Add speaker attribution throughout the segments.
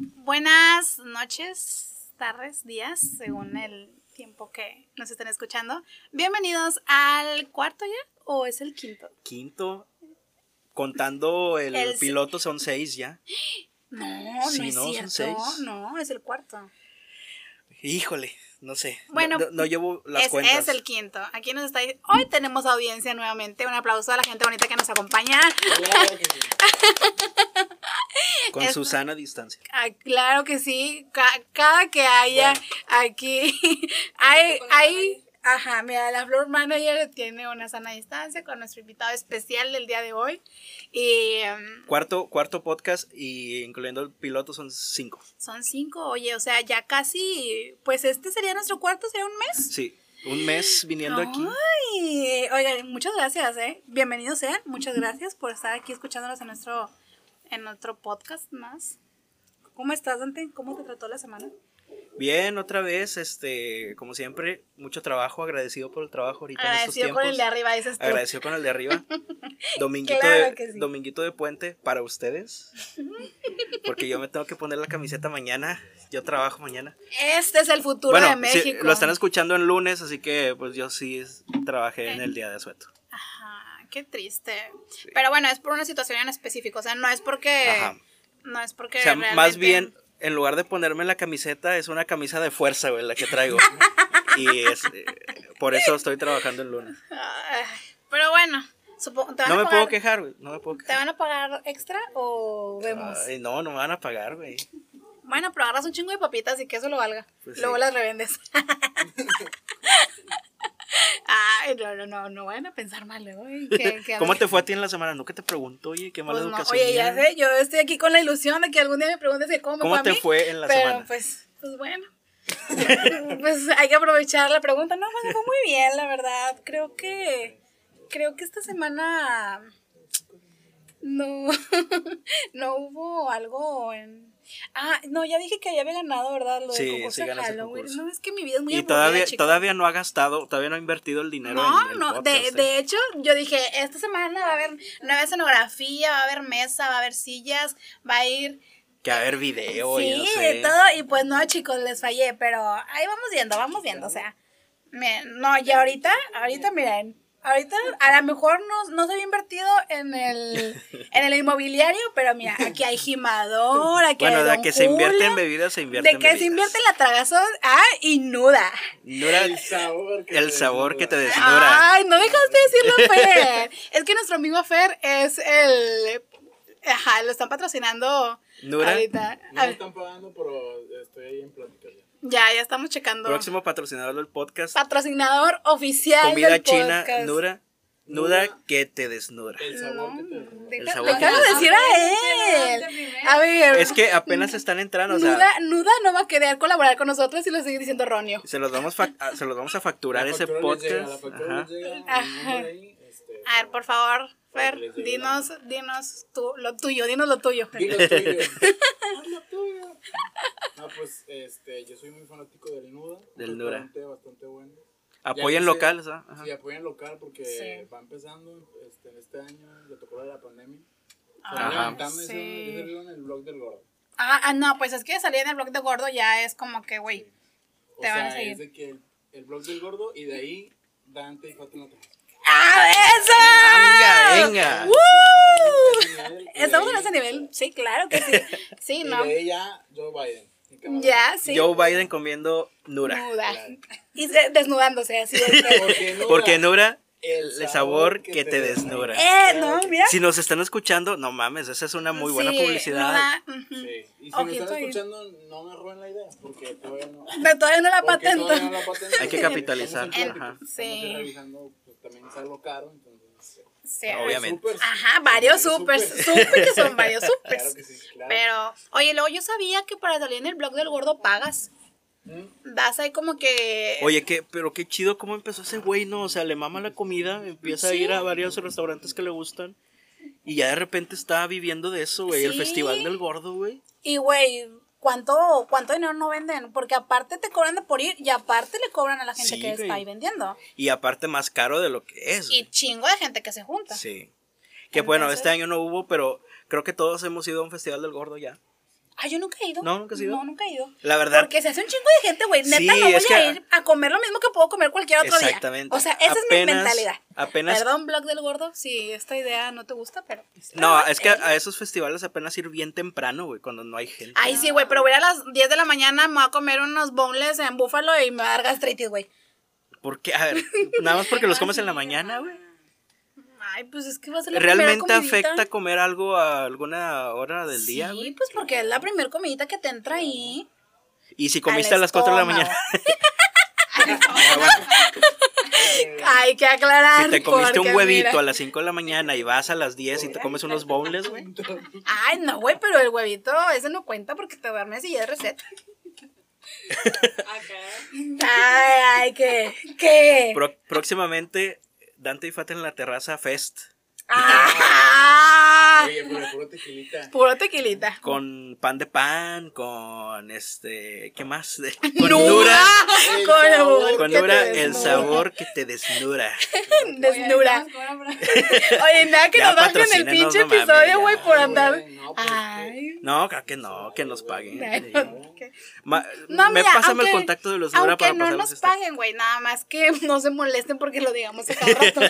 Speaker 1: Buenas noches, tardes, días, según el tiempo que nos estén escuchando. Bienvenidos al cuarto ya, o es el quinto.
Speaker 2: Quinto, contando el,
Speaker 1: El-
Speaker 2: piloto son seis ya.
Speaker 1: No,
Speaker 2: Sí,
Speaker 1: no es
Speaker 2: ¿no? Son
Speaker 1: cierto.
Speaker 2: seis.
Speaker 1: No, es el cuarto.
Speaker 2: Híjole, no sé. no-
Speaker 1: Bueno,
Speaker 2: no, no llevo las
Speaker 1: es,
Speaker 2: cuentas.
Speaker 1: es el quinto. Aquí nos está. Hoy tenemos audiencia nuevamente. Un aplauso a la gente bonita que nos acompaña.
Speaker 2: Con
Speaker 1: es-
Speaker 2: Susana a distancia.
Speaker 1: Ah, claro que sí. Ca- cada que haya
Speaker 2: Bueno.
Speaker 1: aquí. hay, hay. Ajá, mira, la Flor Manager tiene una sana distancia con nuestro invitado especial del día de hoy. Y. em,
Speaker 2: Cuarto, cuarto podcast y incluyendo el piloto son cinco.
Speaker 1: Son cinco, oye, o sea, ya casi, pues este sería nuestro cuarto, sería un mes.
Speaker 2: Sí, un mes viniendo aquí.
Speaker 1: Ay, oigan, muchas gracias, ¿eh? Bienvenidos sean, muchas gracias por estar aquí escuchándonos en nuestro, en otro podcast más. ¿Cómo estás, Dante? ¿Cómo te trató la semana?
Speaker 2: Bien, otra vez, este, como siempre, mucho trabajo, agradecido por el trabajo ahorita en
Speaker 1: Agradecido
Speaker 2: estos tiempos.
Speaker 1: con el de arriba, dices tú.
Speaker 2: Agradecido con el de arriba. Dominguito,
Speaker 1: Claro
Speaker 2: de,
Speaker 1: que sí.
Speaker 2: dominguito de puente para ustedes. Porque yo me tengo que poner la camiseta mañana. Yo trabajo mañana.
Speaker 1: Este es el futuro de
Speaker 2: sí,
Speaker 1: México.
Speaker 2: lo están escuchando en lunes, así que pues yo sí es- trabajé en el día de asueto.
Speaker 1: Ajá, qué triste. Pero bueno, es por una situación en específico, o sea, no es porque...
Speaker 2: Ajá.
Speaker 1: No es porque...
Speaker 2: O sea, más
Speaker 1: realmente-
Speaker 2: bien, en lugar de ponerme la camiseta, es una camisa de fuerza, güey, la que traigo. y es, eh, por eso estoy trabajando el lunes.
Speaker 1: Ay, pero bueno, supongo...
Speaker 2: No me puedo quejar, güey. No me puedo
Speaker 1: ¿Te
Speaker 2: quejar.
Speaker 1: van a pagar extra o vemos?
Speaker 2: Ay, no, no me van a pagar, güey.
Speaker 1: Bueno, pero agarras un chingo de papitas y que eso lo valga.
Speaker 2: Pues
Speaker 1: Luego
Speaker 2: sí.
Speaker 1: las revendes. Ay, no, no, no, no vayan a pensar mal luego. ¿eh? Que- que-
Speaker 2: ¿Cómo te fue a ti en la semana? Nunca te pregunto, oye, qué mala
Speaker 1: Pues no,
Speaker 2: educación.
Speaker 1: Oye, ya sé, yo estoy aquí con la ilusión de que algún día me preguntes que cómo me
Speaker 2: ¿Cómo
Speaker 1: fue a
Speaker 2: te
Speaker 1: mí,
Speaker 2: fue en la
Speaker 1: pero,
Speaker 2: semana?
Speaker 1: pues, pues bueno. pues hay que aprovechar la pregunta. No, pues me fue muy bien, la verdad. Creo que, creo que esta semana no, no hubo algo en... Ah, no, ya dije que ya había ganado, ¿verdad? Lo de
Speaker 2: Sí,
Speaker 1: concurso
Speaker 2: sí
Speaker 1: de
Speaker 2: ganas el
Speaker 1: Halloween.
Speaker 2: concurso.
Speaker 1: No, es que mi vida es muy
Speaker 2: Y
Speaker 1: aburrida,
Speaker 2: todavía,
Speaker 1: chicos.
Speaker 2: todavía no ha gastado, todavía no ha invertido el dinero en
Speaker 1: No,
Speaker 2: el
Speaker 1: no, de,
Speaker 2: podcast, ¿eh?
Speaker 1: de hecho, yo dije, esta semana va a haber nueva escenografía, va a haber mesa, va a haber sillas, va a ir...
Speaker 2: Que haber video y
Speaker 1: Sí,
Speaker 2: no
Speaker 1: de
Speaker 2: sé.
Speaker 1: todo, y pues no, chicos, les fallé, pero ahí vamos viendo, vamos viendo, o sea, miren, no, ya ahorita, ahorita miren, ahorita a lo mejor no, no se había invertido en el, en el inmobiliario, pero mira, aquí hay gimador, aquí
Speaker 2: Bueno,
Speaker 1: hay
Speaker 2: de
Speaker 1: Don
Speaker 2: que se invierte en
Speaker 1: Julio,
Speaker 2: bebidas, se invierte
Speaker 1: de
Speaker 2: en
Speaker 1: que se
Speaker 2: bebidas.
Speaker 1: invierte en la tragazón, ah, y nuda.
Speaker 2: No era
Speaker 3: El sabor que
Speaker 2: el sabor que te desnura.
Speaker 1: Ay, no dejaste de decirlo, Fer. Es que nuestro amigo Fer es el, ajá, lo están patrocinando
Speaker 2: Nura,
Speaker 1: ahorita.
Speaker 3: No
Speaker 1: A
Speaker 3: me
Speaker 1: ver,
Speaker 3: están pagando, pero estoy ahí en plática ya.
Speaker 1: ya, ya estamos checando.
Speaker 2: próximo patrocinador del podcast,
Speaker 1: patrocinador oficial
Speaker 2: comida
Speaker 1: del
Speaker 2: china,
Speaker 1: podcast.
Speaker 2: Nura, Nuda
Speaker 3: Nura.
Speaker 2: que te desnuda.
Speaker 3: El sabor que te desnura.
Speaker 2: El
Speaker 1: Deja-
Speaker 2: sabor que
Speaker 1: déjalo
Speaker 2: tiene.
Speaker 1: decir a él. Ah, A ver,
Speaker 2: Es que apenas están entrando, o sea,
Speaker 1: Nuda, Nuda no va a querer colaborar con nosotros si lo sigue diciendo Ronio.
Speaker 2: se los vamos fac- a- se los vamos a facturar
Speaker 3: La
Speaker 2: ese
Speaker 3: factura les llega, la
Speaker 2: podcast.
Speaker 3: factura
Speaker 2: Ajá.
Speaker 3: les llega,
Speaker 1: Ajá. Ah,
Speaker 3: mi número ahí, este,
Speaker 1: A ver, por favor, Fer,
Speaker 3: Les digo.
Speaker 1: dinos, dinos tú, lo tuyo, dinos lo tuyo.
Speaker 3: Dilo tuyo. Hazlo tuyo. No, pues este, yo soy muy fanático del Nuda. un
Speaker 2: Del Nuda.
Speaker 3: restaurante Bastante bueno.
Speaker 2: Apoyen
Speaker 3: Ya que
Speaker 2: locales,
Speaker 3: se-
Speaker 2: ¿ah? Ajá.
Speaker 3: Sí, apoyen local porque
Speaker 1: Sí.
Speaker 3: va empezando este, en este año, le tocó la de la pandemia.
Speaker 1: Ah,
Speaker 2: Ajá.
Speaker 1: sí.
Speaker 3: Sí. en el blog del gordo.
Speaker 1: Ah, ah, no, pues es que salir en el blog de gordo ya es como que, güey.
Speaker 3: O
Speaker 1: Te van a
Speaker 3: sea,
Speaker 1: seguir.
Speaker 3: es de que el, el blog del gordo y de ahí Dante y Fátima.
Speaker 1: ¡Ah, eso!
Speaker 2: Venga,
Speaker 1: uh,
Speaker 2: venga.
Speaker 1: ¡Woo!
Speaker 3: Y de
Speaker 1: Estamos en
Speaker 3: ahí-
Speaker 1: ese nivel. Sí, claro que sí. Sí,
Speaker 3: Y
Speaker 1: no.
Speaker 3: de ahí ya Joe Biden. Mi camarada.
Speaker 1: Ya, sí.
Speaker 2: Joe Biden comiendo Nura.
Speaker 1: Nuda.
Speaker 3: Claro.
Speaker 1: Y se- desnudándose así. de que-
Speaker 3: Porque Nura,
Speaker 2: Porque Nura,
Speaker 3: el
Speaker 2: el sabor que te desnura.
Speaker 1: Eh, no, mira.
Speaker 2: si nos están escuchando, no mames, esa es una muy buena
Speaker 1: Sí,
Speaker 2: publicidad.
Speaker 1: Nuda, ujú.
Speaker 3: Sí. Y si me
Speaker 1: Ojito
Speaker 3: están
Speaker 1: ahí.
Speaker 3: escuchando, no me roben la idea, porque todavía no.
Speaker 1: Pero todavía no la
Speaker 3: porque todavía
Speaker 1: patento.
Speaker 3: no la patento.
Speaker 2: Hay que capitalizar,
Speaker 3: Estamos en
Speaker 2: ajá.
Speaker 3: plática,
Speaker 1: Sí.
Speaker 3: estamos revisando, pues, también es algo caro, entonces. eh,
Speaker 1: Sí.
Speaker 2: Obviamente.
Speaker 3: súper-
Speaker 1: Ajá, varios
Speaker 3: súper.
Speaker 1: supers. Súper que son varios
Speaker 3: Claro
Speaker 1: supers.
Speaker 3: que sí, claro.
Speaker 1: Pero, oye, luego yo sabía que para salir en el blog del gordo pagas.
Speaker 3: Mm.
Speaker 1: Das ahí como que.
Speaker 2: Oye, ¿qué, pero qué chido cómo empezó ese güey, ¿no? O sea, le mama la comida, empieza a ir a varios restaurantes que le gustan. Y ya de repente está viviendo de eso, güey. El
Speaker 1: Sí.
Speaker 2: Festival del Gordo, güey.
Speaker 1: Y güey, ¿cuánto, ¿cuánto dinero no venden? Porque aparte te cobran de por ir y aparte le cobran a la gente
Speaker 2: Sí,
Speaker 1: que
Speaker 2: güey.
Speaker 1: está ahí vendiendo.
Speaker 2: Y aparte más caro de lo que es.
Speaker 1: Y
Speaker 2: güey.
Speaker 1: chingo de gente que se junta.
Speaker 2: Sí. Que bueno,
Speaker 1: Entonces-
Speaker 2: este año no hubo, pero creo que todos hemos ido a un Festival del Gordo ya.
Speaker 1: Ah, yo nunca he ido.
Speaker 2: No, nunca has ido.
Speaker 1: No, nunca he ido.
Speaker 2: La verdad.
Speaker 1: Porque se hace un chingo de gente, güey. Neta,
Speaker 2: Sí,
Speaker 1: no voy
Speaker 2: es
Speaker 1: a
Speaker 2: que-
Speaker 1: ir a comer lo mismo que puedo comer cualquier otro día.
Speaker 2: Exactamente.
Speaker 1: O sea, esa es mi
Speaker 2: Apenas-
Speaker 1: mentalidad.
Speaker 2: apenas-
Speaker 1: Perdón, blog del gordo, si esta idea no te gusta, pero. pues,
Speaker 2: No, es que a esos festivales apenas ir bien temprano, güey, cuando no hay gente.
Speaker 1: Ay, sí, güey, pero voy a ir a las 10 de la mañana, me voy a comer unos boneless en búfalo y me va a dar gastritis, güey.
Speaker 2: Porque, a ver, nada más porque los comes en la mañana, güey.
Speaker 1: Ay, pues es que va a ser la
Speaker 2: ¿Realmente
Speaker 1: primera comidita.
Speaker 2: afecta comer algo a alguna hora del día,
Speaker 1: Sí,
Speaker 2: güey?
Speaker 1: pues porque es la primera comidita que te entra ahí.
Speaker 2: Y si comiste a las 4 de la mañana,
Speaker 1: Hay que aclarar.
Speaker 2: si te comiste un
Speaker 1: porque,
Speaker 2: huevito
Speaker 1: mira.
Speaker 2: a las 5 de la mañana y vas a las 10 y te comes unos bowls, güey.
Speaker 1: Ay, no, güey, pero el huevito, ese no cuenta porque te duermes y ya es receta. Ay, ay, ¿qué? ¿Qué?
Speaker 2: Pro- próximamente, Dante y Fat en la terraza Fest
Speaker 1: Ah,
Speaker 3: Oye, pero puro tequilita.
Speaker 1: puro tequilita.
Speaker 2: con pan de pan, con este, ¿qué más? De- Con
Speaker 1: ¡Nuda!
Speaker 3: El
Speaker 1: Con el
Speaker 3: sabor
Speaker 1: sabor
Speaker 2: Con
Speaker 1: que te
Speaker 2: Nura, el
Speaker 1: desnuda.
Speaker 2: sabor que te desnuda.
Speaker 1: Desnura. Oye, nada que
Speaker 2: Ya,
Speaker 1: nos bajen el
Speaker 2: patrocínenos,
Speaker 1: pinche
Speaker 2: no mames,
Speaker 1: episodio,
Speaker 2: ya,
Speaker 1: güey, por andar.
Speaker 3: Güey, no, pues,
Speaker 1: Ay.
Speaker 2: No, claro que no, que nos paguen.
Speaker 1: Ay,
Speaker 2: Sí.
Speaker 1: no, ¿qué?
Speaker 2: Ma-
Speaker 1: No,
Speaker 2: me
Speaker 1: mira,
Speaker 2: pásame el
Speaker 1: aunque-
Speaker 2: contacto de los Nura
Speaker 1: aunque
Speaker 2: para este
Speaker 1: no
Speaker 2: pasarles
Speaker 1: nos
Speaker 2: esto.
Speaker 1: paguen, güey, nada más que no se molesten porque lo digamos a cada rato.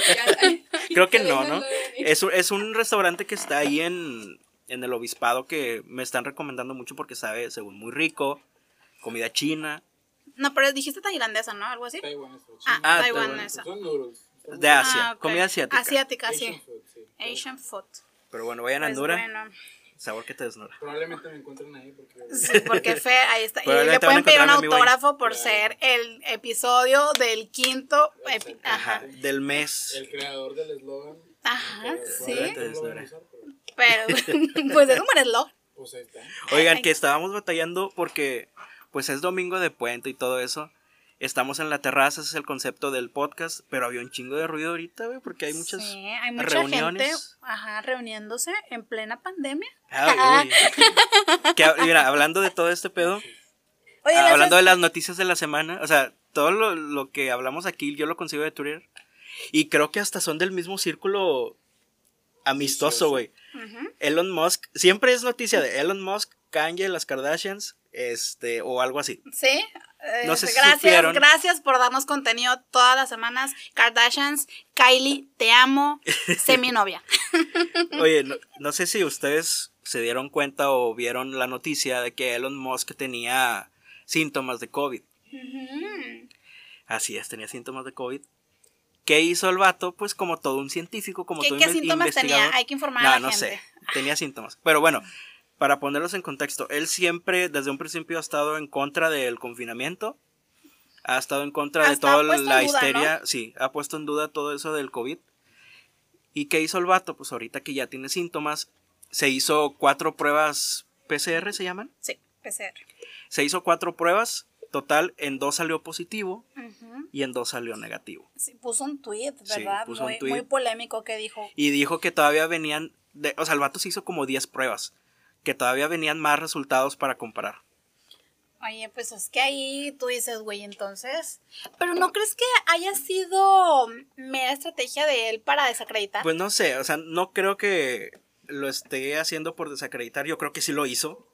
Speaker 2: Creo que no, ¿no? Es, un- es un restaurante que está ahí en, en el obispado que me están recomendando mucho porque sabe, según muy rico, comida china.
Speaker 1: No, pero dijiste tailandesa, ¿no? Algo así.
Speaker 3: Taiwán es lo
Speaker 1: Ah,
Speaker 3: chino.
Speaker 2: Ah,
Speaker 1: taiwanesa.
Speaker 3: Son noodles. Son
Speaker 2: De Asia,
Speaker 1: Ah, ok.
Speaker 2: comida asiática.
Speaker 1: Asiática,
Speaker 3: Asian
Speaker 1: sí.
Speaker 3: food, sí.
Speaker 1: Asian food.
Speaker 2: Pero bueno, vayan a
Speaker 1: Pues
Speaker 2: Honduras,
Speaker 1: bueno,
Speaker 2: sabor que te desnuda.
Speaker 3: Probablemente me encuentren ahí porque.
Speaker 1: sí, porque fe, ahí está. Y
Speaker 2: Pero ahí
Speaker 1: le
Speaker 2: te van a
Speaker 1: pueden pedir un
Speaker 2: encontrar, mi güey.
Speaker 1: autógrafo por
Speaker 3: Claro.
Speaker 1: ser el episodio del quinto. epi-
Speaker 3: Exacto.
Speaker 1: Ajá.
Speaker 2: Del mes.
Speaker 3: El creador del eslogan.
Speaker 1: Ajá,
Speaker 3: que
Speaker 1: Ah, sí.
Speaker 3: probablemente no lo van a usar, pero,
Speaker 1: Pero, pues es un buen eslogan.
Speaker 3: Pues ahí está.
Speaker 2: Oigan, que estábamos batallando porque pues es domingo de puente y todo eso. Estamos en la terraza, ese es el concepto del podcast, pero había un chingo de ruido ahorita, güey, porque hay muchas
Speaker 1: Sí, hay mucha gente
Speaker 2: reuniones.
Speaker 1: ajá, reuniéndose en plena pandemia.
Speaker 2: Ay, uy. Que, mira, hablando de todo este pedo,
Speaker 1: Oye,
Speaker 2: ah,
Speaker 1: las-
Speaker 2: hablando de las noticias de la semana, o sea, todo lo, lo que hablamos aquí yo lo consigo de Twitter y creo que hasta son del mismo círculo amistoso, güey.
Speaker 1: Ujú.
Speaker 2: Elon Musk, siempre es noticia de Elon Musk, Kanye, las Kardashians, este, o algo así.
Speaker 1: Sí. eh,
Speaker 2: No sé si
Speaker 1: gracias,
Speaker 2: supieron.
Speaker 1: gracias por darnos contenido todas las semanas. Kardashians, Kylie, te amo, sé mi novia.
Speaker 2: Oye, no, no sé si ustedes se dieron cuenta o vieron la noticia de que Elon Musk tenía síntomas de COVID. Así es, tenía síntomas de COVID. ¿Qué hizo el vato? Pues como todo un científico, como
Speaker 1: ¿Qué,
Speaker 2: todo
Speaker 1: qué
Speaker 2: inve-
Speaker 1: síntomas tenía?
Speaker 2: investigador.
Speaker 1: Hay que informar
Speaker 2: No,
Speaker 1: a la
Speaker 2: no
Speaker 1: gente.
Speaker 2: sé. Tenía síntomas. Pero bueno, para ponerlos en contexto, él siempre, desde un principio, ha estado en contra del confinamiento. Ha estado en contra de
Speaker 1: Hasta
Speaker 2: toda
Speaker 1: ha puesto
Speaker 2: la
Speaker 1: en duda,
Speaker 2: histeria. Sí, ha puesto en duda todo eso del COVID. ¿Y qué hizo el vato? Pues ahorita que ya tiene síntomas, se hizo cuatro pruebas PCR, ¿se llaman?
Speaker 1: Sí, PCR.
Speaker 2: Se hizo cuatro pruebas. Total, en dos salió positivo
Speaker 1: Ujú.
Speaker 2: y en dos salió negativo.
Speaker 1: Sí, puso un tweet,
Speaker 2: Sí,
Speaker 1: ¿verdad?
Speaker 2: puso un
Speaker 1: muy,
Speaker 2: tuit.
Speaker 1: muy polémico que dijo.
Speaker 2: Y dijo que todavía venían, de- o sea, el vato se hizo como 10 pruebas, que todavía venían más resultados para comparar.
Speaker 1: Oye, pues es que ahí tú dices, güey, entonces. Pero ¿no crees que haya sido mera estrategia de él para desacreditar?
Speaker 2: Pues no sé, o sea, no creo que lo esté haciendo por desacreditar, yo creo que sí lo hizo.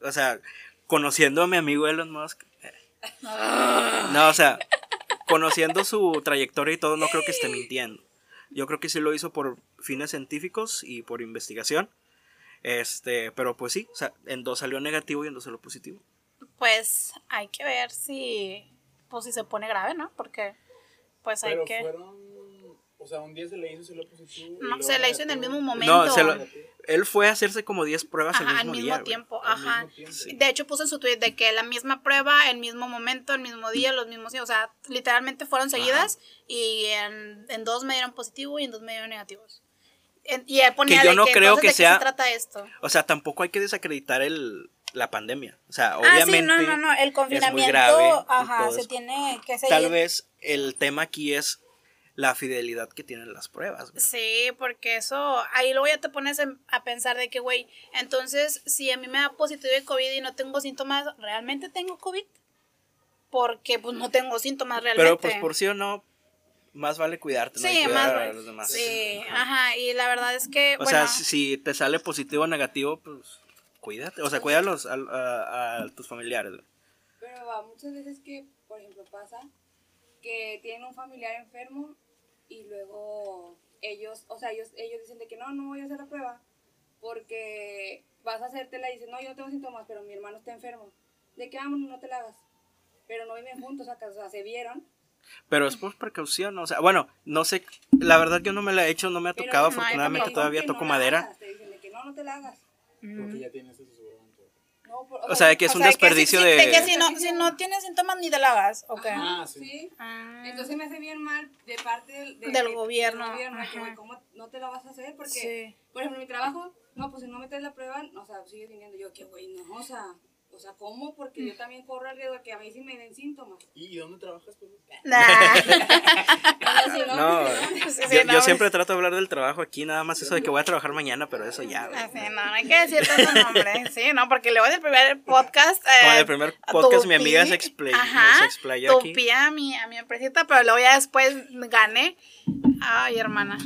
Speaker 2: O sea, conociendo a mi amigo Elon Musk. No, o sea, conociendo su trayectoria y todo, no creo que esté mintiendo. Yo creo que sí lo hizo por fines científicos y por investigación. Este, pero pues sí, o sea, en dos salió negativo y en dos salió positivo.
Speaker 1: pues hay que ver si pues si se pone grave, ¿no? Porque pues hay
Speaker 3: Pero
Speaker 1: que
Speaker 3: fueron. O sea, un día se le hizo, se lo positivo. y
Speaker 1: no
Speaker 3: luego
Speaker 1: se la hizo en el
Speaker 3: negativo.
Speaker 1: mismo momento.
Speaker 2: No, se lo- él fue a hacerse como 10 pruebas
Speaker 1: Ajá,
Speaker 2: al mismo, día, güey.
Speaker 1: tiempo,
Speaker 3: Al mismo
Speaker 1: ajá.
Speaker 3: tiempo.
Speaker 1: De hecho puso en su tweet de que la misma prueba, el mismo momento, el mismo día, los mismos días, o sea, literalmente fueron seguidas y en, en dos me dieron positivo y en dos me dieron negativos. En- y él ponía
Speaker 2: Que yo
Speaker 1: de
Speaker 2: no creo
Speaker 1: entonces,
Speaker 2: que
Speaker 1: ¿de qué
Speaker 2: sea-
Speaker 1: se trata esto?
Speaker 2: O sea, tampoco hay que desacreditar el, la pandemia. O sea,
Speaker 1: Ah,
Speaker 2: obviamente.
Speaker 1: sí, no, no, no, el confinamiento,
Speaker 2: grave y
Speaker 1: ajá,
Speaker 2: todo
Speaker 1: se
Speaker 2: eso.
Speaker 1: tiene que seguir.
Speaker 2: Tal vez el tema aquí es la fidelidad que tienen las pruebas. güey.
Speaker 1: Sí, porque eso, ahí luego ya te pones en- a pensar de que, güey, entonces si a mí me da positivo de COVID y no tengo síntomas, ¿realmente tengo COVID? Porque pues no tengo síntomas realmente.
Speaker 2: Pero pues por sí o no, más vale cuidarte, ¿no? Y
Speaker 1: Sí,
Speaker 2: cuidar
Speaker 1: más.
Speaker 2: a los demás.
Speaker 1: Sí, ajá, y la verdad es que,
Speaker 2: O
Speaker 1: bueno,
Speaker 2: sea, si si te sale positivo o negativo, pues cuídate. O sea, cuida a, los- a, a- a tus familiares, güey.
Speaker 4: Pero va, muchas veces que, por ejemplo, pasa que tienen un familiar enfermo y luego ellos, o sea, ellos, ellos dicen de que no, no voy a hacer la prueba porque vas a hacértela y dices, no, yo no tengo síntomas, pero mi hermano está enfermo. De que, ah, bueno, no te la hagas. Pero no viven juntos, acá, o sea, se vieron.
Speaker 2: Pero es por precaución, o sea, bueno, no sé, la verdad yo no me la he hecho, no me ha
Speaker 4: pero
Speaker 2: tocado,
Speaker 4: te dicen
Speaker 2: afortunadamente
Speaker 4: que
Speaker 2: todavía
Speaker 4: no
Speaker 2: toco
Speaker 4: la
Speaker 2: madera.
Speaker 4: hagas, Te dicen de que no, no te la hagas.
Speaker 3: Porque ya tienes eso seguramente.
Speaker 4: No, por-
Speaker 2: O sea, de que es
Speaker 1: O
Speaker 2: un
Speaker 1: sea, que si-
Speaker 2: desperdicio
Speaker 1: si-
Speaker 2: de...
Speaker 1: que si no, si no tienes síntomas ni te la hagas, ok.
Speaker 3: Ah, sí.
Speaker 4: sí.
Speaker 1: Ah.
Speaker 4: Entonces me hace bien mal de parte del, de-
Speaker 1: Del
Speaker 4: de-
Speaker 1: gobierno,
Speaker 4: gobierno, que,
Speaker 1: ajá.
Speaker 4: güey, ¿cómo no te la vas a hacer? Porque,
Speaker 1: Sí.
Speaker 4: por ejemplo, mi trabajo, no, pues si no metes la prueba, o sea, sigues viniendo. Yo, que güey, no, o sea, o sea, ¿cómo? Porque yo también corro el riesgo de que a mí sí me den síntomas.
Speaker 3: ¿Y y dónde trabajas? Pues?
Speaker 1: Nah.
Speaker 4: O sea, si no,
Speaker 2: No,
Speaker 1: Sí, sí,
Speaker 2: yo,
Speaker 1: no,
Speaker 2: yo
Speaker 1: es-
Speaker 2: siempre trato de hablar del trabajo aquí, nada más eso de que voy a trabajar mañana, pero eso ya. güey.
Speaker 1: Ah, sí, no, no hay que decir tanto nombre. Sí, no, porque luego del primer podcast. eh,
Speaker 2: Como en el primer podcast, mi
Speaker 1: tupí-
Speaker 2: amiga se explayó- se explayó aquí.
Speaker 1: tupí a mi, a mi empresita, pero luego ya después gané. Ay, hermana.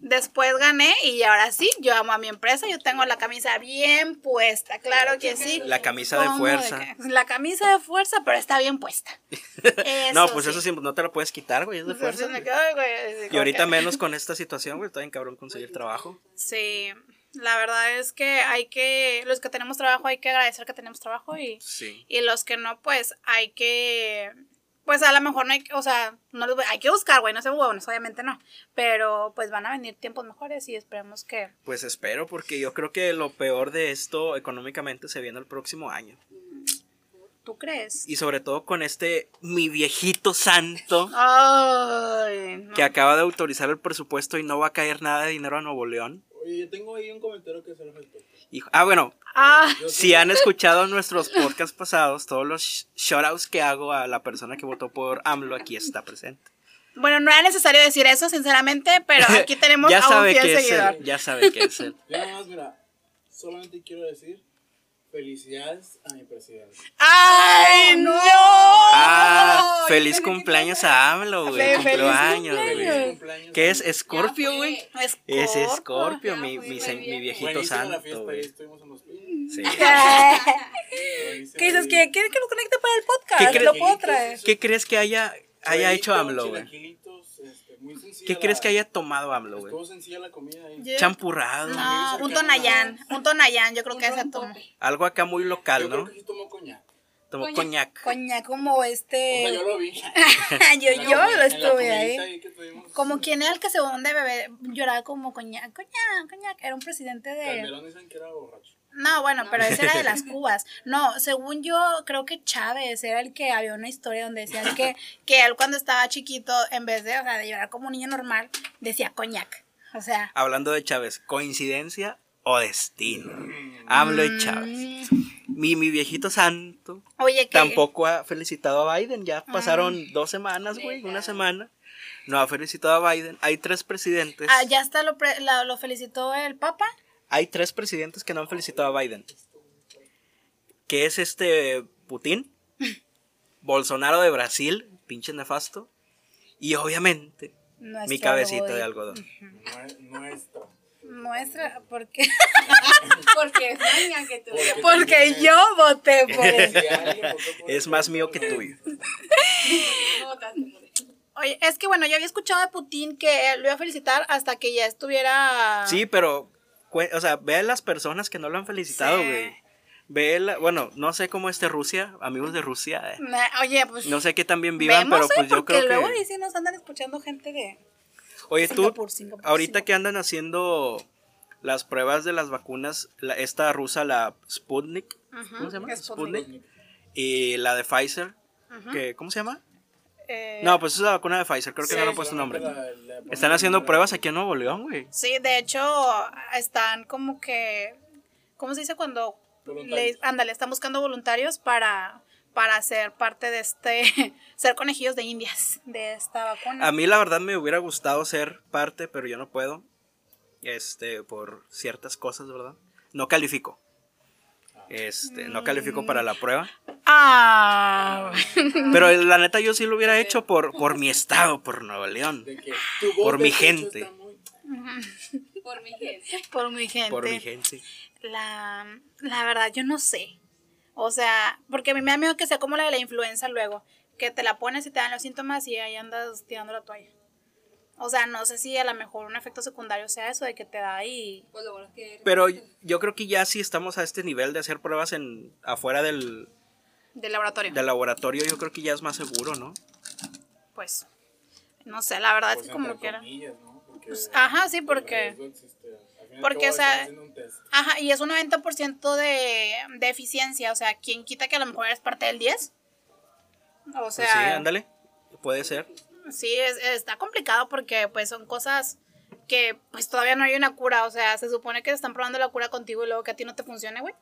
Speaker 1: Después gané y ahora sí, yo amo a mi empresa. Yo tengo la camisa bien puesta, claro que sí.
Speaker 2: La camisa de
Speaker 1: ¿Cómo
Speaker 2: fuerza.
Speaker 1: que? La camisa de fuerza, pero está bien puesta.
Speaker 2: no, pues eso sí, no te la puedes quitar, güey, es de
Speaker 1: Sí,
Speaker 2: fuerza.
Speaker 1: Pues me quedo, güey, así
Speaker 2: Y
Speaker 1: como
Speaker 2: ahorita
Speaker 1: que-
Speaker 2: menos con esta situación, güey, está bien cabrón conseguir trabajo.
Speaker 1: Sí, la verdad es que hay que, los que tenemos trabajo hay que agradecer que tenemos trabajo y,
Speaker 2: Sí.
Speaker 1: y los que no, pues hay que, pues a lo mejor no hay que, o sea, no los voy- hay que buscar, güey, no sean huevones, obviamente no, pero pues van a venir tiempos mejores y esperemos que,
Speaker 2: Pues espero, porque yo creo que lo peor de esto económicamente se viene el próximo año.
Speaker 1: ¿tú crees?
Speaker 2: Y sobre todo con este mi viejito santo
Speaker 1: Ay, no.
Speaker 2: que acaba de autorizar el presupuesto y no va a caer nada de dinero a Nuevo León.
Speaker 3: Oye, yo tengo ahí un comentario que hacer al respecto.
Speaker 2: Hijo- ah, bueno,
Speaker 1: Ah,
Speaker 3: Yo
Speaker 2: si han escuchado nuestros podcasts pasados, todos los sh- shoutouts que hago a la persona que votó por AMLO aquí está presente.
Speaker 1: bueno, no era necesario decir eso, sinceramente, pero aquí tenemos
Speaker 2: ya
Speaker 1: a un
Speaker 2: sabe
Speaker 1: fiel
Speaker 2: que es
Speaker 1: seguidor.
Speaker 2: él, ya sabe que es él.
Speaker 3: Yo nada más, mira, solamente quiero decir felicidades a mi presidente.
Speaker 1: ¡Ay, no!
Speaker 2: Ah, feliz cumpleaños a AMLO, güey.
Speaker 1: Feliz
Speaker 2: Cumplió años,
Speaker 1: cumpleaños.
Speaker 2: güey.
Speaker 3: cumpleaños.
Speaker 2: ¿Qué es?
Speaker 4: ya
Speaker 2: ¿Escorpio,
Speaker 4: fue.
Speaker 2: güey?
Speaker 1: Eh,
Speaker 2: Es
Speaker 1: Escorpio.
Speaker 2: Escorpio,
Speaker 4: Ya
Speaker 2: mi,
Speaker 4: fue,
Speaker 2: mi,
Speaker 4: fue
Speaker 2: sen- mi
Speaker 4: bien.
Speaker 2: viejito
Speaker 3: Buenísima la
Speaker 2: santo,
Speaker 3: fiesta, ahí
Speaker 2: güey.
Speaker 3: estuvimos en los
Speaker 2: Sí.
Speaker 3: Buenísima
Speaker 1: ¿Qué dices?
Speaker 3: ahí.
Speaker 1: ¿Que quiere que lo conecte para el
Speaker 2: ¿Qué
Speaker 1: podcast?
Speaker 2: crees?
Speaker 1: ¿Lo puedo traer?
Speaker 2: ¿Qué crees que haya, haya hecho
Speaker 3: Chorizo,
Speaker 2: AMLO, güey?
Speaker 3: chilaquilitos, este, muy sencilla
Speaker 2: ¿Qué
Speaker 3: la-
Speaker 2: crees que haya tomado AMLO, güey?
Speaker 3: Estuvo sencilla la comida ahí.
Speaker 2: Champurrado,
Speaker 1: No,
Speaker 3: Amigos
Speaker 1: Ah, un
Speaker 3: cercanos.
Speaker 1: Tonayán. Un Tonayán, yo creo que ese tomó.
Speaker 2: algo acá muy
Speaker 3: Yo
Speaker 2: local,
Speaker 3: creo
Speaker 2: ¿no?
Speaker 3: que sí tomó coñac. O
Speaker 2: Tomó coñac.
Speaker 1: Coña, como
Speaker 3: sea, yo
Speaker 1: este.
Speaker 3: lo vi.
Speaker 1: yo,
Speaker 3: En la
Speaker 1: yo
Speaker 3: comi-
Speaker 1: lo
Speaker 3: en la
Speaker 1: estuve
Speaker 3: comidita
Speaker 1: ahí.
Speaker 3: que tuvimos. eh,
Speaker 1: Como quien era el que según de bebé lloraba como coñac, coñac, coñac. Era un presidente de.
Speaker 3: Calderón dicen que era borracho.
Speaker 1: No, bueno, pero ese era de las Cubas. No, según yo, creo que Chávez era el que había una historia donde decían que, que él cuando estaba chiquito, en vez de, o sea, de llorar como un niño normal, decía coñac. O sea.
Speaker 2: Hablando de Chávez, ¿coincidencia o destino? AMLO y Chávez.
Speaker 1: Mm.
Speaker 2: Mi, mi viejito santo
Speaker 1: Oye, que.
Speaker 2: tampoco ha felicitado a Biden. Ya pasaron dos semanas, güey, una semana. No ha felicitado a Biden. Hay tres presidentes.
Speaker 1: Ah, ya está, lo, pre- la- lo felicitó el Papa.
Speaker 2: Hay tres presidentes que no han felicitado a Biden. Que es este Putin, Bolsonaro de Brasil, pinche nefasto, y obviamente mi
Speaker 1: Nuestro
Speaker 2: cabecita
Speaker 1: Godoy.
Speaker 2: de algodón.
Speaker 1: Mm.
Speaker 3: Nue- Nuestro.
Speaker 1: Muestra, ¿por qué?
Speaker 4: Porque es maña que tú.
Speaker 3: Porque-
Speaker 1: Porque yo voté por él.
Speaker 3: Si alguien votó por
Speaker 2: Es
Speaker 3: él,
Speaker 2: más mío que tuyo.
Speaker 1: Oye, es que bueno, yo había escuchado de Putin que lo iba a felicitar hasta que ya estuviera.
Speaker 2: Sí, pero, cue- o sea, ve a las personas que no lo han felicitado,
Speaker 1: Sí.
Speaker 2: güey. Ve, la, bueno, no sé cómo esté Rusia, amigos de Rusia. eh.
Speaker 1: Nah, Oye, pues.
Speaker 2: No sé qué tan bien vivan,
Speaker 1: vemos,
Speaker 2: pero
Speaker 1: ¿eh?
Speaker 2: pues yo
Speaker 1: Porque
Speaker 2: creo
Speaker 1: luego
Speaker 2: que...
Speaker 1: ahí sí nos andan escuchando gente de.
Speaker 2: Oye, tú,
Speaker 1: Singapur, Singapur,
Speaker 2: ahorita
Speaker 1: Singapur.
Speaker 2: que andan haciendo las pruebas de las vacunas, la- esta rusa, la Sputnik, ¿cómo se llama?
Speaker 1: Sputnik.
Speaker 2: Y la de Pfizer, que, ¿cómo se llama?
Speaker 1: eh,
Speaker 2: No, pues es la vacuna de Pfizer, creo que
Speaker 1: sí.
Speaker 2: no le he puesto nombre.
Speaker 3: La- la-
Speaker 2: Están haciendo pruebas aquí en Nuevo León, güey.
Speaker 1: Sí, de hecho, están como que. ¿Cómo se dice cuando.?
Speaker 3: Voluntarios.
Speaker 1: le- Ándale, están buscando voluntarios para, para ser parte de este. ser conejillos de indias de esta vacuna.
Speaker 2: A mí la verdad me hubiera gustado ser parte, pero yo no puedo. Este, por ciertas cosas, ¿verdad? No califico. Este, no califico para la prueba.
Speaker 1: Ah.
Speaker 2: Pero la neta yo sí lo hubiera hecho por, por mi estado, por Nuevo León.
Speaker 3: de que tu
Speaker 2: Por
Speaker 3: voz de
Speaker 2: mi
Speaker 3: pecho
Speaker 2: gente.
Speaker 3: está muy-
Speaker 4: Por mi gente.
Speaker 1: Por mi gente.
Speaker 2: Por mi gente.
Speaker 1: la, la verdad, yo no sé. O sea, porque a mí me da miedo que sea como la de la influenza luego, que te la pones y te dan los síntomas y ahí andas tirando la toalla. O sea, no sé si a lo mejor un efecto secundario sea eso de que te da y...
Speaker 4: Pues lo bueno es que.
Speaker 2: Pero yo creo que ya si estamos a este nivel de hacer pruebas en afuera del,
Speaker 1: Del laboratorio.
Speaker 2: del laboratorio, yo creo que ya es más seguro, ¿no?
Speaker 1: Pues, no sé, la verdad es
Speaker 3: Pues,
Speaker 1: que como
Speaker 3: entre
Speaker 1: quiera.
Speaker 3: comillas, ¿no? Porque
Speaker 1: Pues, ajá, sí,
Speaker 3: el
Speaker 1: porque-
Speaker 3: riesgo existe. este, Al fin y al
Speaker 1: porque,
Speaker 3: cabo,
Speaker 1: o sea,
Speaker 3: estás haciendo un test.
Speaker 1: Ajá, y es un 90% de, de eficiencia, o sea, ¿quién quita que a lo mejor eres parte del 10? O
Speaker 2: Pues
Speaker 1: sea,
Speaker 2: sí, ándale, puede ser.
Speaker 1: Sí, es- está complicado porque pues son cosas que pues todavía no hay una cura. O sea, se supone que están probando la cura contigo y luego que a ti no te funcione, güey.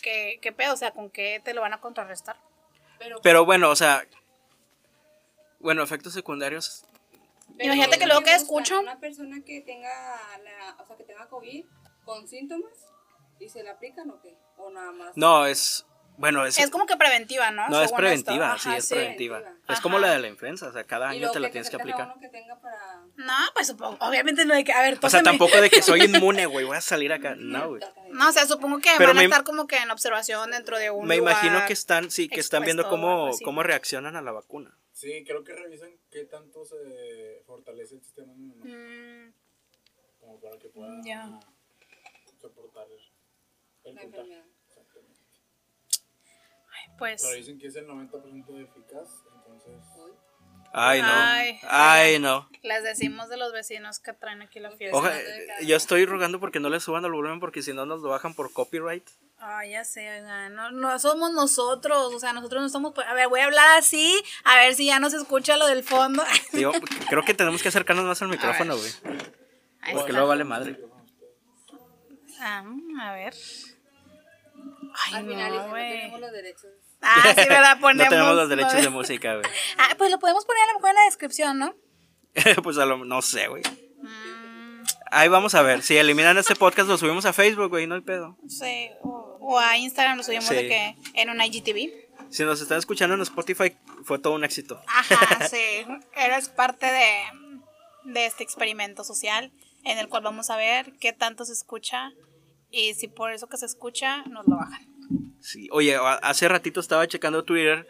Speaker 1: ¿Qué, ¿Qué pedo? O sea, ¿con qué te lo van a contrarrestar?
Speaker 4: Pero,
Speaker 2: Pero bueno, o sea, bueno, efectos secundarios,
Speaker 4: pero
Speaker 1: imagínate que
Speaker 4: sí
Speaker 1: luego
Speaker 4: me
Speaker 1: que
Speaker 4: gusta
Speaker 1: escucho-
Speaker 4: Una persona que tenga, la, o sea, que tenga COVID con síntomas y se le aplican o qué? O nada más.
Speaker 2: no, es, bueno, es,
Speaker 1: Es como que preventiva, ¿no?
Speaker 2: no, es
Speaker 1: Según esto.
Speaker 2: preventiva,
Speaker 1: Ajá,
Speaker 2: sí, es preventiva.
Speaker 1: preventiva.
Speaker 2: Es como la
Speaker 1: Ajá.
Speaker 2: de la influenza, o sea, cada
Speaker 4: Y
Speaker 2: año
Speaker 4: luego
Speaker 2: te la
Speaker 4: que
Speaker 2: tienes que
Speaker 4: tenga
Speaker 2: aplicar.
Speaker 4: uno que tenga para.
Speaker 1: No, pues supongo, obviamente no hay que, a ver,
Speaker 2: O sea,
Speaker 1: tócame.
Speaker 2: tampoco de que soy inmune, güey, voy a salir acá, no, güey.
Speaker 1: No, o sea, supongo que
Speaker 2: Pero
Speaker 1: van a
Speaker 2: me-
Speaker 1: estar como que en observación dentro de un
Speaker 2: Me imagino
Speaker 1: lugar.
Speaker 2: que están, sí, que están viendo
Speaker 1: expuesto o algo
Speaker 2: cómo,
Speaker 1: así, ¿no?
Speaker 2: cómo reaccionan a la vacuna.
Speaker 3: Sí, creo que revisan qué tanto se fortalece el sistema inmune
Speaker 1: Mm,
Speaker 3: como para que pueda
Speaker 1: Ya.
Speaker 3: soportar el, el
Speaker 4: La
Speaker 3: contagio.
Speaker 4: enfermedad.
Speaker 3: Exactamente.
Speaker 1: pues,
Speaker 3: Pero dicen que es el 90% de eficaz, entonces.
Speaker 4: Uy,
Speaker 2: Ay, no.
Speaker 1: Ay.
Speaker 2: Ay, no.
Speaker 1: les decimos de los vecinos que traen aquí la fiesta.
Speaker 2: Oja-
Speaker 4: hablando de cada-
Speaker 2: yo estoy rogando porque no le suban al volumen porque si no nos lo bajan por copyright.
Speaker 1: Ay, ya sé, oigan, no, no somos nosotros, o sea, nosotros no somos... A ver, voy a hablar así, a ver si ya nos escucha lo del fondo.
Speaker 2: Digo, creo que tenemos que acercarnos más al micrófono, güey.
Speaker 1: Ahí
Speaker 2: Porque
Speaker 1: está.
Speaker 2: luego vale madre.
Speaker 1: Ah, a ver. Ay,
Speaker 4: Al final
Speaker 1: no,
Speaker 4: dicen, no
Speaker 1: güey.
Speaker 4: tenemos los derechos.
Speaker 1: Ah, sí, ¿verdad? Ponemos,
Speaker 2: no tenemos los derechos
Speaker 1: ¿no?
Speaker 2: de música, güey.
Speaker 1: Ah, pues lo podemos poner a lo mejor en la descripción, ¿no?
Speaker 2: pues a lo no sé, güey. Ahí vamos a ver. Si eliminan este podcast, lo subimos a Facebook, güey, no hay pedo.
Speaker 1: Sí, o, o a Instagram lo subimos de
Speaker 2: Sí.
Speaker 1: que en un IGTV.
Speaker 2: Si nos están escuchando en Spotify, fue todo un éxito.
Speaker 1: Ajá, sí, eres parte de, de este experimento social en el cual vamos a ver qué tanto se escucha y si por eso que se escucha nos lo bajan.
Speaker 2: Sí, oye, a- hace ratito estaba checando Twitter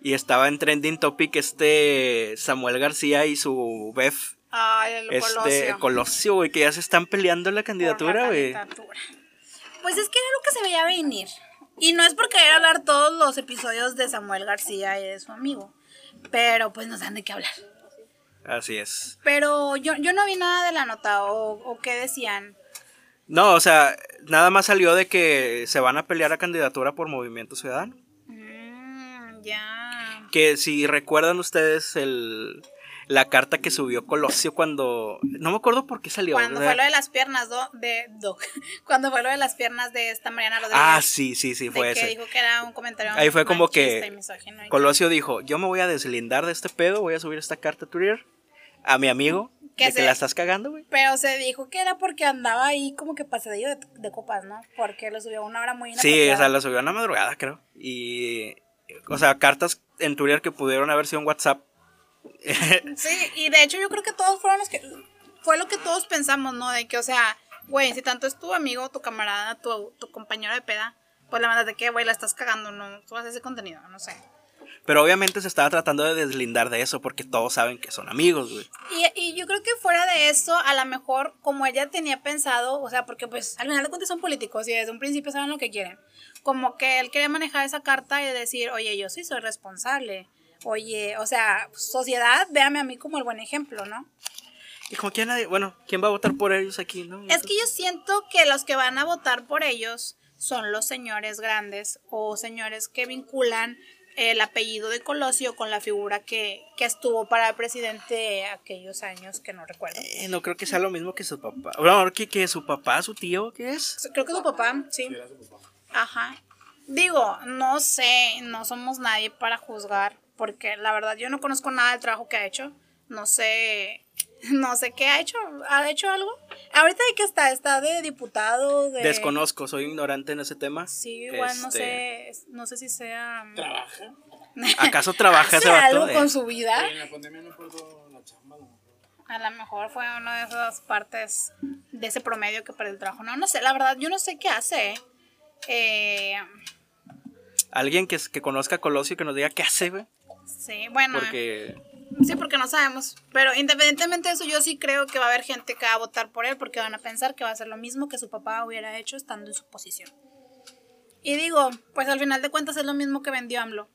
Speaker 2: y estaba en trending topic este Samuel García y su Bef,
Speaker 1: Ay, el
Speaker 2: este
Speaker 1: Colosio.
Speaker 2: Colosio, güey, que ya se están peleando la
Speaker 1: Por la
Speaker 2: candidatura, güey.
Speaker 1: candidatura. Pues es que era lo que se veía venir. Y no es porque era hablar todos los episodios de Samuel García y de su amigo. Pero pues nos dan de qué hablar.
Speaker 2: Así es.
Speaker 1: Pero yo, yo no vi nada de la nota o, o qué decían.
Speaker 2: No, o sea, nada más salió de que se van a pelear a candidatura por Movimiento Ciudadano.
Speaker 1: Mm, ya.
Speaker 2: Que si recuerdan ustedes el la carta que subió Colosio cuando no me acuerdo por qué salió.
Speaker 1: Cuando
Speaker 2: ¿verdad?
Speaker 1: fue lo de las piernas do- de do- cuando fue lo de las piernas de esta Mariana Rodríguez.
Speaker 2: Ah, sí, sí, sí,
Speaker 1: de
Speaker 2: fue
Speaker 1: que
Speaker 2: ese.
Speaker 1: dijo que era un comentario
Speaker 2: Ahí fue como que
Speaker 1: machista y misógino y-
Speaker 2: Colosio dijo, yo me voy a deslindar de este pedo, voy a subir esta carta a Twitter a mi amigo
Speaker 1: ¿Qué
Speaker 2: de que
Speaker 1: hace?
Speaker 2: la estás cagando, güey.
Speaker 1: Pero se dijo que era porque andaba ahí como que pasadillo de, de copas, ¿no? Porque lo subió a una hora muy
Speaker 2: Sí, o sea,
Speaker 1: inapropiada.
Speaker 2: la subió en la madrugada, creo. Y, o sea, cartas en Twitter que pudieron haber sido en WhatsApp.
Speaker 1: Sí, y de hecho yo creo que todos fueron los que... Fue lo que todos pensamos, ¿no? De que, o sea, güey, si tanto es tu amigo, tu camarada, tu, tu compañero de peda, pues la mandas de que, güey, la estás cagando, ¿no? Tú haces ese contenido, no sé.
Speaker 2: Pero obviamente se estaba tratando de deslindar de eso porque todos saben que son amigos, güey.
Speaker 1: Y, y yo creo que fuera de eso, a lo mejor, como ella tenía pensado, o sea, porque pues al final de cuentas son políticos y desde un principio saben lo que quieren. Como que él quería manejar esa carta y decir, oye, yo sí soy responsable. Oye, o sea, sociedad, véame a mí como el buen ejemplo, ¿no?
Speaker 2: Y como que ya nadie, bueno, ¿quién va a votar por ellos aquí, no?
Speaker 1: Es que yo siento que los que van a votar por ellos son los señores grandes o señores que vinculan el apellido de Colosio con la figura que, que estuvo para presidente aquellos años que no recuerdo.
Speaker 2: Eh, no creo que sea lo mismo que su papá. Bueno, que, que su papá, su tío, ¿qué es?
Speaker 1: Creo que su papá, sí.
Speaker 3: Era su papá.
Speaker 1: Ajá. Digo, no sé, no somos nadie para juzgar, porque la verdad yo no conozco nada del trabajo que ha hecho. No sé, no sé qué ha hecho. ¿Ha hecho algo? Ahorita de que está, está de diputado, de...
Speaker 2: Desconozco, soy ignorante en ese tema.
Speaker 1: Sí, igual no
Speaker 2: Este,
Speaker 1: sé, es- no sé si sea...
Speaker 3: ¿Trabaja?
Speaker 2: ¿Acaso trabaja
Speaker 1: ¿Hace
Speaker 2: ese vato?
Speaker 1: algo
Speaker 2: Eh,
Speaker 1: con su vida?
Speaker 3: En la pandemia no perdió la chamba, a lo mejor.
Speaker 1: A lo mejor fue una de esas partes de ese promedio que perdió el trabajo. No, no sé, la verdad, yo no sé qué hace. ¿eh? Eh,
Speaker 2: Alguien que, que conozca a Colosio que nos diga qué hace, güey.
Speaker 1: sí, bueno.
Speaker 2: Porque
Speaker 1: Sí, porque no sabemos. Pero independientemente de eso, yo sí creo que va a haber gente que va a votar por él porque van a pensar que va a hacer lo mismo que su papá hubiera hecho estando en su posición. Y digo, pues al final de cuentas es lo mismo que vendió AMLO.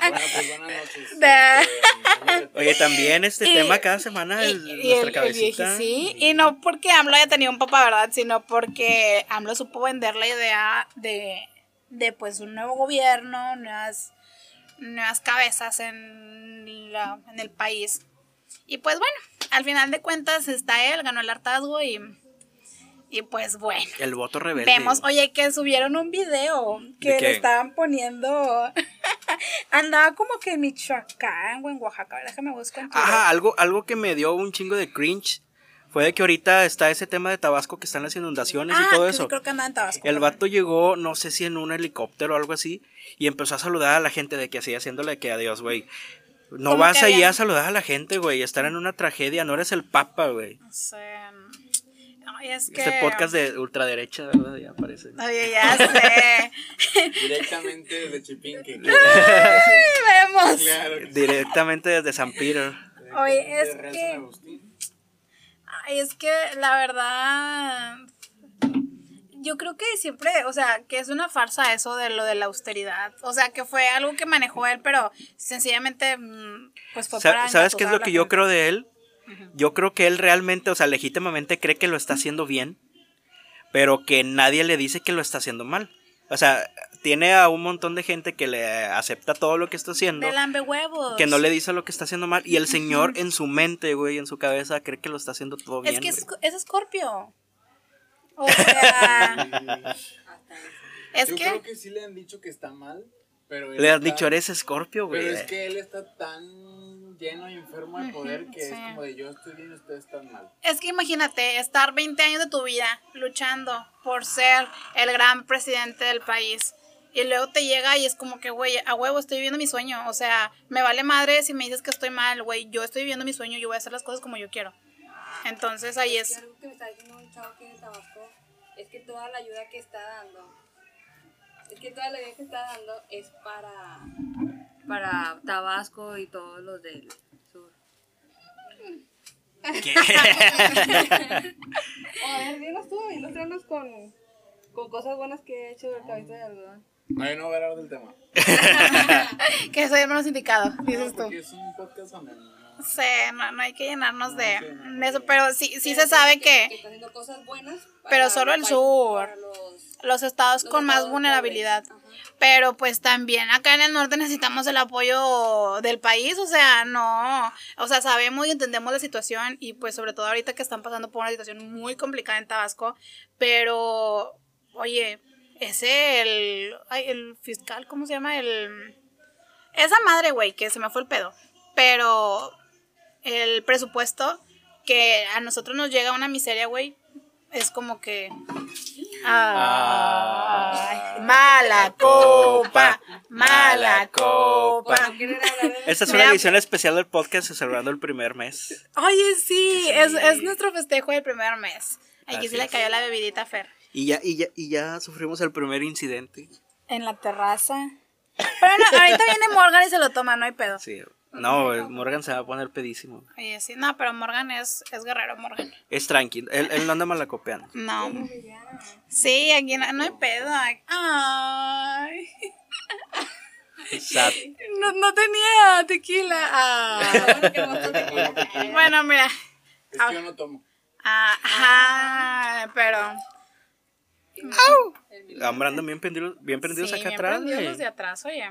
Speaker 3: Bueno, pues buenas noches.
Speaker 1: Da.
Speaker 3: Este,
Speaker 2: Oye, también este
Speaker 1: Y-
Speaker 2: tema cada semana, el-
Speaker 1: Y- y
Speaker 2: nuestra
Speaker 1: el- el
Speaker 2: cabecita.
Speaker 1: vieji- sí, y no porque AMLO haya tenido un papá, ¿verdad? Sino porque AMLO supo vender la idea de, de pues un nuevo gobierno, nuevas, nuevas cabezas en, la- en el país. Y pues bueno, al final de cuentas está él, ganó el hartazgo y, y pues bueno.
Speaker 2: El voto rebelde.
Speaker 1: Vemos, oye, que subieron un video
Speaker 2: Pues ¿De
Speaker 1: que
Speaker 2: qué?
Speaker 1: le estaban poniendo. Andaba como que en Michoacán o en Oaxaca. a ver, Déjame buscar. en Twitter.
Speaker 2: Ajá, algo, algo que me dio un chingo de cringe fue de que ahorita está ese tema de Tabasco que están las inundaciones
Speaker 1: Ah,
Speaker 2: y todo
Speaker 1: que
Speaker 2: eso.
Speaker 1: Creo que andaba en Tabasco.
Speaker 2: El vato llegó, no sé si en un helicóptero o algo así, y empezó a saludar a la gente de que así, haciéndole que adiós, güey. No
Speaker 1: Como
Speaker 2: vas
Speaker 1: que
Speaker 2: ahí
Speaker 1: habían-
Speaker 2: a saludar a la gente, güey, estar en una tragedia, no eres el papa, güey.
Speaker 1: No sé. Ay, es que. Ah.
Speaker 2: Este podcast de ultraderecha, ¿verdad? Ya parece.
Speaker 1: Oye, ya sé.
Speaker 3: Directamente desde Chipinque.
Speaker 1: Ay, vemos.
Speaker 3: Claro que sí.
Speaker 2: Directamente desde San Peter.
Speaker 1: Oye, es
Speaker 3: De
Speaker 1: que-
Speaker 3: San Agustín.
Speaker 1: Ay, es que la verdad. Yo creo que siempre, o sea, que es una farsa eso de lo de la austeridad. O sea, que fue algo que manejó él, pero sencillamente, mm, pues fue
Speaker 2: Sa-
Speaker 1: para.
Speaker 2: ¿Sabes qué es
Speaker 1: engatusar
Speaker 2: lo
Speaker 1: la
Speaker 2: que yo
Speaker 1: gente.
Speaker 2: creo de él? Yo creo que él realmente, o sea, legítimamente cree que lo está haciendo bien, pero que nadie le dice que lo está haciendo mal. O sea, tiene a un montón de gente que le acepta todo lo que está haciendo,
Speaker 1: De lambe huevos.
Speaker 2: que no le dice lo que está haciendo mal, y el señor en su mente, güey, en su cabeza, cree que lo está haciendo todo bien.
Speaker 1: Es que es,
Speaker 2: güey.
Speaker 1: es Scorpio. O sea, es
Speaker 3: Yo
Speaker 1: que.
Speaker 3: creo que sí le han dicho que está mal, pero él
Speaker 2: Le has
Speaker 3: está-
Speaker 2: dicho, eres escorpio, güey. ¿eh?
Speaker 3: Pero es que él está tan lleno y enfermo de poder que es
Speaker 1: sí.
Speaker 3: como de yo estoy bien y ustedes están mal.
Speaker 1: Es que imagínate estar 20 años de tu vida luchando por ser el gran presidente del país. Y luego te llega y es como que, güey, a huevo, estoy viviendo mi sueño. O sea, me vale madre si me dices que estoy mal, güey. Yo estoy viviendo mi sueño, yo voy a hacer las cosas como yo quiero. Entonces ahí
Speaker 4: Y
Speaker 1: es.
Speaker 4: algo que me está diciendo un chavo aquí en Tabasco es que toda la ayuda que está dando, es que toda la ayuda que está dando es para, para Tabasco y todos los del sur. A ver, dinos tú, ilústranos con, con cosas buenas que ha hecho el cabeza de algodón.
Speaker 3: No, yo no voy a hablar del tema.
Speaker 1: Que soy el menos indicado, dices
Speaker 3: No,
Speaker 1: tú.
Speaker 3: porque es un podcast donde no-
Speaker 1: Sí, no, no hay que llenarnos de,
Speaker 3: sí, no,
Speaker 1: de eso, pero sí, sí se sabe
Speaker 4: Que
Speaker 1: que
Speaker 4: está haciendo cosas buenas.
Speaker 1: Pero solo el
Speaker 4: país,
Speaker 1: sur.
Speaker 4: para los-
Speaker 1: los estados
Speaker 4: los
Speaker 1: con más
Speaker 4: estados
Speaker 1: vulnerabilidad.
Speaker 4: pobres. Ajá.
Speaker 1: Pero pues también acá en el norte necesitamos el apoyo del país, o sea, no, o sea, sabemos y entendemos la situación y pues sobre todo ahorita que están pasando por una situación muy complicada en Tabasco, pero oye, ese el, ay, el fiscal, ¿cómo se llama? El esa madre, güey, que se me fue el pedo. Pero el presupuesto que a nosotros nos llega una miseria, güey, es como que Ay, mala copa, Ah. mala
Speaker 4: Por
Speaker 1: copa.
Speaker 4: no querer hablar de-
Speaker 2: Esta es
Speaker 1: Mira.
Speaker 2: una edición especial del podcast celebrando el primer mes.
Speaker 1: Oye, sí, es,
Speaker 2: Sí.
Speaker 1: es nuestro festejo del primer mes. Aquí
Speaker 2: Así
Speaker 1: se le
Speaker 2: es.
Speaker 1: cayó la bebidita a Fer.
Speaker 2: Y ya, y ya, y ya sufrimos el primer incidente.
Speaker 1: En la terraza. Pero no, ahorita viene Morgan y se lo toma, no hay pedo.
Speaker 2: Sí. No, güey, Morgan se va a poner pedísimo.
Speaker 1: Oye, sí, no, pero Morgan es, es guerrero, Morgan.
Speaker 2: Es tranquilo. Él, él no anda malacopeando.
Speaker 1: No. Sí, aquí no, no hay pedo. Ay.
Speaker 2: Sad.
Speaker 1: No, no tenía tequila. Ah.
Speaker 4: Bueno, que no vas a tener-
Speaker 1: Bueno, mira.
Speaker 3: Es que yo no tomo.
Speaker 1: Ah, ajá, pero.
Speaker 2: Hombre, andan bien prendidos, bien prendidos
Speaker 1: Sí,
Speaker 2: acá
Speaker 1: bien
Speaker 2: atrás.
Speaker 1: prendidos
Speaker 2: güey.
Speaker 1: los de atrás, oye.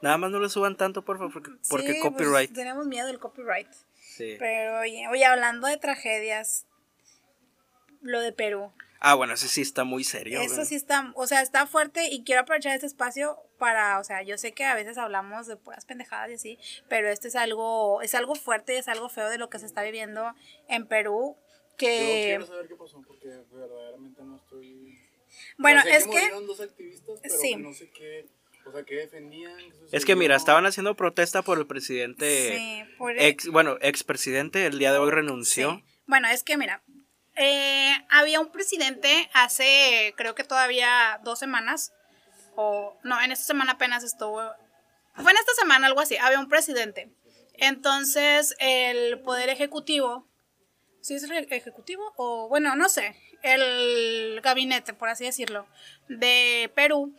Speaker 2: Nada más no lo suban tanto, por favor, porque, porque
Speaker 1: Sí, pues,
Speaker 2: copyright.
Speaker 1: tenemos miedo del copyright.
Speaker 2: Sí.
Speaker 1: Pero oye, oye, hablando de tragedias, lo de Perú.
Speaker 2: Ah, bueno, ese sí está muy serio.
Speaker 1: Eso
Speaker 2: güey.
Speaker 1: sí está, o sea, está fuerte y quiero aprovechar este espacio para, o sea, yo sé que a veces hablamos de puras pendejadas y así, pero esto es algo, es algo fuerte y es algo feo de lo que se está viviendo en Perú.
Speaker 3: Yo
Speaker 1: Que,
Speaker 3: quiero saber qué pasó porque verdaderamente no estoy.
Speaker 1: bueno,
Speaker 3: O sea, sé
Speaker 1: es que,
Speaker 3: murieron dos activistas, pero
Speaker 1: sí.
Speaker 3: no sé qué. O sea, ¿qué defendían? ¿Qué
Speaker 2: Es que
Speaker 3: sucedió?
Speaker 2: mira, estaban haciendo protesta por el presidente,
Speaker 1: Sí, por
Speaker 2: ex, bueno, expresidente, el día de hoy renunció.
Speaker 1: Sí. Bueno, es que mira, eh, había un presidente hace, creo que todavía dos semanas, o no, en esta semana apenas estuvo, fue en esta semana algo así, había un presidente. Entonces, el Poder Ejecutivo, ¿sí es el eje- Ejecutivo? O bueno, no sé, el gabinete, por así decirlo, de Perú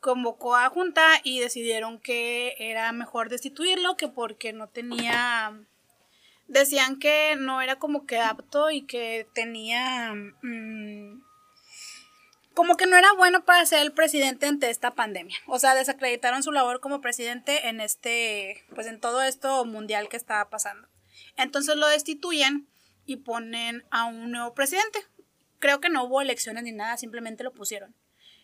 Speaker 1: convocó a junta y decidieron que era mejor destituirlo que porque no tenía decían que no era como que apto y que tenía mm, como que no era bueno para ser el presidente ante esta pandemia. O sea, desacreditaron su labor como presidente en este, pues en todo esto mundial que estaba pasando. Entonces lo destituyen y ponen a un nuevo presidente. Creo que no hubo elecciones ni nada, simplemente lo pusieron.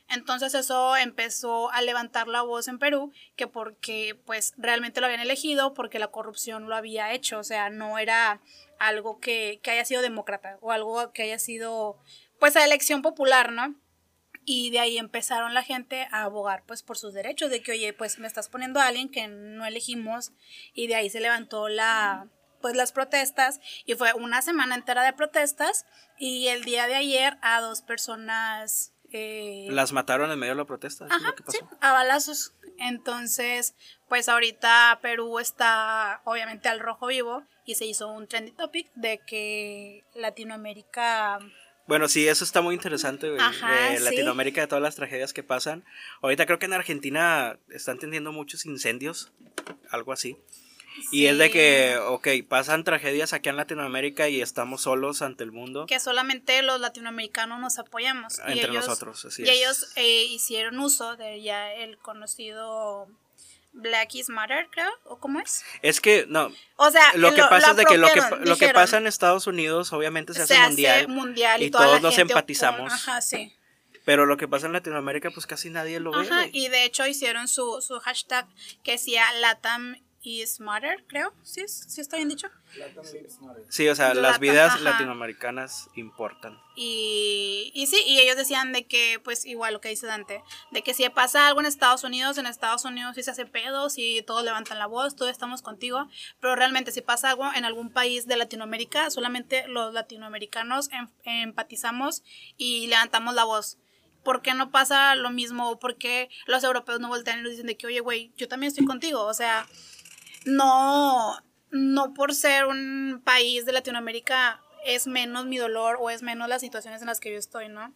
Speaker 1: Entonces eso empezó a levantar la voz en Perú, que porque pues realmente lo habían elegido, porque la corrupción lo había hecho, o sea, no era algo que, que haya sido demócrata o algo que haya sido pues a elección popular, ¿no? Y de ahí empezaron la gente a abogar pues por sus derechos, de que oye, pues me estás poniendo a alguien que no elegimos y de ahí se levantó la pues las protestas y fue una semana entera de protestas y el día de ayer a dos personas eh,
Speaker 2: Las mataron en medio de la protesta. eso es
Speaker 1: Ajá,
Speaker 2: lo que
Speaker 1: sí,
Speaker 2: pasó.
Speaker 1: a balazos. Entonces, pues ahorita Perú está obviamente al rojo vivo y se hizo un trendy topic de que Latinoamérica...
Speaker 2: Bueno, sí, eso está muy interesante, güey,
Speaker 1: Ajá,
Speaker 2: de
Speaker 1: sí.
Speaker 2: Latinoamérica, de todas las tragedias que pasan. Ahorita creo que en Argentina están teniendo muchos incendios, algo así. Y es de
Speaker 1: Sí.
Speaker 2: que, ok, pasan tragedias aquí en Latinoamérica y estamos solos ante el mundo.
Speaker 1: Que solamente los latinoamericanos nos apoyamos. y
Speaker 2: Entre
Speaker 1: ellos,
Speaker 2: nosotros, así
Speaker 1: Y
Speaker 2: es.
Speaker 1: ellos eh, hicieron uso de ya el conocido Black is Matter, creo, ¿o cómo es?
Speaker 2: Es que, no,
Speaker 1: O sea,
Speaker 2: lo que pasa es de que lo que,
Speaker 1: apropiaron,
Speaker 2: lo que
Speaker 1: dijeron,
Speaker 2: pasa en Estados Unidos obviamente se hace mundial,
Speaker 1: mundial y,
Speaker 2: y
Speaker 1: toda la
Speaker 2: todos nos
Speaker 1: gente opone-
Speaker 2: empatizamos.
Speaker 1: Ajá, sí.
Speaker 2: pero lo que pasa en Latinoamérica pues casi nadie lo ve.
Speaker 1: Ajá,
Speaker 2: güey.
Speaker 1: y de hecho hicieron su, su hashtag que decía Latam is Matter, creo. ¿Sí, es- sí está bien dicho?
Speaker 3: Latin Lives Matter.
Speaker 2: Sí, o sea,
Speaker 1: Lata-
Speaker 2: las vidas
Speaker 1: ajá.
Speaker 2: latinoamericanas importan.
Speaker 1: Y, y sí, y ellos decían de que, pues igual lo que dice Dante, de que si pasa algo en Estados Unidos, en Estados Unidos sí se hace pedos y todos levantan la voz, todos estamos contigo, pero realmente si pasa algo en algún país de Latinoamérica, solamente los latinoamericanos em- empatizamos y levantamos la voz. ¿Por qué no pasa lo mismo? ¿O ¿Por qué los europeos no voltean y nos dicen de que, oye, güey, yo también estoy contigo? O sea, no, no por ser un país de Latinoamérica es menos mi dolor o es menos las situaciones en las que yo estoy, ¿no?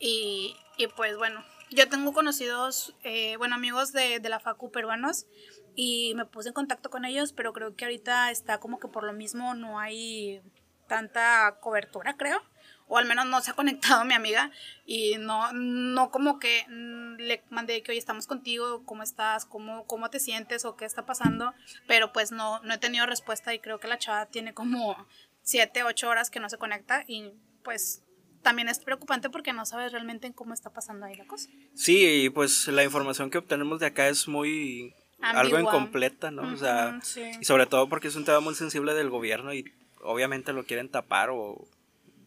Speaker 1: Y, y pues bueno, yo tengo conocidos, eh, bueno, amigos de, de la Facu peruanos y me puse en contacto con ellos, pero creo que ahorita está como que por lo mismo no hay tanta cobertura, creo. O al menos no se ha conectado mi amiga y no, no como que mm, le mandé que hoy estamos contigo, cómo estás, cómo, cómo te sientes o qué está pasando, pero pues no, no he tenido respuesta y creo que la chava tiene como 7, 8 horas que no se conecta y pues también es preocupante porque no sabes realmente en cómo está pasando ahí la cosa.
Speaker 2: Sí, y pues la información que obtenemos de acá es muy algo
Speaker 1: Ambigua.
Speaker 2: incompleta, ¿no? o sea,
Speaker 1: Ujú, Mm, sí.
Speaker 2: y sobre todo porque es un tema muy sensible del gobierno y obviamente lo quieren tapar o,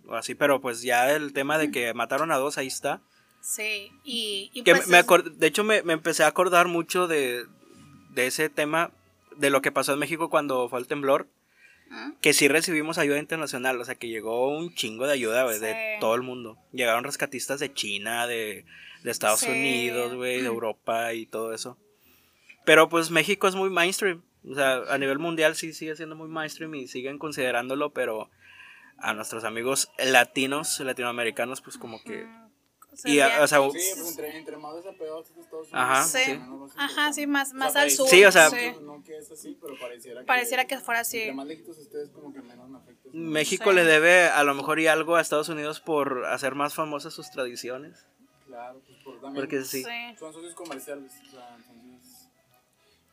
Speaker 2: o así, pero pues ya el tema de que mataron a dos ahí está.
Speaker 1: Sí, y, y
Speaker 2: Que
Speaker 1: pues
Speaker 2: me
Speaker 1: es-
Speaker 2: acor- de hecho me, me empecé a acordar mucho de, de ese tema de lo que pasó en México cuando fue el temblor.
Speaker 1: ¿Ah?
Speaker 2: Que sí recibimos ayuda internacional, o sea que llegó un chingo de ayuda güey, de
Speaker 1: Sí.
Speaker 2: todo el mundo. Llegaron rescatistas de China, de, de Estados
Speaker 1: Sí.
Speaker 2: Unidos, güey, de
Speaker 1: Mm.
Speaker 2: Europa y todo eso. Pero pues México es muy mainstream, o sea, a nivel mundial sí sigue siendo muy mainstream y siguen considerándolo, pero a nuestros amigos latinos, latinoamericanos, pues como que...
Speaker 1: Mm, o sea,
Speaker 2: Y, a-
Speaker 1: ya-
Speaker 2: o sea,
Speaker 3: Sí, pues entre, entre más desapegados estos Estados Unidos.
Speaker 2: Ajá,
Speaker 1: Sí.
Speaker 2: sí.
Speaker 3: no los
Speaker 1: Ajá,
Speaker 3: importan.
Speaker 1: sí, más,
Speaker 3: O sea,
Speaker 1: más al
Speaker 3: parece-
Speaker 1: sur.
Speaker 2: Sí, o sea-
Speaker 1: sí.
Speaker 3: No que es así, pero pareciera,
Speaker 1: Pareciera que fuera así.
Speaker 3: entre más lejitos ustedes, como que menos me afecta.
Speaker 2: México
Speaker 1: Sí.
Speaker 2: le debe a lo mejor y algo a Estados Unidos por hacer más famosas sus tradiciones.
Speaker 3: Claro, pues por también.
Speaker 2: Porque sí.
Speaker 1: Sí.
Speaker 3: Son socios comerciales. O sea, entonces.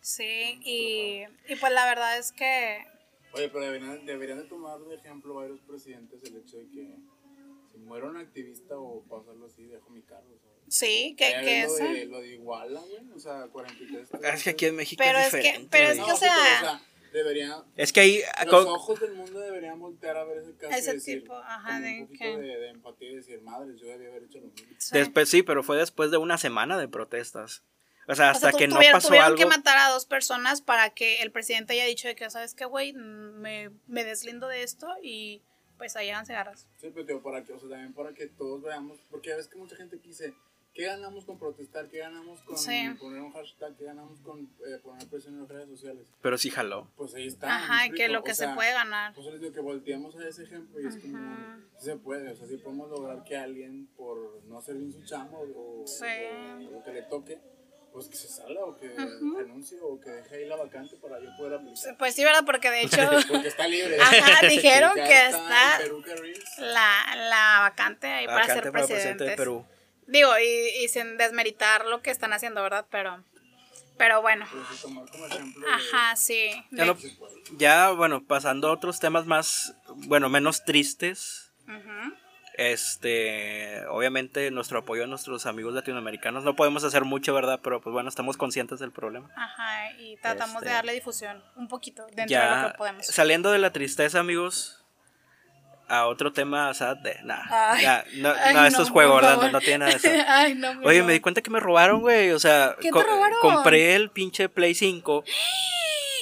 Speaker 1: Sí, y, y pues la verdad es que
Speaker 3: Oye, pero deberían, deberían de tomar de ejemplo varios presidentes el hecho de que si muero un activista o pasarlo así, dejo mi cargo. ¿sabes?
Speaker 1: sí, que,
Speaker 3: Ya
Speaker 1: que
Speaker 3: ves
Speaker 1: eso.
Speaker 3: lo de, lo de Iguala, güey. O sea, 43.
Speaker 2: Es que aquí en México
Speaker 1: Pero
Speaker 2: es
Speaker 1: es que-
Speaker 2: diferente.
Speaker 1: pero
Speaker 2: güey.
Speaker 1: es
Speaker 3: No,
Speaker 1: que, o
Speaker 3: sí, pero,
Speaker 1: sea-
Speaker 3: deberían.
Speaker 2: Es que ahí...
Speaker 3: Los ojos del mundo deberían voltear a ver ese caso
Speaker 1: Ese
Speaker 3: y decir,
Speaker 1: tipo, ajá,
Speaker 3: con
Speaker 1: de
Speaker 3: un poquito
Speaker 1: que-
Speaker 3: de, de empatía y decir, madre, yo debía haber hecho lo mismo.
Speaker 1: sí.
Speaker 2: Después, sí, pero fue después de una semana de protestas. O sea, hasta
Speaker 1: O sea, tu-
Speaker 2: que no
Speaker 1: tuvieron,
Speaker 2: pasó
Speaker 1: tuvieron
Speaker 2: algo.
Speaker 1: que matar a dos personas para que el presidente haya dicho de que, ¿sabes qué, güey? Mm, Me, me deslindo de esto y pues ahí se garras.
Speaker 3: Sí, pero digo, para que, o sea, también para que todos veamos, porque ya ves que mucha gente quise, ¿qué ganamos con protestar? ¿Qué ganamos con
Speaker 1: Sí.
Speaker 3: poner un hashtag? ¿Qué ganamos con eh, poner presión en las redes sociales?
Speaker 2: Pero sí jaló.
Speaker 3: Pues ahí está. ¿me
Speaker 1: Ajá,
Speaker 3: explico?
Speaker 1: que lo
Speaker 3: O
Speaker 1: que se
Speaker 3: sea,
Speaker 1: puede ganar.
Speaker 3: Pues les digo que volteamos a ese ejemplo y es como,
Speaker 1: Ajá.
Speaker 3: sí se puede, o sea, si podemos lograr que alguien por no hacer bien su chamo o,
Speaker 1: Sí.
Speaker 3: o lo que le toque, pues que se salga o que renuncie o que deje ahí la vacante para yo poder aplicar.
Speaker 1: Pues sí, ¿verdad? Porque de hecho
Speaker 3: Porque está libre.
Speaker 1: Ajá, dijeron
Speaker 3: Ya
Speaker 1: que
Speaker 3: en
Speaker 1: está
Speaker 3: Perú Carrils.
Speaker 1: la, la vacante ahí para
Speaker 2: Vacante
Speaker 1: ser
Speaker 2: para
Speaker 1: presidentes.
Speaker 2: presidente de Perú.
Speaker 1: Digo, y, y sin desmeritar lo que están haciendo, ¿verdad? Pero, pero bueno.
Speaker 3: Pero sí tomar como ejemplo. de-
Speaker 1: Ajá, sí.
Speaker 2: Ya, lo- ya, bueno, pasando a otros temas más, bueno, menos tristes.
Speaker 1: Ujú.
Speaker 2: Este, obviamente nuestro apoyo a nuestros amigos latinoamericanos. No podemos hacer mucho, ¿verdad? Pero pues bueno, estamos conscientes del problema.
Speaker 1: Ajá, y tratamos
Speaker 2: Este-
Speaker 1: de darle difusión un poquito dentro de lo
Speaker 2: ya
Speaker 1: que podemos.
Speaker 2: saliendo de la tristeza, amigos, a otro tema sad de nada.
Speaker 1: Ay.
Speaker 2: no,
Speaker 1: Ay,
Speaker 2: no, esto es
Speaker 1: por
Speaker 2: juego, ¿verdad? No,
Speaker 1: favor.
Speaker 2: no tiene nada de eso.
Speaker 1: Ay, no, mi
Speaker 2: Oye,
Speaker 1: amor.
Speaker 2: me di cuenta que me robaron, güey. O sea,
Speaker 1: ¿Qué te
Speaker 2: co-
Speaker 1: robaron?
Speaker 2: compré el pinche Play 5.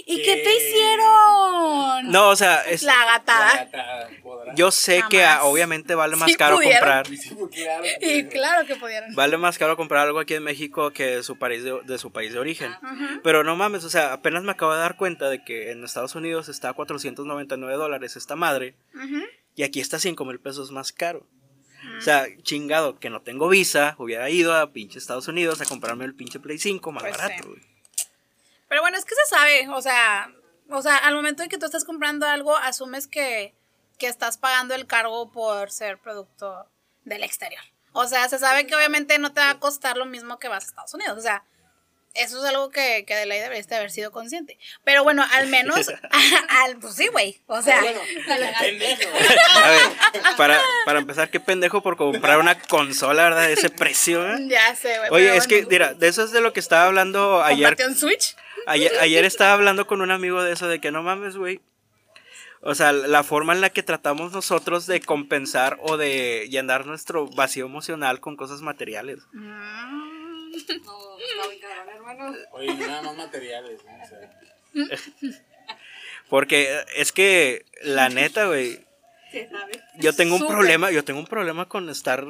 Speaker 1: ¿Y qué te
Speaker 3: ¿Qué?
Speaker 1: hicieron?
Speaker 2: No, o sea, es,
Speaker 1: La
Speaker 3: La
Speaker 1: gatada.
Speaker 3: gata podrá.
Speaker 2: yo sé que
Speaker 1: Jamás.
Speaker 2: ah, obviamente vale más
Speaker 1: Sí
Speaker 2: caro
Speaker 1: pudieron.
Speaker 2: comprar.
Speaker 3: Y sí, porque claro,
Speaker 1: Y
Speaker 3: pues,
Speaker 1: claro que pudieron.
Speaker 2: Vale más caro comprar algo aquí en México que de su país de, de su país de origen. Pero no mames, o sea, apenas me acabo de dar cuenta de que en Estados Unidos está a 499 dólares esta madre
Speaker 1: Ujú. Ah.
Speaker 2: y aquí está 5 mil pesos más caro. O sea, chingado, que no tengo visa, hubiera ido a pinche Estados Unidos a comprarme el pinche Play 5 más
Speaker 1: Pues sí.
Speaker 2: barato. güey.
Speaker 1: Pero bueno, es que se sabe, o sea, o sea, al momento de que tú estás comprando algo, asumes que, que estás pagando el cargo por ser producto del exterior. O sea, se sabe que obviamente no te va a costar lo mismo que vas a Estados Unidos. O sea, eso es algo que, que de ley deberías de haber sido consciente. Pero bueno, al menos, al, pues sí, güey. O sea,
Speaker 3: bueno, pendejo.
Speaker 2: A ver, para, para empezar, qué pendejo por comprar una consola, ¿verdad? De ese precio. ¿eh?
Speaker 1: ya sé, güey.
Speaker 2: Oye,
Speaker 1: pero
Speaker 2: es que,
Speaker 1: bueno.
Speaker 2: mira, de eso es de lo que estaba hablando ayer.
Speaker 1: ¿Cómprate un Switch?
Speaker 2: Ayer, ayer estaba hablando con un amigo de eso, de que no mames, güey. O sea, la forma en la que tratamos nosotros de compensar o de llenar nuestro vacío emocional con cosas materiales.
Speaker 4: No, está bien cabrón, hermano.
Speaker 3: Oye, nada más materiales, ¿no? O sea,
Speaker 2: Porque eh, es que, la neta, güey,
Speaker 4: Se sabe.
Speaker 2: yo tengo un
Speaker 1: Súper.
Speaker 2: problema, yo tengo un problema con estar,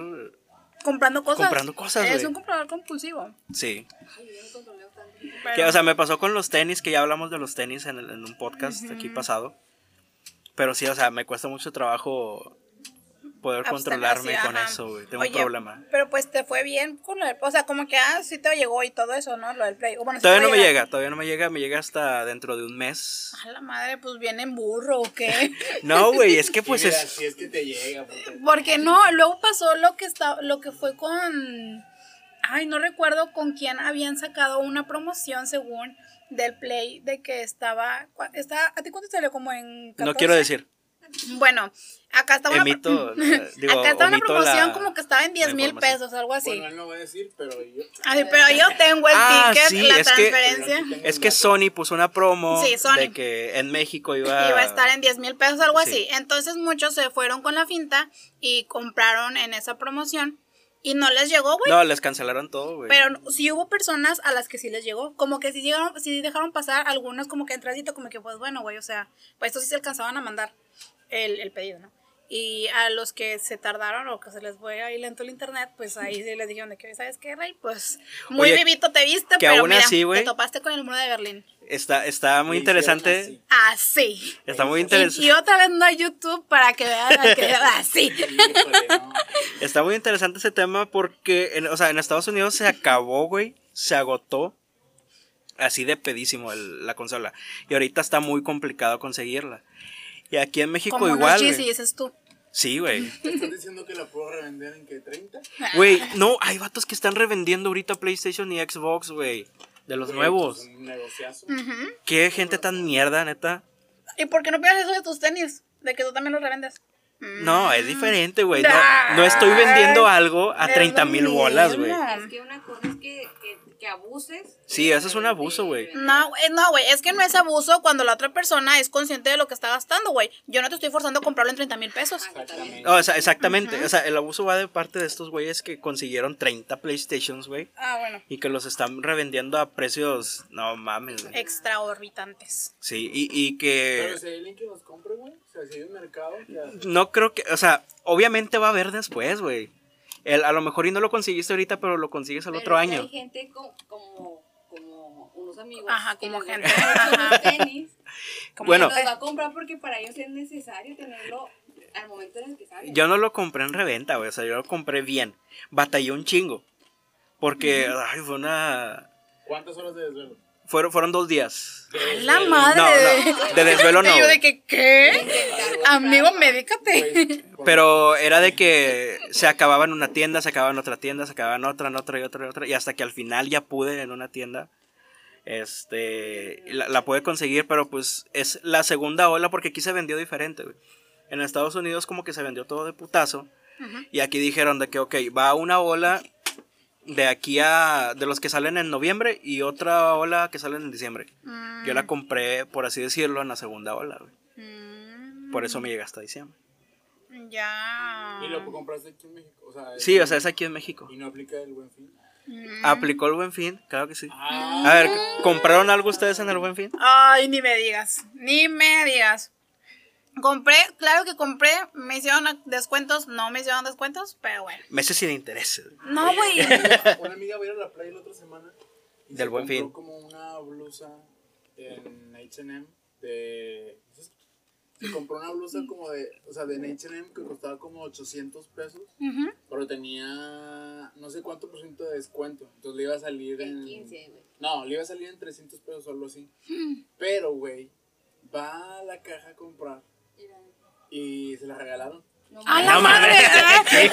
Speaker 1: Comprando cosas.
Speaker 2: Comprando cosas,
Speaker 1: Es
Speaker 2: güey.
Speaker 1: un comprador compulsivo.
Speaker 2: sí.
Speaker 4: Ay, yo me controlé bastante.
Speaker 1: Pero-
Speaker 2: Que, o sea, me pasó con los tenis, que ya hablamos de los tenis en, el- en un podcast aquí pasado. Pero sí, o sea, me cuesta mucho trabajo poder controlarme
Speaker 1: Abstenerse,
Speaker 2: con
Speaker 1: ajá.
Speaker 2: eso, güey. Tengo un
Speaker 1: Oye,
Speaker 2: problema.
Speaker 1: Pero pues te fue bien con lo del. O sea, como que ah, sí te llegó y todo eso, ¿no? Lo del play. O bueno, sí te
Speaker 2: Todavía
Speaker 1: va
Speaker 2: no
Speaker 1: a
Speaker 2: me
Speaker 1: llegar.
Speaker 2: llega, todavía no me llega, me llega hasta dentro de un mes.
Speaker 1: A la madre, pues viene en burro o qué.
Speaker 2: No, güey, es que
Speaker 3: pues
Speaker 2: pues es...
Speaker 3: si es que te llega, porque
Speaker 1: Porque no, luego pasó lo que está, lo que fue con. Ay, no recuerdo con quién habían sacado una promoción según del play de que estaba. cua- está, ¿A ti cuánto te salió? Como en. 14?
Speaker 2: No quiero decir,
Speaker 1: Bueno, acá estaba
Speaker 2: Emito,
Speaker 1: una. pro-
Speaker 2: eh, digo,
Speaker 1: acá estaba una
Speaker 2: omito
Speaker 1: promoción
Speaker 2: la-
Speaker 1: como que estaba en 10 mil
Speaker 2: información.
Speaker 1: pesos, algo así.
Speaker 3: bueno, él no va a decir, pero yo
Speaker 1: Ay, pero yo tengo el
Speaker 2: Ah,
Speaker 1: ticket,
Speaker 2: sí,
Speaker 1: la
Speaker 2: es que-
Speaker 1: transferencia.
Speaker 2: es que Sony puso una promo
Speaker 1: Sí, Sony.
Speaker 2: de que en México iba,
Speaker 3: Ah.
Speaker 1: Iba a estar en 10 mil pesos, algo
Speaker 2: Sí.
Speaker 1: así. Entonces muchos se fueron con la finta y compraron en esa promoción y no les llegó, güey.
Speaker 2: No, les cancelaron todo, güey.
Speaker 1: Pero sí hubo personas a las que sí les llegó. Como que sí, llegaron, sí dejaron pasar algunos como que en tránsito, como que pues bueno, güey, o sea, pues estos sí se alcanzaban a mandar el, el pedido, ¿no? Y a los que se tardaron o que se les fue ahí lento el internet, pues ahí sí les dijeron de que, ¿sabes qué, Rey? Pues muy
Speaker 2: Oye,
Speaker 1: vivito te viste,
Speaker 2: que
Speaker 1: pero
Speaker 2: aún
Speaker 1: mira,
Speaker 2: así, güey.
Speaker 1: te topaste con el muro de Berlín.
Speaker 2: Está, está muy
Speaker 3: Le
Speaker 2: interesante,
Speaker 3: hicieron
Speaker 1: Así.
Speaker 2: está muy
Speaker 1: Y, y
Speaker 2: interesante,
Speaker 1: otra vez no hay YouTube para que vean al que así.
Speaker 3: Híjole, no.
Speaker 2: está muy interesante ese tema porque, en- o sea, en Estados Unidos se acabó, güey, se agotó así de pedísimo el- la consola y ahorita está muy complicado conseguirla. Y aquí en México
Speaker 1: Como
Speaker 2: igual.
Speaker 1: unos chis y
Speaker 2: güey.
Speaker 1: dices tú.
Speaker 2: Sí, güey.
Speaker 3: ¿Te estás diciendo que la puedo revender en que 30?
Speaker 2: Güey, no, hay vatos que están revendiendo ahorita PlayStation y Xbox, güey. De los
Speaker 3: Güey,
Speaker 2: nuevos.
Speaker 3: pues, Un negociazo.
Speaker 2: Qué gente tan mierda, neta.
Speaker 1: ¿Y por qué no pidas eso de tus tenis? De que tú también los revendes.
Speaker 2: No, es diferente, güey. No,
Speaker 1: Ay,
Speaker 2: no estoy vendiendo algo a
Speaker 1: es lo
Speaker 2: 30 mil
Speaker 1: mismo.
Speaker 2: bolas, güey.
Speaker 1: Ah.
Speaker 4: Es que una cosa es que, que, que abuses abuses.
Speaker 2: Sí, eso es un abuso, güey.
Speaker 1: No, güey, no, güey, es que no es abuso cuando la otra persona es consciente de lo que está gastando, güey. Yo no te estoy forzando a comprarlo en 30 mil pesos.
Speaker 3: Exactamente.
Speaker 2: O sea, exactamente. O sea, el abuso va de parte de estos güeyes que consiguieron 30 PlayStations, güey.
Speaker 1: Ah, bueno.
Speaker 2: Y que los están revendiendo a precios. No mames, güey.
Speaker 1: Extraorbitantes.
Speaker 2: Sí, y, y que.
Speaker 3: Pero si hay alguien que los compre, güey. O sea, si hay un mercado que hace.
Speaker 2: No creo que. O sea, obviamente va a haber después, güey. El- A lo mejor y no lo conseguiste ahorita, pero lo consigues al
Speaker 4: Pero
Speaker 2: otro
Speaker 4: es que
Speaker 2: año.
Speaker 4: Hay gente co- como, como unos amigos.
Speaker 1: Ajá,
Speaker 4: que
Speaker 1: como
Speaker 4: les
Speaker 1: gente.
Speaker 4: gustan mucho los tenis.
Speaker 2: Bueno,
Speaker 4: Los va a comprar porque para ellos es necesario tenerlo al momento en el que sale.
Speaker 2: yo no lo compré en reventa, güey. O sea, yo lo compré bien. Batallé un chingo. Porque, ay, fue una.
Speaker 3: ¿Cuántas horas de desvelo?
Speaker 2: Fueron, fueron dos días.
Speaker 1: A la madre.
Speaker 2: No, no, de desvelo no,
Speaker 1: Y yo
Speaker 2: güey.
Speaker 1: de que, ¿qué? Amigo, médicate.
Speaker 3: Güey, con-
Speaker 2: Pero era de que se acababa en una tienda, se acababa en otra tienda, se acababa en otra, en otra y otra y otra. Y hasta que al final ya pude en una tienda. Este. La, la pude conseguir, pero pues es la segunda ola porque aquí se vendió diferente, güey. En Estados Unidos como que se vendió todo de putazo. Y aquí dijeron de que, ok, va una ola de aquí a. de los que salen en noviembre y otra ola que salen en diciembre. Yo la compré, por así decirlo, en la segunda ola, güey.
Speaker 1: Mm,
Speaker 2: Por eso me llega hasta diciembre.
Speaker 1: ya.
Speaker 3: Y lo compraste aquí en México. O sea,
Speaker 2: Sí, o sea, es aquí en México.
Speaker 3: Y no aplica el buen fin.
Speaker 2: ¿Aplicó el buen fin? Claro que sí.
Speaker 3: Ah,
Speaker 2: A ver, ¿compraron algo ustedes en el buen fin?
Speaker 1: Ay, ni me digas, ni me digas. Compré, claro que compré, me hicieron descuentos, no me hicieron descuentos, pero bueno.
Speaker 2: Meses sin interés.
Speaker 1: No, pues, güey.
Speaker 3: una amiga va a ir a la playa la otra semana. y
Speaker 2: Del
Speaker 3: se
Speaker 2: Buen
Speaker 3: compró
Speaker 2: Fin.
Speaker 3: como una blusa en H&M de... Se compró una blusa como de... O sea, de H&M que costaba como 800 pesos.
Speaker 1: Ujú.
Speaker 3: Pero tenía no sé cuánto por ciento de descuento. Entonces le iba a salir en...
Speaker 4: El 15, güey.
Speaker 3: No, le iba a salir en 300 pesos o algo así.
Speaker 1: Mm.
Speaker 3: Pero, güey, va a la caja a comprar y se la regalaron.
Speaker 4: No,
Speaker 1: A
Speaker 4: mames.
Speaker 1: la
Speaker 2: No
Speaker 1: madre. ¿eh?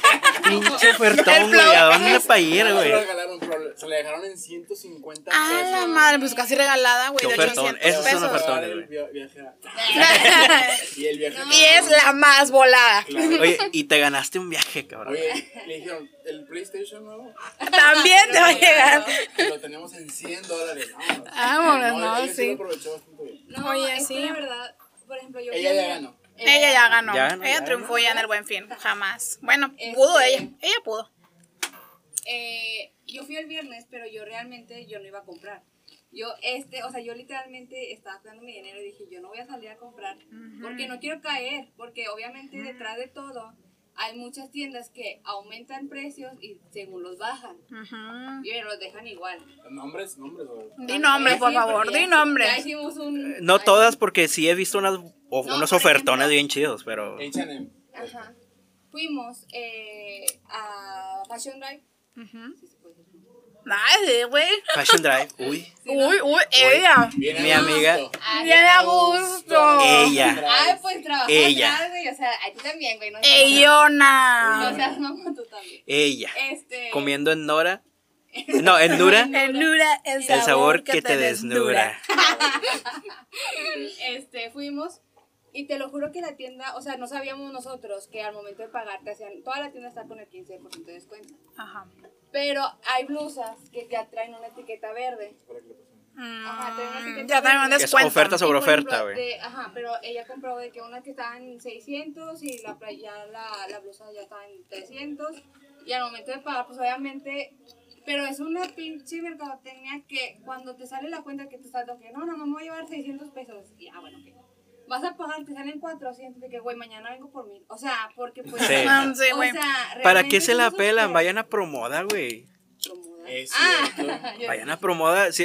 Speaker 2: Pinche ofertón,
Speaker 1: El
Speaker 2: güey. ¿A
Speaker 1: flow.
Speaker 2: dónde para ir,
Speaker 3: No se la
Speaker 2: güey?
Speaker 3: regalaron, pero se la dejaron en 150 pesos.
Speaker 1: A la madre, pues casi regalada, güey,
Speaker 2: Qué
Speaker 1: de
Speaker 2: ofertón,
Speaker 1: 800
Speaker 2: esos son
Speaker 1: pesos.
Speaker 2: ofertones.
Speaker 3: Pagar
Speaker 2: güey.
Speaker 3: el via- viaje a- Y el viaje a
Speaker 1: y es la más volada.
Speaker 3: Claro.
Speaker 2: Oye, y te ganaste un viaje, cabrón.
Speaker 3: Oye, le dijeron, el PlayStation nuevo
Speaker 1: También te va a llegar.
Speaker 3: lo tenemos en 100 dólares. Vámonos,
Speaker 1: Vámonos, Ah, no,
Speaker 3: ella
Speaker 1: sí.
Speaker 3: lo aprovechó bastante bien.
Speaker 4: No,
Speaker 1: Oye,
Speaker 4: es que
Speaker 1: sí.
Speaker 4: la verdad, por ejemplo, yo...
Speaker 3: Ella
Speaker 4: fui a-
Speaker 3: ya ganó.
Speaker 1: Ella ya ganó.
Speaker 2: Ya ganó,
Speaker 1: ella
Speaker 2: ya
Speaker 1: triunfó
Speaker 2: ganó.
Speaker 1: ya en el buen fin. Jamás. Bueno,
Speaker 4: Este-
Speaker 1: pudo ella. Ella pudo.
Speaker 4: Eh, yo fui el viernes, pero yo realmente yo no iba a comprar. Yo este, o sea, yo literalmente estaba cuidando mi dinero y dije, yo no voy a salir a comprar porque no quiero caer, porque obviamente detrás de todo hay muchas tiendas que aumentan precios y según los bajan,
Speaker 1: Ujú.
Speaker 4: y los dejan igual.
Speaker 3: Nombres, nombres. güey.
Speaker 1: Di nombre,
Speaker 4: Sí,
Speaker 1: por
Speaker 4: porque
Speaker 1: favor,
Speaker 4: ya-
Speaker 1: di nombre.
Speaker 4: ya hicimos un-
Speaker 2: Eh, No
Speaker 4: ay,
Speaker 2: todas, porque sí he visto unas, o-
Speaker 4: No,
Speaker 2: unos
Speaker 4: por
Speaker 2: ofertones
Speaker 4: ejemplo.
Speaker 2: bien chidos, pero.
Speaker 3: H&M.
Speaker 4: Ajá. Fuimos eh, a Fashion Drive.
Speaker 1: Ujú.
Speaker 4: Sí, se puede decir.
Speaker 1: Ay, sí, güey.
Speaker 2: Fashion Drive. Uy.
Speaker 1: Uy, uy, ella.
Speaker 3: Viene
Speaker 2: Mi
Speaker 3: a
Speaker 2: amiga.
Speaker 3: gusto.
Speaker 1: Ya de a gusto.
Speaker 2: Ella.
Speaker 4: Ay, pues trabajó
Speaker 2: Ella.
Speaker 4: atrás, güey, O sea, a ti también, güey. No No
Speaker 1: Eyona.
Speaker 4: seas mamón, tú también.
Speaker 2: Ella.
Speaker 4: Este.
Speaker 2: Comiendo en Nora. No, en Nura.
Speaker 1: Ternura, el
Speaker 2: El sabor que te desnuda.
Speaker 4: Este, fuimos. Y te lo juro que la tienda, o sea, no sabíamos nosotros que al momento de pagar te hacían. Toda la tienda está con el 15% de descuento.
Speaker 1: Ajá.
Speaker 4: Pero hay blusas que ya traen una etiqueta verde.
Speaker 3: Espera que le pase.
Speaker 4: Ajá, tengo una
Speaker 1: Mm,
Speaker 4: etiqueta
Speaker 1: ya traen un
Speaker 4: que
Speaker 2: es
Speaker 1: descuento.
Speaker 2: oferta sobre-
Speaker 4: Y, por
Speaker 2: oferta,
Speaker 4: ejemplo,
Speaker 2: güey.
Speaker 4: de- Ajá, pero ella compró de que unas que estaban en 600 y la, pla- ya la, la blusa ya estaba en 300. Y al momento de pagar, pues obviamente. Pero es una pinche mercadotecnia que cuando te sale la cuenta que tú estás, de que no, no, me voy a llevar 600 pesos. Y ah, bueno, ok. Vas a pagar, te salen 400. De que, güey, mañana vengo por mil. O sea, porque pues.
Speaker 2: Sí.
Speaker 1: Ah, sí,
Speaker 4: o
Speaker 1: güey.
Speaker 4: sea,
Speaker 2: ¿Para
Speaker 4: realmente
Speaker 2: qué se la
Speaker 4: son
Speaker 2: pelan?
Speaker 4: súper
Speaker 2: Vayan a Promoda, güey.
Speaker 4: cómodas.
Speaker 3: pues, Es
Speaker 4: Ah, yo-
Speaker 2: Vayan a Promoda. sí,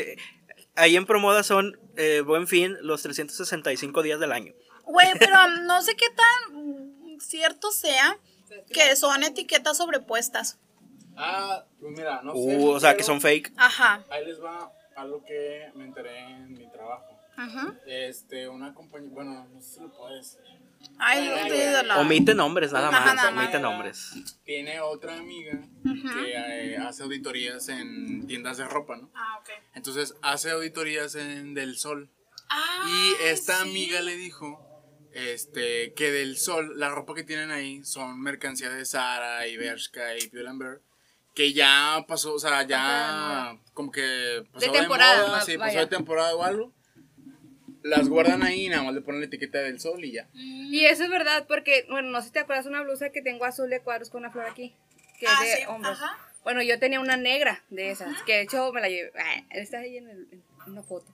Speaker 2: ahí en Promoda son eh, buen fin los 365 días del año.
Speaker 1: Güey, pero no sé qué tan cierto sea que son etiquetas sobrepuestas.
Speaker 3: Ah, pues mira, no sé.
Speaker 2: Uh, o sea, que
Speaker 3: pero
Speaker 2: son fake.
Speaker 1: Ajá.
Speaker 3: Ahí les va algo que me enteré en mi trabajo.
Speaker 1: Ajá.
Speaker 3: Este, una compañía, bueno, no sé si lo puedes.
Speaker 1: Ay, no te digo la.
Speaker 2: Omite nombres, nada
Speaker 1: Ajá,
Speaker 2: más.
Speaker 1: nada más.
Speaker 2: omite nombres.
Speaker 3: Tiene otra amiga que eh, hace auditorías en tiendas de ropa, ¿no?
Speaker 1: Ah, ok.
Speaker 3: Entonces hace auditorías en Del Sol.
Speaker 1: Ah,
Speaker 3: Y esta
Speaker 1: sí.
Speaker 3: amiga le dijo este, que Del Sol, la ropa que tienen ahí son mercancía de Zara y Bershka y Pull&Bear que ya pasó, o sea, ya como que pasó
Speaker 5: De temporada,
Speaker 3: moda,
Speaker 5: va-
Speaker 3: sí,
Speaker 5: vaya.
Speaker 3: pasó de temporada o algo. Las guardan ahí, nada más le ponen la etiqueta del sol y ya.
Speaker 4: Y eso es verdad, porque, bueno, no sé si te acuerdas una blusa que tengo azul de cuadros con una flor aquí, que
Speaker 1: Ah,
Speaker 4: es de
Speaker 1: sí,
Speaker 4: hombros.
Speaker 1: ajá.
Speaker 4: Bueno, yo tenía una negra de esas, que de hecho me la llevé. ah, Está ahí en, el- en una foto.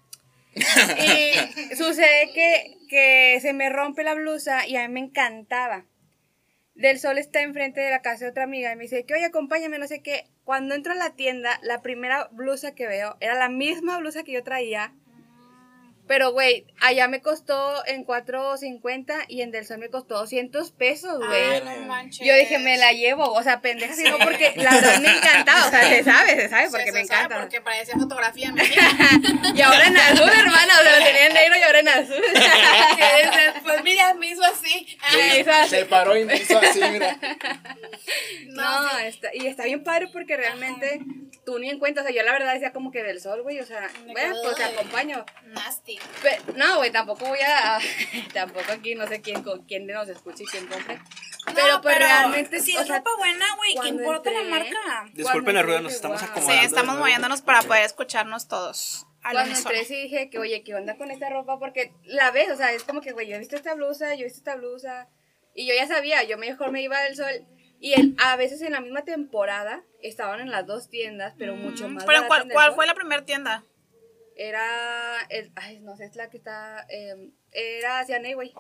Speaker 4: Y sucede que, que se me rompe la blusa y a mí me encantaba. Del sol está enfrente de la casa de otra amiga y me dice que, oye, acompáñame, no sé qué. Cuando entro a la tienda, la primera blusa que veo era la misma blusa que yo traía. Pero, güey, allá me costó en 4.50 y en Del Sol me costó 200 pesos, güey.
Speaker 1: Ah, no manches.
Speaker 4: Yo dije, me la llevo, o sea, pendeja, sino porque la verdad me encantaba, o sea, se sabe, se sabe,
Speaker 1: Sí,
Speaker 4: porque
Speaker 1: se
Speaker 4: me
Speaker 1: sabe,
Speaker 4: encanta.
Speaker 1: Porque parecía fotografía, me imagino.
Speaker 4: Y ahora en azul, hermana, o sea, lo tenía en negro y ahora en azul.
Speaker 1: Pues mira, me hizo así.
Speaker 4: Ay, esa-
Speaker 3: Se paró y me hizo así, mira.
Speaker 4: No, está- y está bien padre porque realmente tú ni en cuenta, o sea, yo la verdad decía como que del sol, güey, o sea,
Speaker 1: Me
Speaker 4: bueno,
Speaker 1: quedo
Speaker 4: pues te
Speaker 1: de-
Speaker 4: acompaño.
Speaker 1: Nasty.
Speaker 4: Pe- no, güey, tampoco voy a, tampoco aquí, no sé quién, co- quién nos escuche y quién compre. Pero,
Speaker 1: No,
Speaker 4: pues realmente,
Speaker 1: si
Speaker 4: o
Speaker 1: es
Speaker 4: sea,
Speaker 1: ropa buena, güey, ¿qué
Speaker 4: cuando
Speaker 1: importa la
Speaker 4: entré-
Speaker 1: marca?
Speaker 2: Disculpen la rueda,
Speaker 4: dije,
Speaker 2: nos estamos
Speaker 4: "Wow".
Speaker 1: Sí,
Speaker 2: acomodando.
Speaker 1: estamos moviéndonos para poder escucharnos todos. a la
Speaker 4: Cuando entré
Speaker 1: unísono.
Speaker 4: sí dije que, oye, ¿qué onda con esta ropa? Porque la ves, o sea, es como que, güey, yo he visto esta blusa, yo he visto esta blusa. Y yo ya sabía, yo mejor me iba del sol. Y el- a veces en la misma temporada estaban en las dos tiendas, pero mucho más.
Speaker 1: Mm, Pero
Speaker 4: baratas
Speaker 1: ¿cuál,
Speaker 4: en el
Speaker 1: cuál
Speaker 4: Sol.
Speaker 1: fue la primera tienda?
Speaker 4: Era, el, ay, no sé, es la que está, eh, era Cianey, güey.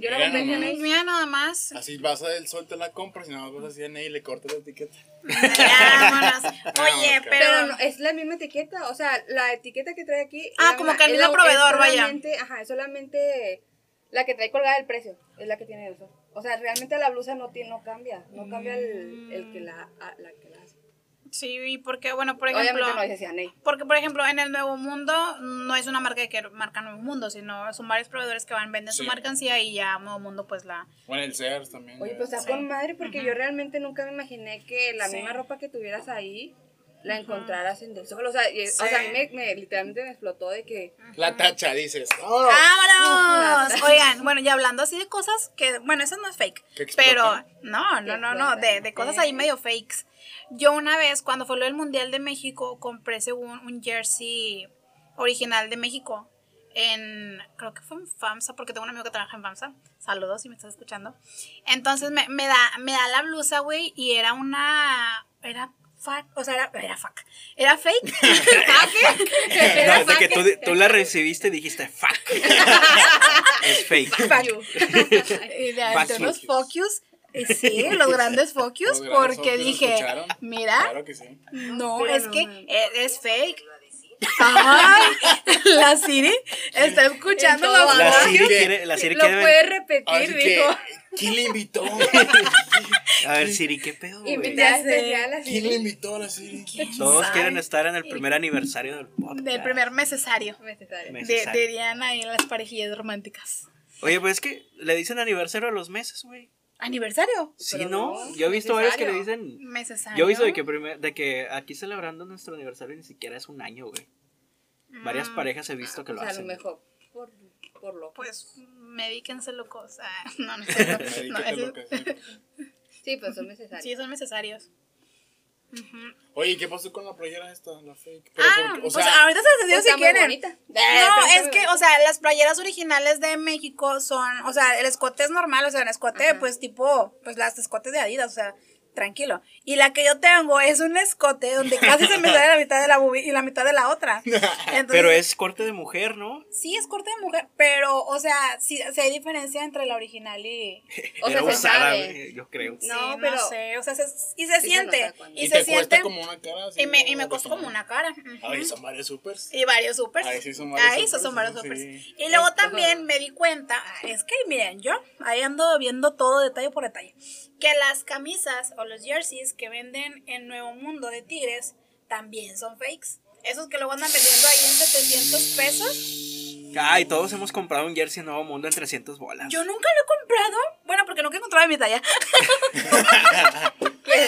Speaker 4: Yo la
Speaker 3: Mira
Speaker 4: compré en
Speaker 3: nomás.
Speaker 4: Cianey.
Speaker 1: Mira nada más.
Speaker 3: Así vas a del sol, te la compras y nada más vas así en ahí y le cortas la etiqueta.
Speaker 1: Ya, vámonos. Oye,
Speaker 3: ok.
Speaker 1: pero,
Speaker 4: Pero no, es la misma etiqueta, o sea, la etiqueta que trae aquí.
Speaker 1: Ah,
Speaker 4: es
Speaker 1: como
Speaker 4: la-
Speaker 1: que el
Speaker 4: es
Speaker 1: mismo
Speaker 4: la-
Speaker 1: proveedor,
Speaker 4: es
Speaker 1: vaya.
Speaker 4: solamente- Ajá, es solamente la que trae colgada el precio, es la que tiene el sol. O sea, realmente la blusa no, tiene, no cambia, no cambia el, el que la, a- la que la hace.
Speaker 1: sí, y porque, bueno, por ejemplo.
Speaker 4: Obviamente no dice Cianey.
Speaker 1: Porque, por ejemplo, en el Nuevo Mundo no es una marca que marca Nuevo Mundo, sino son varios proveedores que van, venden su
Speaker 3: Sí.
Speaker 1: mercancía y ya Nuevo Mundo pues la...
Speaker 3: Bueno, el Sears también.
Speaker 4: Oye,
Speaker 3: ya
Speaker 4: pues
Speaker 3: ves.
Speaker 4: está con madre porque yo realmente nunca me imaginé que la
Speaker 1: Sí.
Speaker 4: misma ropa que tuvieras ahí la encontraras en Del Sol. O sea, y- o sea a mí me, me- literalmente me explotó de que...
Speaker 3: La tacha, dices. "Vámonos".
Speaker 1: Ah, ¡Vámonos! Oigan, bueno, ya hablando así de cosas que, bueno, eso no es fake,
Speaker 3: Que explotan.
Speaker 1: pero no, no, no, no, de, de cosas ahí medio fakes. Yo una vez, cuando fue lo del Mundial de México, compré según un jersey original de México en, creo que fue en FAMSA, porque tengo un amigo que trabaja en FAMSA. Saludos si me estás escuchando. Entonces me, me da, me da la blusa, güey, y era una, era fuck, o sea, era, era fuck, era fake. Fuck.
Speaker 2: No, de que tú, tú la recibiste y dijiste, fuck. es fake.
Speaker 1: Fuck you. Y de
Speaker 2: Fuck
Speaker 1: entre los
Speaker 2: yous.
Speaker 1: focus, eh, sí, los grandes focus,
Speaker 3: Los grandes
Speaker 1: porque
Speaker 3: focus, ¿lo
Speaker 1: dije,
Speaker 3: escucharon?
Speaker 1: mira,
Speaker 3: Claro que sí.
Speaker 1: no, es que eh, es fake. Ay, la Siri está escuchando
Speaker 4: Entonces,
Speaker 1: mamá.
Speaker 2: La
Speaker 3: Ajá.
Speaker 2: Siri
Speaker 3: Sí,
Speaker 2: quiere, la Siri
Speaker 4: Lo
Speaker 2: quiere
Speaker 4: puede
Speaker 2: ven-
Speaker 3: Ahora
Speaker 4: repetir,
Speaker 3: sí que,
Speaker 4: dijo.
Speaker 3: ¿quién le invitó?
Speaker 2: A ver, Siri, ¿qué pedo, güey?
Speaker 4: Invitada
Speaker 1: Ya sé.
Speaker 4: especial, este así.
Speaker 3: ¿Quién le invitó a la Siri?
Speaker 2: Todos quieren estar en el primer aniversario del podcast.
Speaker 1: Del primer necesario. De,
Speaker 4: Necesario.
Speaker 2: Necesario.
Speaker 1: dirían ahí las parejillas románticas.
Speaker 2: Oye, pues es que le dicen aniversario a los meses, güey.
Speaker 1: ¿Aniversario?
Speaker 2: Sí,
Speaker 4: Pero
Speaker 2: ¿no?
Speaker 4: no,
Speaker 2: Yo he visto varios que le
Speaker 4: necesario.
Speaker 2: dicen...
Speaker 1: Necesario.
Speaker 2: Yo he visto de que, primer- de que aquí celebrando nuestro aniversario ni siquiera es un año, güey. Varias parejas he visto que
Speaker 4: Mm.
Speaker 2: lo
Speaker 4: O sea, a lo
Speaker 2: hacen.
Speaker 4: mejor por, por loco.
Speaker 1: Pues, medíquense locos. Ah, no, no es cierto.
Speaker 3: Ahí
Speaker 1: No,
Speaker 3: que te
Speaker 1: eso-
Speaker 3: lo que-
Speaker 4: Sí, pues son necesarios.
Speaker 1: Sí, son necesarios.
Speaker 3: Oye, ¿qué pasó con la playera esta, la fake? Pero
Speaker 1: Ah,
Speaker 3: porque-
Speaker 1: pues ahorita se las digo
Speaker 4: Pues
Speaker 1: si
Speaker 4: está muy
Speaker 1: quieren.
Speaker 4: bonita.
Speaker 1: No,
Speaker 4: Eh,
Speaker 1: es que, o sea, las playeras originales de México son, o sea, el escote es normal, o sea, el escote, pues, tipo, pues, las escotes de Adidas, o sea, tranquilo. Y la que yo tengo es un escote donde casi se me sale la mitad de la boobie y la mitad de la otra. Entonces,
Speaker 2: Pero es corte de mujer, ¿no?
Speaker 1: Sí, es corte de mujer, pero, o sea, sí, sí hay diferencia entre la original y...
Speaker 4: O
Speaker 2: Era
Speaker 4: sea, se
Speaker 2: usada,
Speaker 4: sabe.
Speaker 2: güey, yo creo.
Speaker 1: Sí,
Speaker 4: No, pero-
Speaker 1: sé, o sea, se- y se
Speaker 4: se
Speaker 1: siente,
Speaker 4: nota cuando-
Speaker 1: y,
Speaker 3: Y
Speaker 1: se
Speaker 3: te
Speaker 1: siente,
Speaker 3: cuesta como una cara. así,
Speaker 1: y me, y
Speaker 3: ¿no?
Speaker 1: me
Speaker 3: De
Speaker 1: costó
Speaker 3: que
Speaker 1: como
Speaker 3: son-
Speaker 1: una cara. ujú.
Speaker 3: Ay, son varios supers.
Speaker 1: Y varios supers.
Speaker 3: Ahí sí son varios
Speaker 1: Ahí sí son
Speaker 3: supers,
Speaker 1: varios
Speaker 3: sí.
Speaker 1: supers. Y luego también me di cuenta, ah, es que miren, yo ahí ando viendo todo detalle por detalle, que las camisas o los jerseys que venden en Nuevo Mundo de Tigres también son fakes. Esos que luego andan vendiendo ahí en 700 pesos.
Speaker 2: Ay, todos hemos comprado un jersey Nuevo Mundo en 300 bolas.
Speaker 1: Yo nunca lo he comprado. Bueno, porque nunca encontraba mi talla.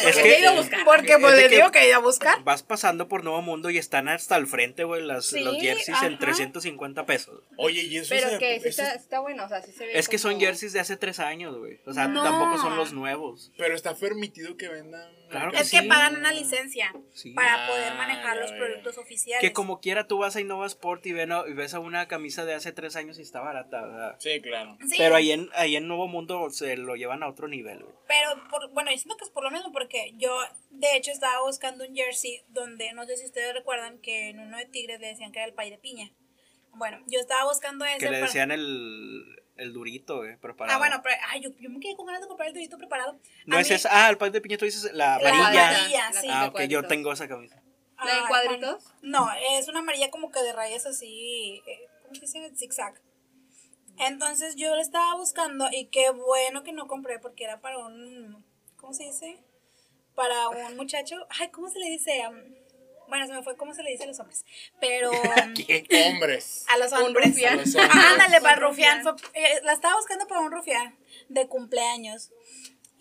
Speaker 2: Es
Speaker 4: que
Speaker 2: que-
Speaker 3: eh,
Speaker 4: he ido a buscar.
Speaker 1: Porque
Speaker 2: Es
Speaker 1: pues
Speaker 2: de
Speaker 1: les
Speaker 2: que-
Speaker 1: digo que he ido a buscar.
Speaker 2: Vas pasando por Nuevo Mundo y están hasta el frente, güey, las-
Speaker 1: Sí,
Speaker 2: los jerseys en
Speaker 1: ajá.
Speaker 2: 350 pesos.
Speaker 3: Oye, y eso
Speaker 4: Pero
Speaker 3: se-
Speaker 4: que sí
Speaker 3: eso-
Speaker 4: está, está bueno, o sea, sí se ve
Speaker 2: Es que son
Speaker 4: como-
Speaker 2: jerseys de hace tres años, güey. O sea,
Speaker 1: No.
Speaker 2: tampoco son los nuevos.
Speaker 3: Pero está permitido que vendan
Speaker 2: Claro
Speaker 1: Es
Speaker 2: que
Speaker 1: que
Speaker 2: sí.
Speaker 1: pagan una licencia
Speaker 2: Sí.
Speaker 1: para
Speaker 3: Ah,
Speaker 1: poder manejar
Speaker 3: ya
Speaker 1: los
Speaker 3: veo.
Speaker 1: productos oficiales.
Speaker 2: Que como quiera tú vas a Innova Sport y, ven a- y ves a una camisa de hace tres años y está barata, ¿verdad?
Speaker 3: Sí, claro.
Speaker 1: Sí,
Speaker 2: Pero ahí en, ahí en Nuevo Mundo se lo llevan a otro nivel, güey.
Speaker 1: Pero por- bueno, yo siento que es por lo mismo, porque yo de hecho estaba buscando un jersey donde, no sé si ustedes recuerdan, que en uno de Tigres le decían que era el país de piña. Bueno, yo estaba buscando ese.
Speaker 2: Que le
Speaker 1: para-
Speaker 2: decían el, el durito, güey, preparado.
Speaker 1: Ah, bueno, pero ay, yo, yo me quedé con ganas de comprar el durito preparado.
Speaker 2: No
Speaker 1: A
Speaker 2: es
Speaker 1: mí-
Speaker 2: esa. Ah, el pan de piña, tú dices la
Speaker 1: La
Speaker 2: amarilla.
Speaker 1: amarilla, sí.
Speaker 2: Ah, ok, yo
Speaker 4: cuadritos.
Speaker 2: tengo esa camisa.
Speaker 4: ¿La de
Speaker 1: Ah,
Speaker 4: cuadritos?
Speaker 1: pan- No, es una amarilla como que de rayas así, eh, ¿cómo se dice? Zigzag. Entonces yo la estaba buscando y qué bueno que no compré porque era para un, ¿cómo se dice? Para un muchacho, ay, ¿cómo se le dice? Am, bueno, se me fue cómo se le dice a los hombres, pero am,
Speaker 2: ¿Qué?
Speaker 3: Hombres.
Speaker 1: a los
Speaker 4: Un
Speaker 1: hombres. Ah,
Speaker 4: rufián.
Speaker 3: A los hombres.
Speaker 1: Ándale, pues. para el
Speaker 4: Un
Speaker 1: rufián.
Speaker 4: rufián.
Speaker 1: Fue- eh, la estaba buscando para un rufián de cumpleaños.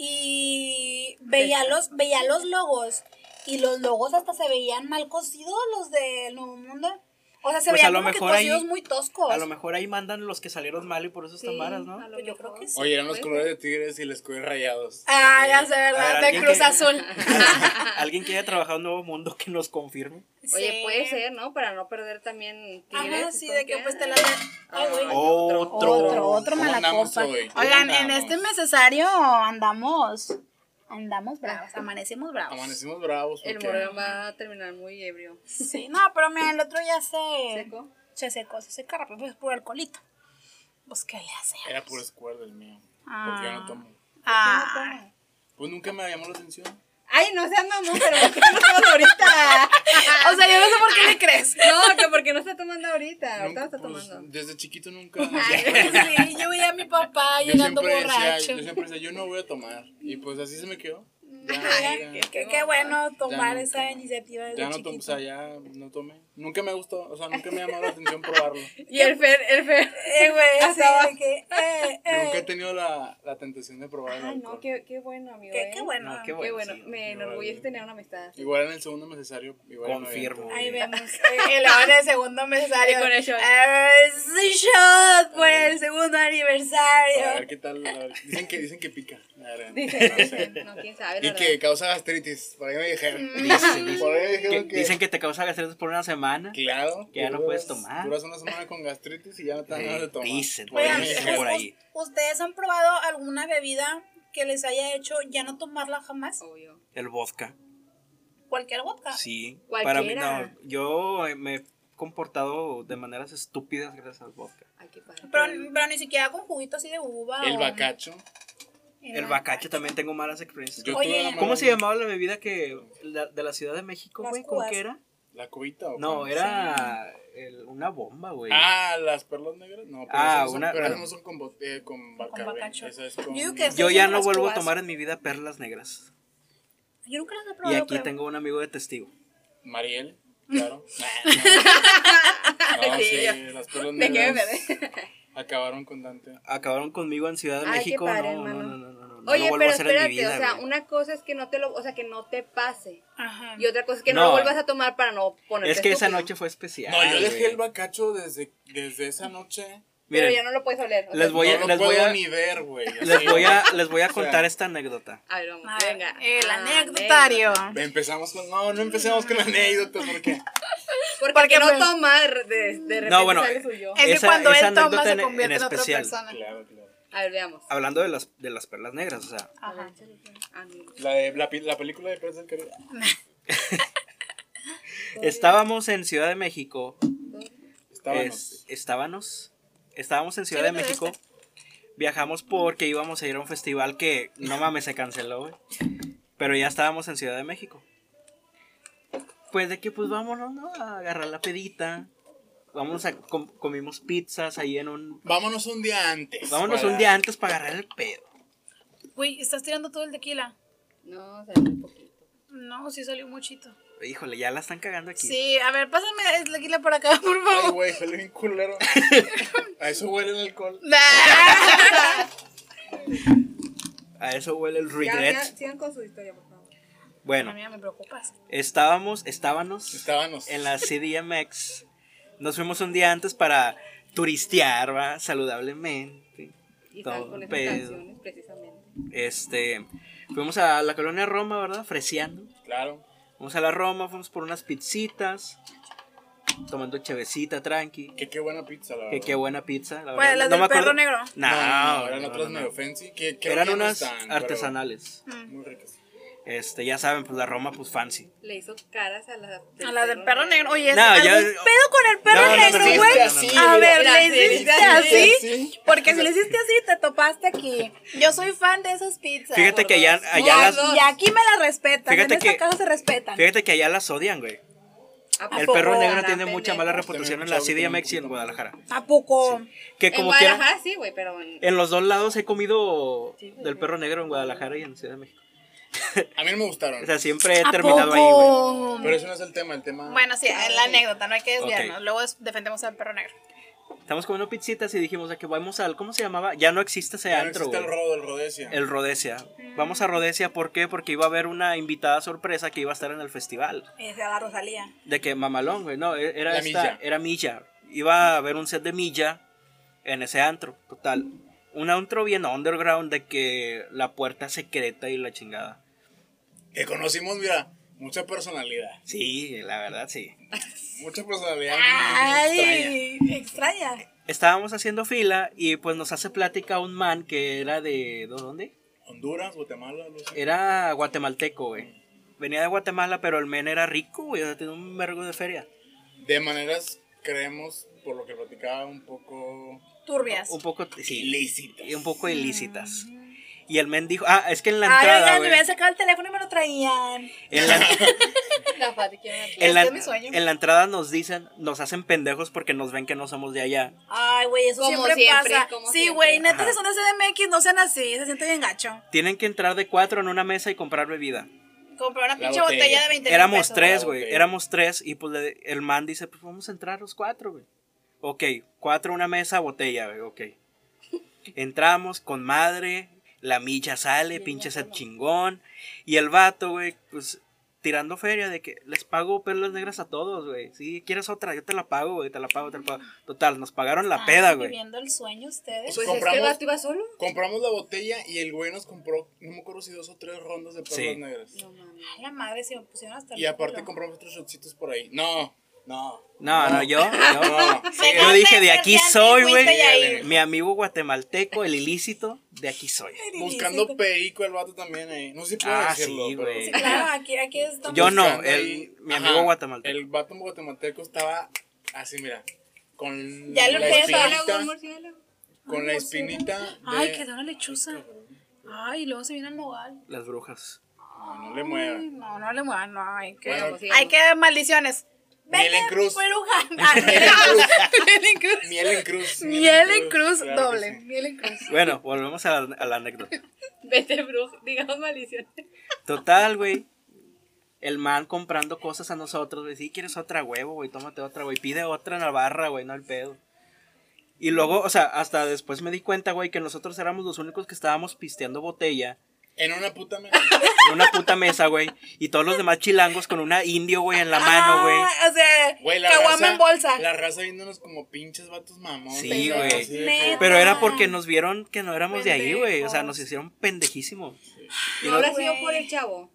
Speaker 1: Y veía los, veía los logos. Y los logos hasta se veían mal cosidos los del Nuevo Mundo. O sea, se
Speaker 2: Pues a
Speaker 1: veían
Speaker 2: lo
Speaker 1: como que
Speaker 2: mejor ahí-
Speaker 1: cosidos muy toscos.
Speaker 2: A lo mejor ahí mandan los que salieron mal y por eso están
Speaker 4: Sí,
Speaker 2: malas, ¿no?
Speaker 4: a lo
Speaker 1: Pues yo
Speaker 4: mejor.
Speaker 1: creo que sí.
Speaker 3: Oye, eran los
Speaker 4: Pues-
Speaker 3: colores de tigres y les cuellos rayados.
Speaker 1: Ah, ya sé,
Speaker 2: A
Speaker 1: ¿verdad?
Speaker 2: ver,
Speaker 1: De
Speaker 2: alguien
Speaker 1: Cruz
Speaker 2: que-
Speaker 1: Azul.
Speaker 2: Alguien que haya trabajado en Nuevo Mundo que nos confirme.
Speaker 4: Oye,
Speaker 1: Sí.
Speaker 4: puede ser, ¿no? Para no perder también tigres.
Speaker 1: Ajá,
Speaker 4: es
Speaker 1: sí,
Speaker 4: como
Speaker 1: de que pues te la...
Speaker 4: ah,
Speaker 1: Ay, güey.
Speaker 2: Otro.
Speaker 1: Otro, otro
Speaker 3: ¿Cómo
Speaker 1: mala
Speaker 3: andamos
Speaker 1: copa.
Speaker 3: hoy? ¿Cómo
Speaker 1: Oigan, en
Speaker 3: andamos?
Speaker 1: este necesario andamos. Andamos bravos, amanecemos bravos.
Speaker 3: Amanecimos bravos.
Speaker 4: El
Speaker 3: porque-
Speaker 4: morón va a terminar muy ebrio.
Speaker 1: Sí, no, pero mira, el otro ya se.
Speaker 4: Seco.
Speaker 1: Se secó, se seca rápido, pues por alcoholito. Pues qué le hace.
Speaker 3: Era puro escuerdo el mío.
Speaker 1: Ah.
Speaker 3: Porque yo no tomo.
Speaker 1: Ah,
Speaker 3: Pues nunca me llamó la atención.
Speaker 4: Ay, no seas mamón, pero ¿por qué no tomas ahorita?
Speaker 1: o sea, yo no sé por qué le crees.
Speaker 4: No, que porque no está tomando ahorita. Ahorita
Speaker 3: Nunca,
Speaker 4: está
Speaker 3: pues,
Speaker 4: tomando.
Speaker 3: desde chiquito nunca.
Speaker 1: pues Sí, yo veía a mi papá
Speaker 3: yo,
Speaker 1: llegando
Speaker 3: siempre decía,
Speaker 1: borracho.
Speaker 3: yo siempre decía, yo no voy a tomar. Y pues así se me quedó. Ya, ya,
Speaker 1: Qué- Qué, qué bueno tomar
Speaker 3: no
Speaker 1: esa
Speaker 3: tomo.
Speaker 1: iniciativa desde
Speaker 3: ya no tomé, o
Speaker 1: chiquito.
Speaker 3: sea, ya no tomé. Nunca me gustó, o sea, nunca me llamó la atención probarlo.
Speaker 4: Y el Fer, el Fer.
Speaker 1: Eh, güey, así
Speaker 4: Hasta
Speaker 1: de que. Eh, eh.
Speaker 3: Nunca he tenido la, la tentación de probar el
Speaker 4: Ay, no,
Speaker 3: alcohol.
Speaker 4: qué, qué bueno, amigo.
Speaker 1: Qué,
Speaker 4: ¿eh?
Speaker 1: qué bueno.
Speaker 2: No, qué
Speaker 4: Qué
Speaker 2: bueno.
Speaker 4: bueno.
Speaker 2: sí.
Speaker 4: Me
Speaker 3: no,
Speaker 4: enorgullece
Speaker 3: no.
Speaker 4: tener una amistad.
Speaker 3: Igual en el segundo necesario, igual en el
Speaker 2: Confirmo.
Speaker 3: evento.
Speaker 1: Ahí vemos. eh, El ahora el segundo aniversario.
Speaker 4: Y con el
Speaker 2: pues.
Speaker 4: shot.
Speaker 1: shot por el segundo
Speaker 3: Para ver
Speaker 1: aniversario.
Speaker 3: qué tal. a ver, Dicen que, dicen que pica. la verdad,
Speaker 4: Dice,
Speaker 3: no sé.
Speaker 4: no, quién sabe, la
Speaker 3: Y que
Speaker 4: verdad.
Speaker 3: causa gastritis. Por ahí me dijeron.
Speaker 2: Dicen,
Speaker 1: Mm.
Speaker 2: dicen.
Speaker 3: Por ahí me
Speaker 2: Que-
Speaker 3: dijeron que.
Speaker 2: Dicen que te causa gastritis por una semana.
Speaker 3: Claro.
Speaker 2: que ya no
Speaker 3: duras-
Speaker 2: puedes tomar.
Speaker 3: Duras una semana con gastritis y ya no te dan ganas de tomar.
Speaker 2: Eh, Dicen,
Speaker 3: Por ahí me
Speaker 2: dicen.
Speaker 3: dijeron.
Speaker 2: por ahí.
Speaker 1: ¿us- ¿Ustedes han probado alguna bebida que les haya hecho ya no tomarla jamás?
Speaker 4: Obvio.
Speaker 2: El vodka.
Speaker 1: Cualquier vodka.
Speaker 2: Sí. Para mí,
Speaker 4: Cualquiera.
Speaker 2: no. Yo eh, me he comportado de maneras estúpidas gracias al vodka.
Speaker 4: Ay, qué padre.
Speaker 1: Pero, pero ni siquiera con juguito así de uva.
Speaker 3: El
Speaker 1: o-
Speaker 3: bacacho.
Speaker 2: El bacacho también tengo malas experiencias.
Speaker 3: Yo
Speaker 1: Oye.
Speaker 3: tuve la mala-
Speaker 2: ¿Cómo se llamaba la bebida que la- de la Ciudad de México,
Speaker 1: Las
Speaker 2: güey? ¿Con
Speaker 1: cubas.
Speaker 2: qué era?
Speaker 3: ¿La cubita o
Speaker 2: No,
Speaker 3: cómo?
Speaker 2: era el- una bomba, güey.
Speaker 3: Ah, las perlas negras. No, pero
Speaker 2: Ah,
Speaker 3: esas no son-
Speaker 2: una-
Speaker 3: pero esas
Speaker 2: bueno.
Speaker 3: no son con, bot- eh, con Bacardí,
Speaker 1: bacacho.
Speaker 3: esas es con-
Speaker 1: Yo digo que esas
Speaker 2: Yo
Speaker 1: son
Speaker 2: ya
Speaker 1: las
Speaker 2: no vuelvo
Speaker 1: cubas.
Speaker 2: a tomar en mi vida perlas negras.
Speaker 1: Yo nunca las he
Speaker 2: Y
Speaker 1: probado.
Speaker 2: aquí
Speaker 1: creo.
Speaker 2: tengo un amigo de testigo.
Speaker 3: Mariel, claro. no, sí, las perlas
Speaker 4: ¿De qué me
Speaker 3: negras
Speaker 4: perdí?
Speaker 3: acabaron con Dante.
Speaker 2: Acabaron conmigo en Ciudad de
Speaker 4: Ay, qué
Speaker 2: México.
Speaker 4: padre,
Speaker 2: no, no,
Speaker 4: hermano.
Speaker 2: no, no, no, no, no
Speaker 4: Oye,
Speaker 2: lo vuelvo
Speaker 4: pero
Speaker 2: a hacer en mi
Speaker 4: espérate,
Speaker 2: vida,
Speaker 4: o sea,
Speaker 2: güey.
Speaker 4: una cosa es que no te lo, o sea, que no te pase.
Speaker 1: Ajá.
Speaker 4: Y otra cosa es que no,
Speaker 2: No.
Speaker 4: lo vuelvas a tomar para no ponerte
Speaker 2: Es que esa
Speaker 4: estúpido.
Speaker 2: noche fue especial.
Speaker 3: No, yo dejé
Speaker 2: güey.
Speaker 3: el bacacho desde, desde esa noche.
Speaker 2: Miren,
Speaker 4: Pero ya no lo puedes oler. o
Speaker 2: les
Speaker 4: sea,
Speaker 2: voy a-
Speaker 3: no lo
Speaker 2: les
Speaker 3: puedo
Speaker 2: voy a-
Speaker 3: ni ver, güey.
Speaker 2: les
Speaker 3: así.
Speaker 2: voy a, les voy a
Speaker 3: sea,
Speaker 2: contar esta anécdota.
Speaker 4: A ver, vamos,
Speaker 1: A ver,
Speaker 4: venga.
Speaker 1: El
Speaker 4: Ah,
Speaker 1: anecdotario.
Speaker 3: Empezamos con. No, no empecemos con la anécdota porque.
Speaker 4: Porque,
Speaker 1: Porque
Speaker 4: no
Speaker 1: me-
Speaker 4: toma, de, de repente
Speaker 2: No, bueno,
Speaker 4: sale suyo.
Speaker 1: Es que
Speaker 2: Esa-
Speaker 1: cuando
Speaker 2: esa
Speaker 1: él toma
Speaker 2: anécdota
Speaker 1: se
Speaker 2: en- en
Speaker 1: convierte en, otra
Speaker 2: especial.
Speaker 1: persona.
Speaker 3: Claro, claro.
Speaker 4: A ver, veamos.
Speaker 2: Hablando de las, de las perlas negras, o sea,
Speaker 1: Ajá.
Speaker 4: Ah, mira.
Speaker 3: La, de, la, pi- la película de Piratas del Caribe.
Speaker 2: estábamos en Ciudad de México
Speaker 3: Estábamos.
Speaker 2: Es- estábamos. Estábamos en Ciudad
Speaker 1: Sí,
Speaker 2: de
Speaker 1: lo que
Speaker 2: México. Viajamos porque íbamos a ir a un festival que no mames se canceló, güey. Pero ya estábamos en Ciudad de México. Pues de que pues vámonos, ¿no? A agarrar la pedita. Vamos a com- comimos pizzas ahí en un
Speaker 3: Vámonos un día antes.
Speaker 2: Vámonos
Speaker 3: para-
Speaker 2: un día antes para agarrar el pedo.
Speaker 1: Güey, estás tirando todo el tequila.
Speaker 4: No, o sea, un poquito.
Speaker 1: No, sí salió muchito.
Speaker 2: Híjole, ya la están cagando aquí.
Speaker 1: Sí, a ver, pásame el tequila por acá, por
Speaker 3: Ay,
Speaker 1: favor.
Speaker 3: güey, salió bien culero. A eso huele el alcohol.
Speaker 2: A eso huele el
Speaker 4: Ya,
Speaker 2: regret.
Speaker 4: ya, sigan con su historia, por favor.
Speaker 2: Bueno,
Speaker 1: Mira, me preocupas.
Speaker 2: estábamos, estábamos.
Speaker 3: Estábamos.
Speaker 2: en la CDMX. Nos fuimos un día antes para turistear, ¿va? Saludablemente.
Speaker 4: Y
Speaker 2: Todo
Speaker 4: están con esas
Speaker 2: pedo.
Speaker 4: canciones, precisamente.
Speaker 2: Este, Fuimos a la colonia Roma, ¿verdad? Freseando.
Speaker 3: Claro.
Speaker 2: Fuimos a la Roma, fuimos por unas pizzitas, tomando chevecita tranqui.
Speaker 3: Que qué buena pizza, la
Speaker 2: Que
Speaker 3: verdad.
Speaker 2: qué buena pizza, la
Speaker 6: ¿Cuál?
Speaker 2: verdad. no
Speaker 6: ¿Las del
Speaker 2: me acuerdo.
Speaker 6: perro negro?
Speaker 2: No,
Speaker 3: No, no, eran
Speaker 2: no,
Speaker 3: otras
Speaker 2: no.
Speaker 3: medio fancy. Que, que
Speaker 2: Eran
Speaker 3: ya no
Speaker 2: unas
Speaker 3: están, pero
Speaker 2: artesanales.
Speaker 6: Mm.
Speaker 3: Muy ricas.
Speaker 2: Este, ya saben, pues la Roma, pues fancy.
Speaker 4: Le hizo caras a la
Speaker 6: A la del perro negro. Oye,
Speaker 2: No,
Speaker 6: ¿es
Speaker 2: ya-
Speaker 6: algún pedo con el perro
Speaker 2: No, no, no,
Speaker 6: negro,
Speaker 2: sí,
Speaker 6: güey?
Speaker 2: sí, sí,
Speaker 6: a
Speaker 3: mira,
Speaker 6: ver,
Speaker 4: mira,
Speaker 6: ¿le
Speaker 4: sí,
Speaker 6: hiciste
Speaker 4: sí,
Speaker 6: así?
Speaker 3: sí.
Speaker 6: Porque si le hiciste así, te topaste aquí. Yo soy fan de esas pizzas.
Speaker 2: Fíjate que allá,
Speaker 4: gordos.
Speaker 2: allá las,
Speaker 4: Gordos.
Speaker 6: Y aquí me las respetan.
Speaker 2: Fíjate
Speaker 6: en esta
Speaker 2: que-
Speaker 6: casa se respetan.
Speaker 2: fíjate que allá las odian, güey.
Speaker 4: ¿A
Speaker 2: El
Speaker 4: poco?
Speaker 2: perro negro
Speaker 4: Hará
Speaker 2: tiene mucha
Speaker 4: pendejo.
Speaker 2: mala reputación en la
Speaker 3: También mucho
Speaker 2: CDMX y en Guadalajara.
Speaker 6: ¿A poco?
Speaker 2: Que
Speaker 4: En
Speaker 2: como quiera,
Speaker 4: Guadalajara sí, güey, pero en-
Speaker 2: en los dos lados he comido del perro negro en Guadalajara y en Ciudad de México.
Speaker 3: A mí no me gustaron.
Speaker 2: O sea, siempre he
Speaker 6: ¿A
Speaker 2: terminado ahí, güey.
Speaker 6: poco?
Speaker 3: pero ese no es el tema. El tema.
Speaker 6: Bueno, sí, la anécdota, no hay que desviarnos.
Speaker 2: Ok.
Speaker 6: Luego es- defendemos al perro negro.
Speaker 2: Estamos comiendo pizzitas y dijimos, ¿a que vamos al, ¿cómo se llamaba? Ya no existe ese
Speaker 3: ya no
Speaker 2: antro,
Speaker 3: existe el
Speaker 2: güey.
Speaker 3: rodo del Rodesia.
Speaker 2: El Rodesia. Vamos a Rodesia, ¿por qué? Porque iba a haber una invitada sorpresa que iba a estar en el festival.
Speaker 6: Esa la Rosalía.
Speaker 2: De que mamalón, güey. No, e- era
Speaker 3: La
Speaker 2: esta,
Speaker 3: Milla.
Speaker 2: era Milla. Iba a haber un set de Milla en ese antro, total. Un antro bien underground de que la puerta secreta y la chingada.
Speaker 3: Que conocimos, mira, mucha personalidad.
Speaker 2: Sí, la verdad, sí.
Speaker 3: Mucha personalidad. extraña.
Speaker 6: Ay, extraña.
Speaker 2: Estábamos haciendo fila y pues nos hace plática un man que era de... ¿de ¿Dónde?
Speaker 3: Honduras, Guatemala, algo así.
Speaker 2: Era guatemalteco, güey. Venía de Guatemala, pero el men era rico, güey. o sea, tenía un vergo de feria.
Speaker 3: De maneras, creemos, por lo que platicaba, un poco
Speaker 6: Turbias.
Speaker 2: Un poco... Sí,
Speaker 3: ilícitas.
Speaker 2: y un poco ilícitas. Y el men dijo... Ah, es que en la
Speaker 6: Ay,
Speaker 2: entrada,
Speaker 6: oigan, me
Speaker 2: güey,
Speaker 6: habían sacado el teléfono y me lo traían.
Speaker 2: en la-
Speaker 4: La Fati quiere una
Speaker 2: en la,
Speaker 6: Este es mi sueño.
Speaker 2: en la entrada nos dicen, nos hacen pendejos porque nos ven que no somos de allá.
Speaker 6: Ay, güey, eso
Speaker 4: Como
Speaker 6: siempre,
Speaker 4: siempre,
Speaker 6: pasa.
Speaker 4: como
Speaker 6: sí,
Speaker 4: siempre.
Speaker 6: güey, neta,
Speaker 2: Ajá.
Speaker 6: si son de CDMX, no sean así, se siente bien gacho.
Speaker 2: Tienen que entrar de cuatro en una mesa y comprar bebida.
Speaker 6: Compré una
Speaker 3: La
Speaker 6: pinche botella.
Speaker 3: botella.
Speaker 6: de 20
Speaker 2: Éramos
Speaker 6: pesos.
Speaker 2: tres,
Speaker 3: Ah,
Speaker 2: güey.
Speaker 3: ok.
Speaker 2: Éramos tres y pues le- el man dice, pues vamos a entrar los cuatro, güey. Ok, cuatro, una mesa, botella, güey, ok. Entramos con madre, la micha sale, pinche set chingón. Y el vato, güey, pues tirando feria de que les pago perlas negras a todos, güey. Si quieres otra, yo te la pago, güey, te la pago, te la pago. Total, nos pagaron la
Speaker 6: Ay,
Speaker 2: peda, güey.
Speaker 6: viviendo el sueño ustedes.
Speaker 4: Pues es que
Speaker 3: Compramos-
Speaker 4: el gato iba solo.
Speaker 3: Compramos la botella y el güey nos compró, no me acuerdo si dos o tres rondas de perlas
Speaker 2: Sí.
Speaker 3: negras.
Speaker 4: No mames.
Speaker 6: Ay, la madre, se me pusieron hasta el
Speaker 3: Y aparte
Speaker 6: culo.
Speaker 3: compramos otros shotcitos por ahí. No, no.
Speaker 2: No, no, yo, yo.
Speaker 3: No.
Speaker 6: Me
Speaker 2: Yo
Speaker 6: encanta
Speaker 2: dije, de
Speaker 6: ser
Speaker 2: aquí
Speaker 6: antes,
Speaker 2: soy,
Speaker 6: fuiste
Speaker 2: güey.
Speaker 6: y ahí.
Speaker 2: Mi amigo guatemalteco, el ilícito, de aquí soy.
Speaker 3: Buscando perico el vato también ahí. No sé si puedo
Speaker 2: Ah,
Speaker 3: decirlo.
Speaker 2: sí,
Speaker 3: pero-
Speaker 2: güey.
Speaker 6: Claro, aquí, aquí es donde-
Speaker 2: Yo no,
Speaker 3: buscando
Speaker 2: el-
Speaker 3: ahí-
Speaker 2: mi amigo guatemalteco.
Speaker 3: El vato guatemalteco estaba así, mira. Con
Speaker 6: Ya lo
Speaker 3: la
Speaker 6: empezó,
Speaker 3: espinita.
Speaker 4: Un murciélago.
Speaker 3: Con la espinita. de- este,
Speaker 6: Ay, quedó una lechuza. Ay, y luego se viene al nogal.
Speaker 2: Las brujas.
Speaker 3: No, Ah, no le
Speaker 6: Ay,
Speaker 3: mueva.
Speaker 6: No, no le muevan, no, hay que.
Speaker 3: Bueno,
Speaker 4: sí.
Speaker 6: hay que maldiciones.
Speaker 3: Miel en
Speaker 6: Vete,
Speaker 3: cruz.
Speaker 6: bruja. Ah, miel en cruz. Miel
Speaker 3: Miel
Speaker 6: en cruz.
Speaker 3: en cruz.
Speaker 6: Miel en cruz
Speaker 3: claro que
Speaker 6: doble.
Speaker 3: sí.
Speaker 6: Miel en cruz.
Speaker 2: Bueno, volvemos a la, a la anécdota.
Speaker 4: Vete, brujo. Digamos maldición.
Speaker 2: Total, güey. El man comprando cosas a nosotros, güey. Si quieres otra huevo, güey, tómate otra, güey. Pide otra en la barra, güey, no al pedo. Y luego, o sea, hasta después me di cuenta, güey, que nosotros éramos los únicos que estábamos pisteando botella
Speaker 3: En una puta mesa.
Speaker 2: en una puta mesa, güey. Y todos los demás chilangos con una indio, güey, en la mano, güey.
Speaker 6: Ah, O
Speaker 3: Güey,
Speaker 6: sea,
Speaker 3: la
Speaker 6: caguama
Speaker 3: raza-
Speaker 6: en bolsa.
Speaker 3: La raza viéndonos como pinches vatos mamón.
Speaker 2: Sí,
Speaker 3: pendejos,
Speaker 2: güey.
Speaker 3: así de
Speaker 6: Neta.
Speaker 3: que-
Speaker 2: Pero era porque nos vieron que no éramos de ahí, güey. O sea,
Speaker 6: Pendejos.
Speaker 2: nos hicieron pendejísimos. Y
Speaker 4: No
Speaker 2: no-
Speaker 4: habrá sido por el chavo.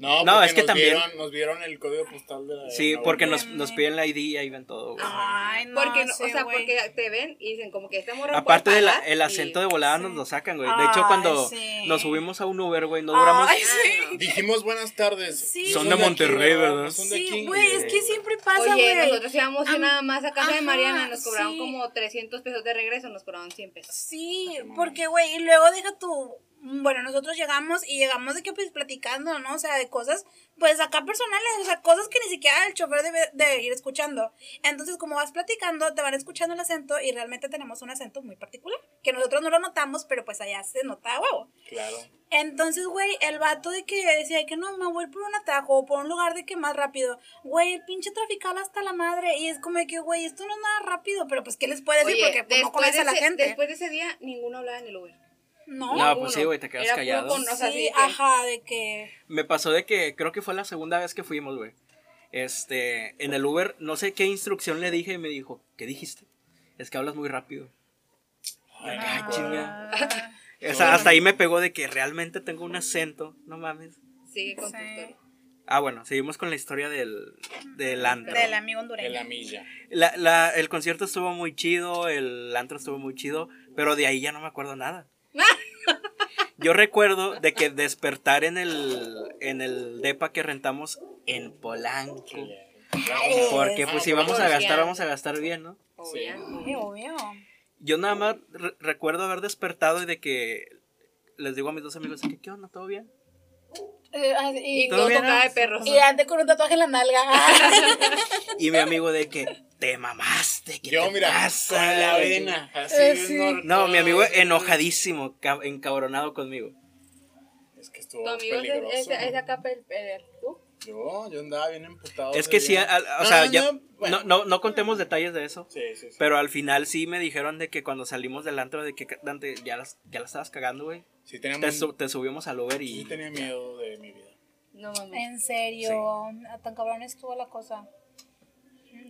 Speaker 3: No,
Speaker 2: No,
Speaker 3: porque
Speaker 2: es que
Speaker 3: nos
Speaker 2: también-
Speaker 3: Vieron, nos vieron el código postal de la.
Speaker 2: sí,
Speaker 3: de la
Speaker 2: porque
Speaker 3: bolsa.
Speaker 2: nos, nos piden la ID y ahí ven todo, güey.
Speaker 6: Ay, no.
Speaker 4: Porque, no-
Speaker 6: sí,
Speaker 4: o sea,
Speaker 6: güey.
Speaker 4: porque te ven y dicen como que esta morra
Speaker 2: Aparte
Speaker 4: puede
Speaker 2: del
Speaker 4: pagar
Speaker 2: el
Speaker 4: y-
Speaker 2: acento de volada nos lo sacan, güey. De
Speaker 6: Ay,
Speaker 2: hecho, cuando
Speaker 6: sí.
Speaker 2: nos subimos a un Uber, güey, no duramos.
Speaker 6: Ay, sí.
Speaker 3: Dijimos buenas tardes.
Speaker 6: Sí.
Speaker 2: Son de Monterrey, ¿verdad?
Speaker 3: No Son de
Speaker 6: Sí,
Speaker 3: aquí.
Speaker 6: güey, es que siempre pasa,
Speaker 4: Oye,
Speaker 6: Ah, güey.
Speaker 4: nosotros íbamos
Speaker 6: Am-
Speaker 4: nada más a casa
Speaker 6: Ajá,
Speaker 4: de Mariana, nos cobraron
Speaker 6: sí.
Speaker 4: como 300 pesos de regreso, nos cobraron 100 pesos.
Speaker 6: Sí, porque, güey, y luego deja tu... Bueno, nosotros llegamos y llegamos de que pues platicando, ¿no? O sea, de cosas, pues acá personales, o sea, cosas que ni siquiera el chofer debe de ir escuchando. Entonces, como vas platicando, te van escuchando el acento y realmente tenemos un acento muy particular, que nosotros no lo notamos, pero pues allá se nota a huevo.
Speaker 3: Claro.
Speaker 6: Entonces, güey, el vato de que decía que no, me voy a ir por un atajo o por un lugar de que más rápido. Güey, el pinche trafical hasta la madre. Y es como de que, güey, esto no es nada rápido, pero pues, ¿qué les puede decir? Porque pues, no conoce
Speaker 4: de
Speaker 6: a la
Speaker 4: ese-
Speaker 6: gente.
Speaker 4: después de ese día, ninguno hablaba en el Uber.
Speaker 6: no,
Speaker 2: No, pues sí,
Speaker 4: Uno.
Speaker 2: güey, te quedas
Speaker 4: Era puro
Speaker 2: callado.
Speaker 4: con- o sea,
Speaker 6: sí,
Speaker 4: sí, de que-
Speaker 6: ajá, de que.
Speaker 2: Me pasó de que creo que fue la segunda vez que fuimos, güey. Este, en el Uber, no sé qué instrucción le dije y me dijo, ¿qué dijiste? Es que hablas muy rápido.
Speaker 3: Ay,
Speaker 2: Ah,
Speaker 3: no,
Speaker 2: chinga. O sea, hasta ahí me pegó de que realmente tengo un acento, no mames.
Speaker 4: Sigue con tu
Speaker 6: Sí.
Speaker 4: historia.
Speaker 2: Ah, bueno, seguimos con la historia del, del antro.
Speaker 6: Del amigo
Speaker 3: En la
Speaker 6: hondureño.
Speaker 3: milla.
Speaker 2: La- la- el concierto estuvo muy chido, el antro estuvo muy chido, pero de ahí ya no me acuerdo nada. Yo recuerdo de que despertar en el, en el depa que rentamos en Polanco. Porque pues si vamos a gastar, vamos a gastar bien, ¿no?
Speaker 4: Obvia.
Speaker 6: Sí, obvio.
Speaker 2: Yo nada más re- recuerdo haber despertado y de que les digo a mis dos amigos, ¿qué, qué onda? ¿Todo bien?
Speaker 6: Eh, ah, y,
Speaker 4: Y
Speaker 2: ¿Todo
Speaker 4: todo
Speaker 2: bien,
Speaker 4: tocada de
Speaker 2: no?
Speaker 4: perros.
Speaker 6: y ande con un tatuaje en la nalga.
Speaker 2: Y mi amigo de que, te mamaste, ¿qué
Speaker 3: Yo,
Speaker 2: te
Speaker 3: mira,
Speaker 2: pasa?"
Speaker 3: con la avena. Así
Speaker 6: Eh,
Speaker 3: bien
Speaker 6: sí.
Speaker 3: normal.
Speaker 2: No, mi amigo enojadísimo, ca- encabronado conmigo.
Speaker 3: Es que
Speaker 4: Tu
Speaker 3: estuvo
Speaker 4: amigo
Speaker 3: peligroso.
Speaker 4: es, es, es acá pel- pel- tú.
Speaker 3: Yo, yo andaba bien emputado.
Speaker 2: Es
Speaker 3: ese
Speaker 2: que sí,
Speaker 3: día.
Speaker 2: al- o
Speaker 3: Oh, No,
Speaker 2: sea,
Speaker 3: no,
Speaker 2: ya-
Speaker 3: no, bueno.
Speaker 2: no, no, no contemos detalles de eso.
Speaker 3: Sí, sí, sí.
Speaker 2: Pero al final sí me dijeron de que cuando salimos del antro, de que Dante, ya las, ya la estabas cagando, güey.
Speaker 3: sí
Speaker 2: Te,
Speaker 3: teníamos,
Speaker 2: su- te subimos al Uber
Speaker 3: sí
Speaker 2: y...
Speaker 3: tenía miedo de mi vida.
Speaker 4: No mames.
Speaker 6: En serio, Ah, tan cabrón estuvo la cosa.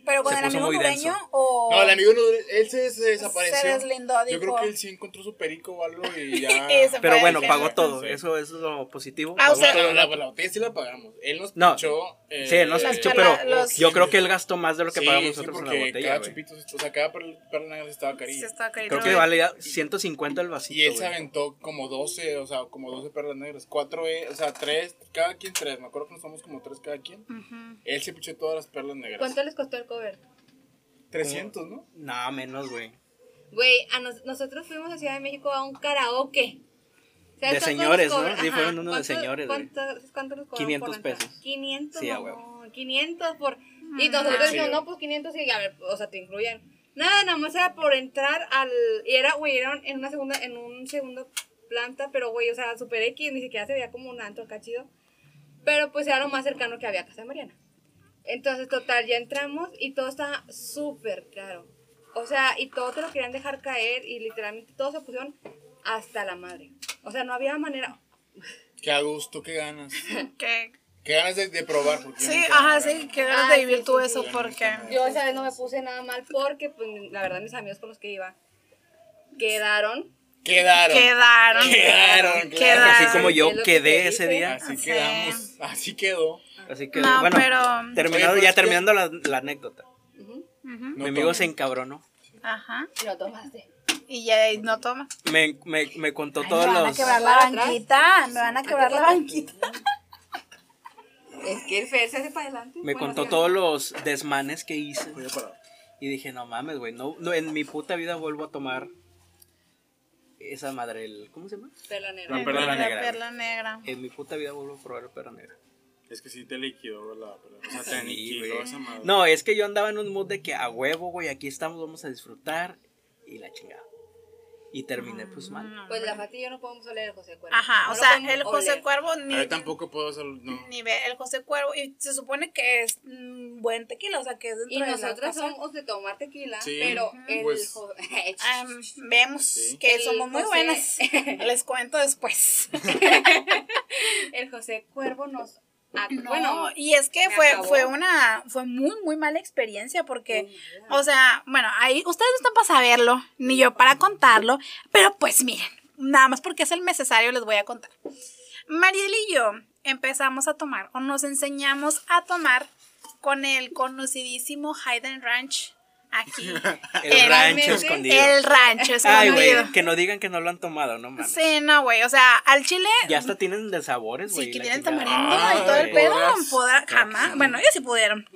Speaker 6: Pero con
Speaker 2: Se
Speaker 6: el
Speaker 2: puso
Speaker 6: amigo
Speaker 2: muy
Speaker 6: hondureño
Speaker 2: denso.
Speaker 6: o.
Speaker 3: No, el amigo, no, él se, se desapareció.
Speaker 6: Se deslindó,
Speaker 3: Yo
Speaker 6: dijo.
Speaker 3: creo que él sí encontró su perico o algo y ya.
Speaker 6: Y se
Speaker 2: Pero
Speaker 6: fue
Speaker 2: bueno,
Speaker 6: al
Speaker 2: pagó
Speaker 6: centro.
Speaker 2: todo.
Speaker 3: Sí.
Speaker 2: Eso, eso es lo positivo.
Speaker 6: Ah, o
Speaker 3: Pagó
Speaker 6: sea-
Speaker 3: todo, la, la botella sí la pagamos. Él nos
Speaker 2: No.
Speaker 3: pichó. eh,
Speaker 2: Sí, él nos
Speaker 6: Las
Speaker 2: pichó,
Speaker 6: perla-
Speaker 2: pero
Speaker 6: los-
Speaker 2: yo creo que él gastó más de lo que
Speaker 3: sí,
Speaker 2: pagamos
Speaker 3: sí,
Speaker 2: nosotros en
Speaker 3: porque
Speaker 2: la botella,
Speaker 3: cada
Speaker 2: güey.
Speaker 3: chupito, o sea, cada perla, perla negra estaba
Speaker 6: Sí,
Speaker 3: carilla.
Speaker 6: estaba carito.
Speaker 2: Creo que valía 150 el
Speaker 3: Y él
Speaker 2: vasito,
Speaker 3: se
Speaker 2: güey.
Speaker 3: aventó como 12, o sea, como 12 perlas negras. Cuatro, eh, o sea, tres, cada quien tres. Me acuerdo que nos somos como tres cada quien.
Speaker 6: Ujú.
Speaker 3: Él se pichó todas las perlas negras.
Speaker 4: ¿Cuánto les costó el cover?
Speaker 3: 300, ¿no?
Speaker 2: No, menos, güey.
Speaker 4: Güey, a nos- nosotros fuimos a Ciudad de México a un karaoke. ¿Sabes
Speaker 2: De
Speaker 4: cuánto
Speaker 2: señores,
Speaker 4: nos cobra-
Speaker 2: ¿no? Sí,
Speaker 4: Ajá.
Speaker 2: fueron uno de
Speaker 4: ¿Cuánto-
Speaker 2: señores, güey.
Speaker 4: ¿Cuánto, cuánto nos cobraron
Speaker 2: 500
Speaker 4: por entrar?
Speaker 2: pesos.
Speaker 4: 500,
Speaker 2: Sí, a
Speaker 4: mamón, 500 por... Y nosotros
Speaker 3: Sí,
Speaker 4: dijimos,
Speaker 3: güey.
Speaker 4: no, pues 500 y a ver, o sea, te incluyen. Nada, nada más era por entrar al... Y era, güey, era en una segunda, en un segundo planta, pero güey, o sea, super X, ni siquiera se veía como un antro acá chido. Pero pues era lo más cercano que había a Casa de Mariana. Entonces, total, ya entramos y todo estaba súper caro. O sea, y todo te lo querían dejar caer y literalmente todos se pusieron hasta la madre. O sea, no había manera.
Speaker 3: Qué a gusto, qué ganas.
Speaker 6: Que-
Speaker 3: Qué ganas de, de probar. Porque yo
Speaker 6: Sí,
Speaker 3: nunca-
Speaker 6: ajá, sí, que ganas
Speaker 4: Ah,
Speaker 6: de
Speaker 4: sí,
Speaker 6: vivir
Speaker 4: sí,
Speaker 6: tú
Speaker 4: sí,
Speaker 6: eso
Speaker 3: sí.
Speaker 6: porque.
Speaker 4: Yo esa vez no me puse nada mal porque, pues, la verdad, mis amigos con los que iba quedaron.
Speaker 3: Quedaron.
Speaker 6: Quedaron.
Speaker 3: Quedaron, claro.
Speaker 6: Quedaron.
Speaker 2: Así como yo
Speaker 4: Es lo que
Speaker 2: quedé
Speaker 4: te
Speaker 2: ese
Speaker 4: dije.
Speaker 2: día.
Speaker 3: Así
Speaker 6: Sí.
Speaker 3: quedamos. Así quedó.
Speaker 2: Así que,
Speaker 6: No,
Speaker 2: bueno,
Speaker 6: pero-
Speaker 2: terminado,
Speaker 3: Oye, pues,
Speaker 2: ya
Speaker 3: ¿qué?
Speaker 2: terminando la, la anécdota.
Speaker 4: Ujú.
Speaker 6: Ujú.
Speaker 3: No
Speaker 2: Mi amigo
Speaker 3: tomen.
Speaker 2: se encabronó.
Speaker 6: Ajá.
Speaker 4: Y lo tomaste.
Speaker 6: Y ya de ahí no toma.
Speaker 2: Me, me, me contó
Speaker 6: Ay,
Speaker 2: todos
Speaker 6: me van a
Speaker 2: los...
Speaker 6: quebrar la banquita. Me van a quebrar la banquita.
Speaker 4: Es que el Fer se hace para adelante.
Speaker 2: Me
Speaker 4: Bueno,
Speaker 2: contó
Speaker 4: sí,
Speaker 2: todos los desmanes que hice.
Speaker 3: Voy a parar.
Speaker 2: Y dije, no mames, güey, no, no, en mi puta vida vuelvo a tomar esa madre, el, ¿cómo se llama?
Speaker 4: perla negra.
Speaker 3: La perla
Speaker 2: negra.
Speaker 6: perla negra.
Speaker 2: En mi puta vida vuelvo a probar el perro negro.
Speaker 3: Es que sí te liquidó la perla. O sea, te
Speaker 2: Sí,
Speaker 3: aniquiló
Speaker 2: güey.
Speaker 3: esa madre.
Speaker 2: No, es que yo andaba en un mood de que a huevo, güey, aquí estamos, vamos a disfrutar y la chingada. Y terminé pues mal.
Speaker 4: Pues la Fati y yo no podemos oler el José Cuervo.
Speaker 6: Ajá,
Speaker 4: No
Speaker 6: o
Speaker 4: lo
Speaker 6: sea,
Speaker 4: podemos
Speaker 6: el José
Speaker 4: oler.
Speaker 6: Cuervo
Speaker 3: A
Speaker 6: ni,
Speaker 3: ver, tampoco puedo hacer. No.
Speaker 6: ni ve el José Cuervo. Y se supone que es mm, buen tequila, o sea, que es dentro
Speaker 4: Y
Speaker 6: de la
Speaker 4: nosotros
Speaker 6: casa.
Speaker 4: somos de tomar tequila,
Speaker 3: Sí,
Speaker 4: pero el eh,
Speaker 3: pues,
Speaker 4: jo-
Speaker 6: Ah, vemos
Speaker 3: Sí.
Speaker 6: que
Speaker 4: El
Speaker 6: somos muy
Speaker 4: José-
Speaker 6: buenas. Les cuento después. Em,
Speaker 4: el José Cuervo nos ah,
Speaker 6: bueno,
Speaker 4: bueno,
Speaker 6: y es que
Speaker 4: me
Speaker 6: fue,
Speaker 4: acabó. Oh,
Speaker 6: fue una, fue muy, muy mala experiencia porque,
Speaker 4: Uy, ya.
Speaker 6: o sea, bueno, ahí ustedes no están para saberlo, ni yo para contarlo, pero pues miren, nada más porque es el necesario les voy a contar. Mariel y yo empezamos a tomar, o nos enseñamos a tomar con el conocidísimo Hayden Ranch aquí.
Speaker 2: El
Speaker 6: Eh,
Speaker 2: rancho
Speaker 4: realmente,
Speaker 2: escondido.
Speaker 6: el rancho
Speaker 2: Ay,
Speaker 6: escondido.
Speaker 2: güey, que no digan que no lo han tomado, no mames.
Speaker 6: Sí, no, güey, o sea, al chile...
Speaker 2: Ya hasta tienen de sabores, güey. la
Speaker 6: Sí, que tienen
Speaker 2: chingada.
Speaker 6: tamarindo
Speaker 3: Ay,
Speaker 6: y todo el pedo.
Speaker 3: podrás.
Speaker 6: podrá- jamás. Bueno, ellos sí pudieron.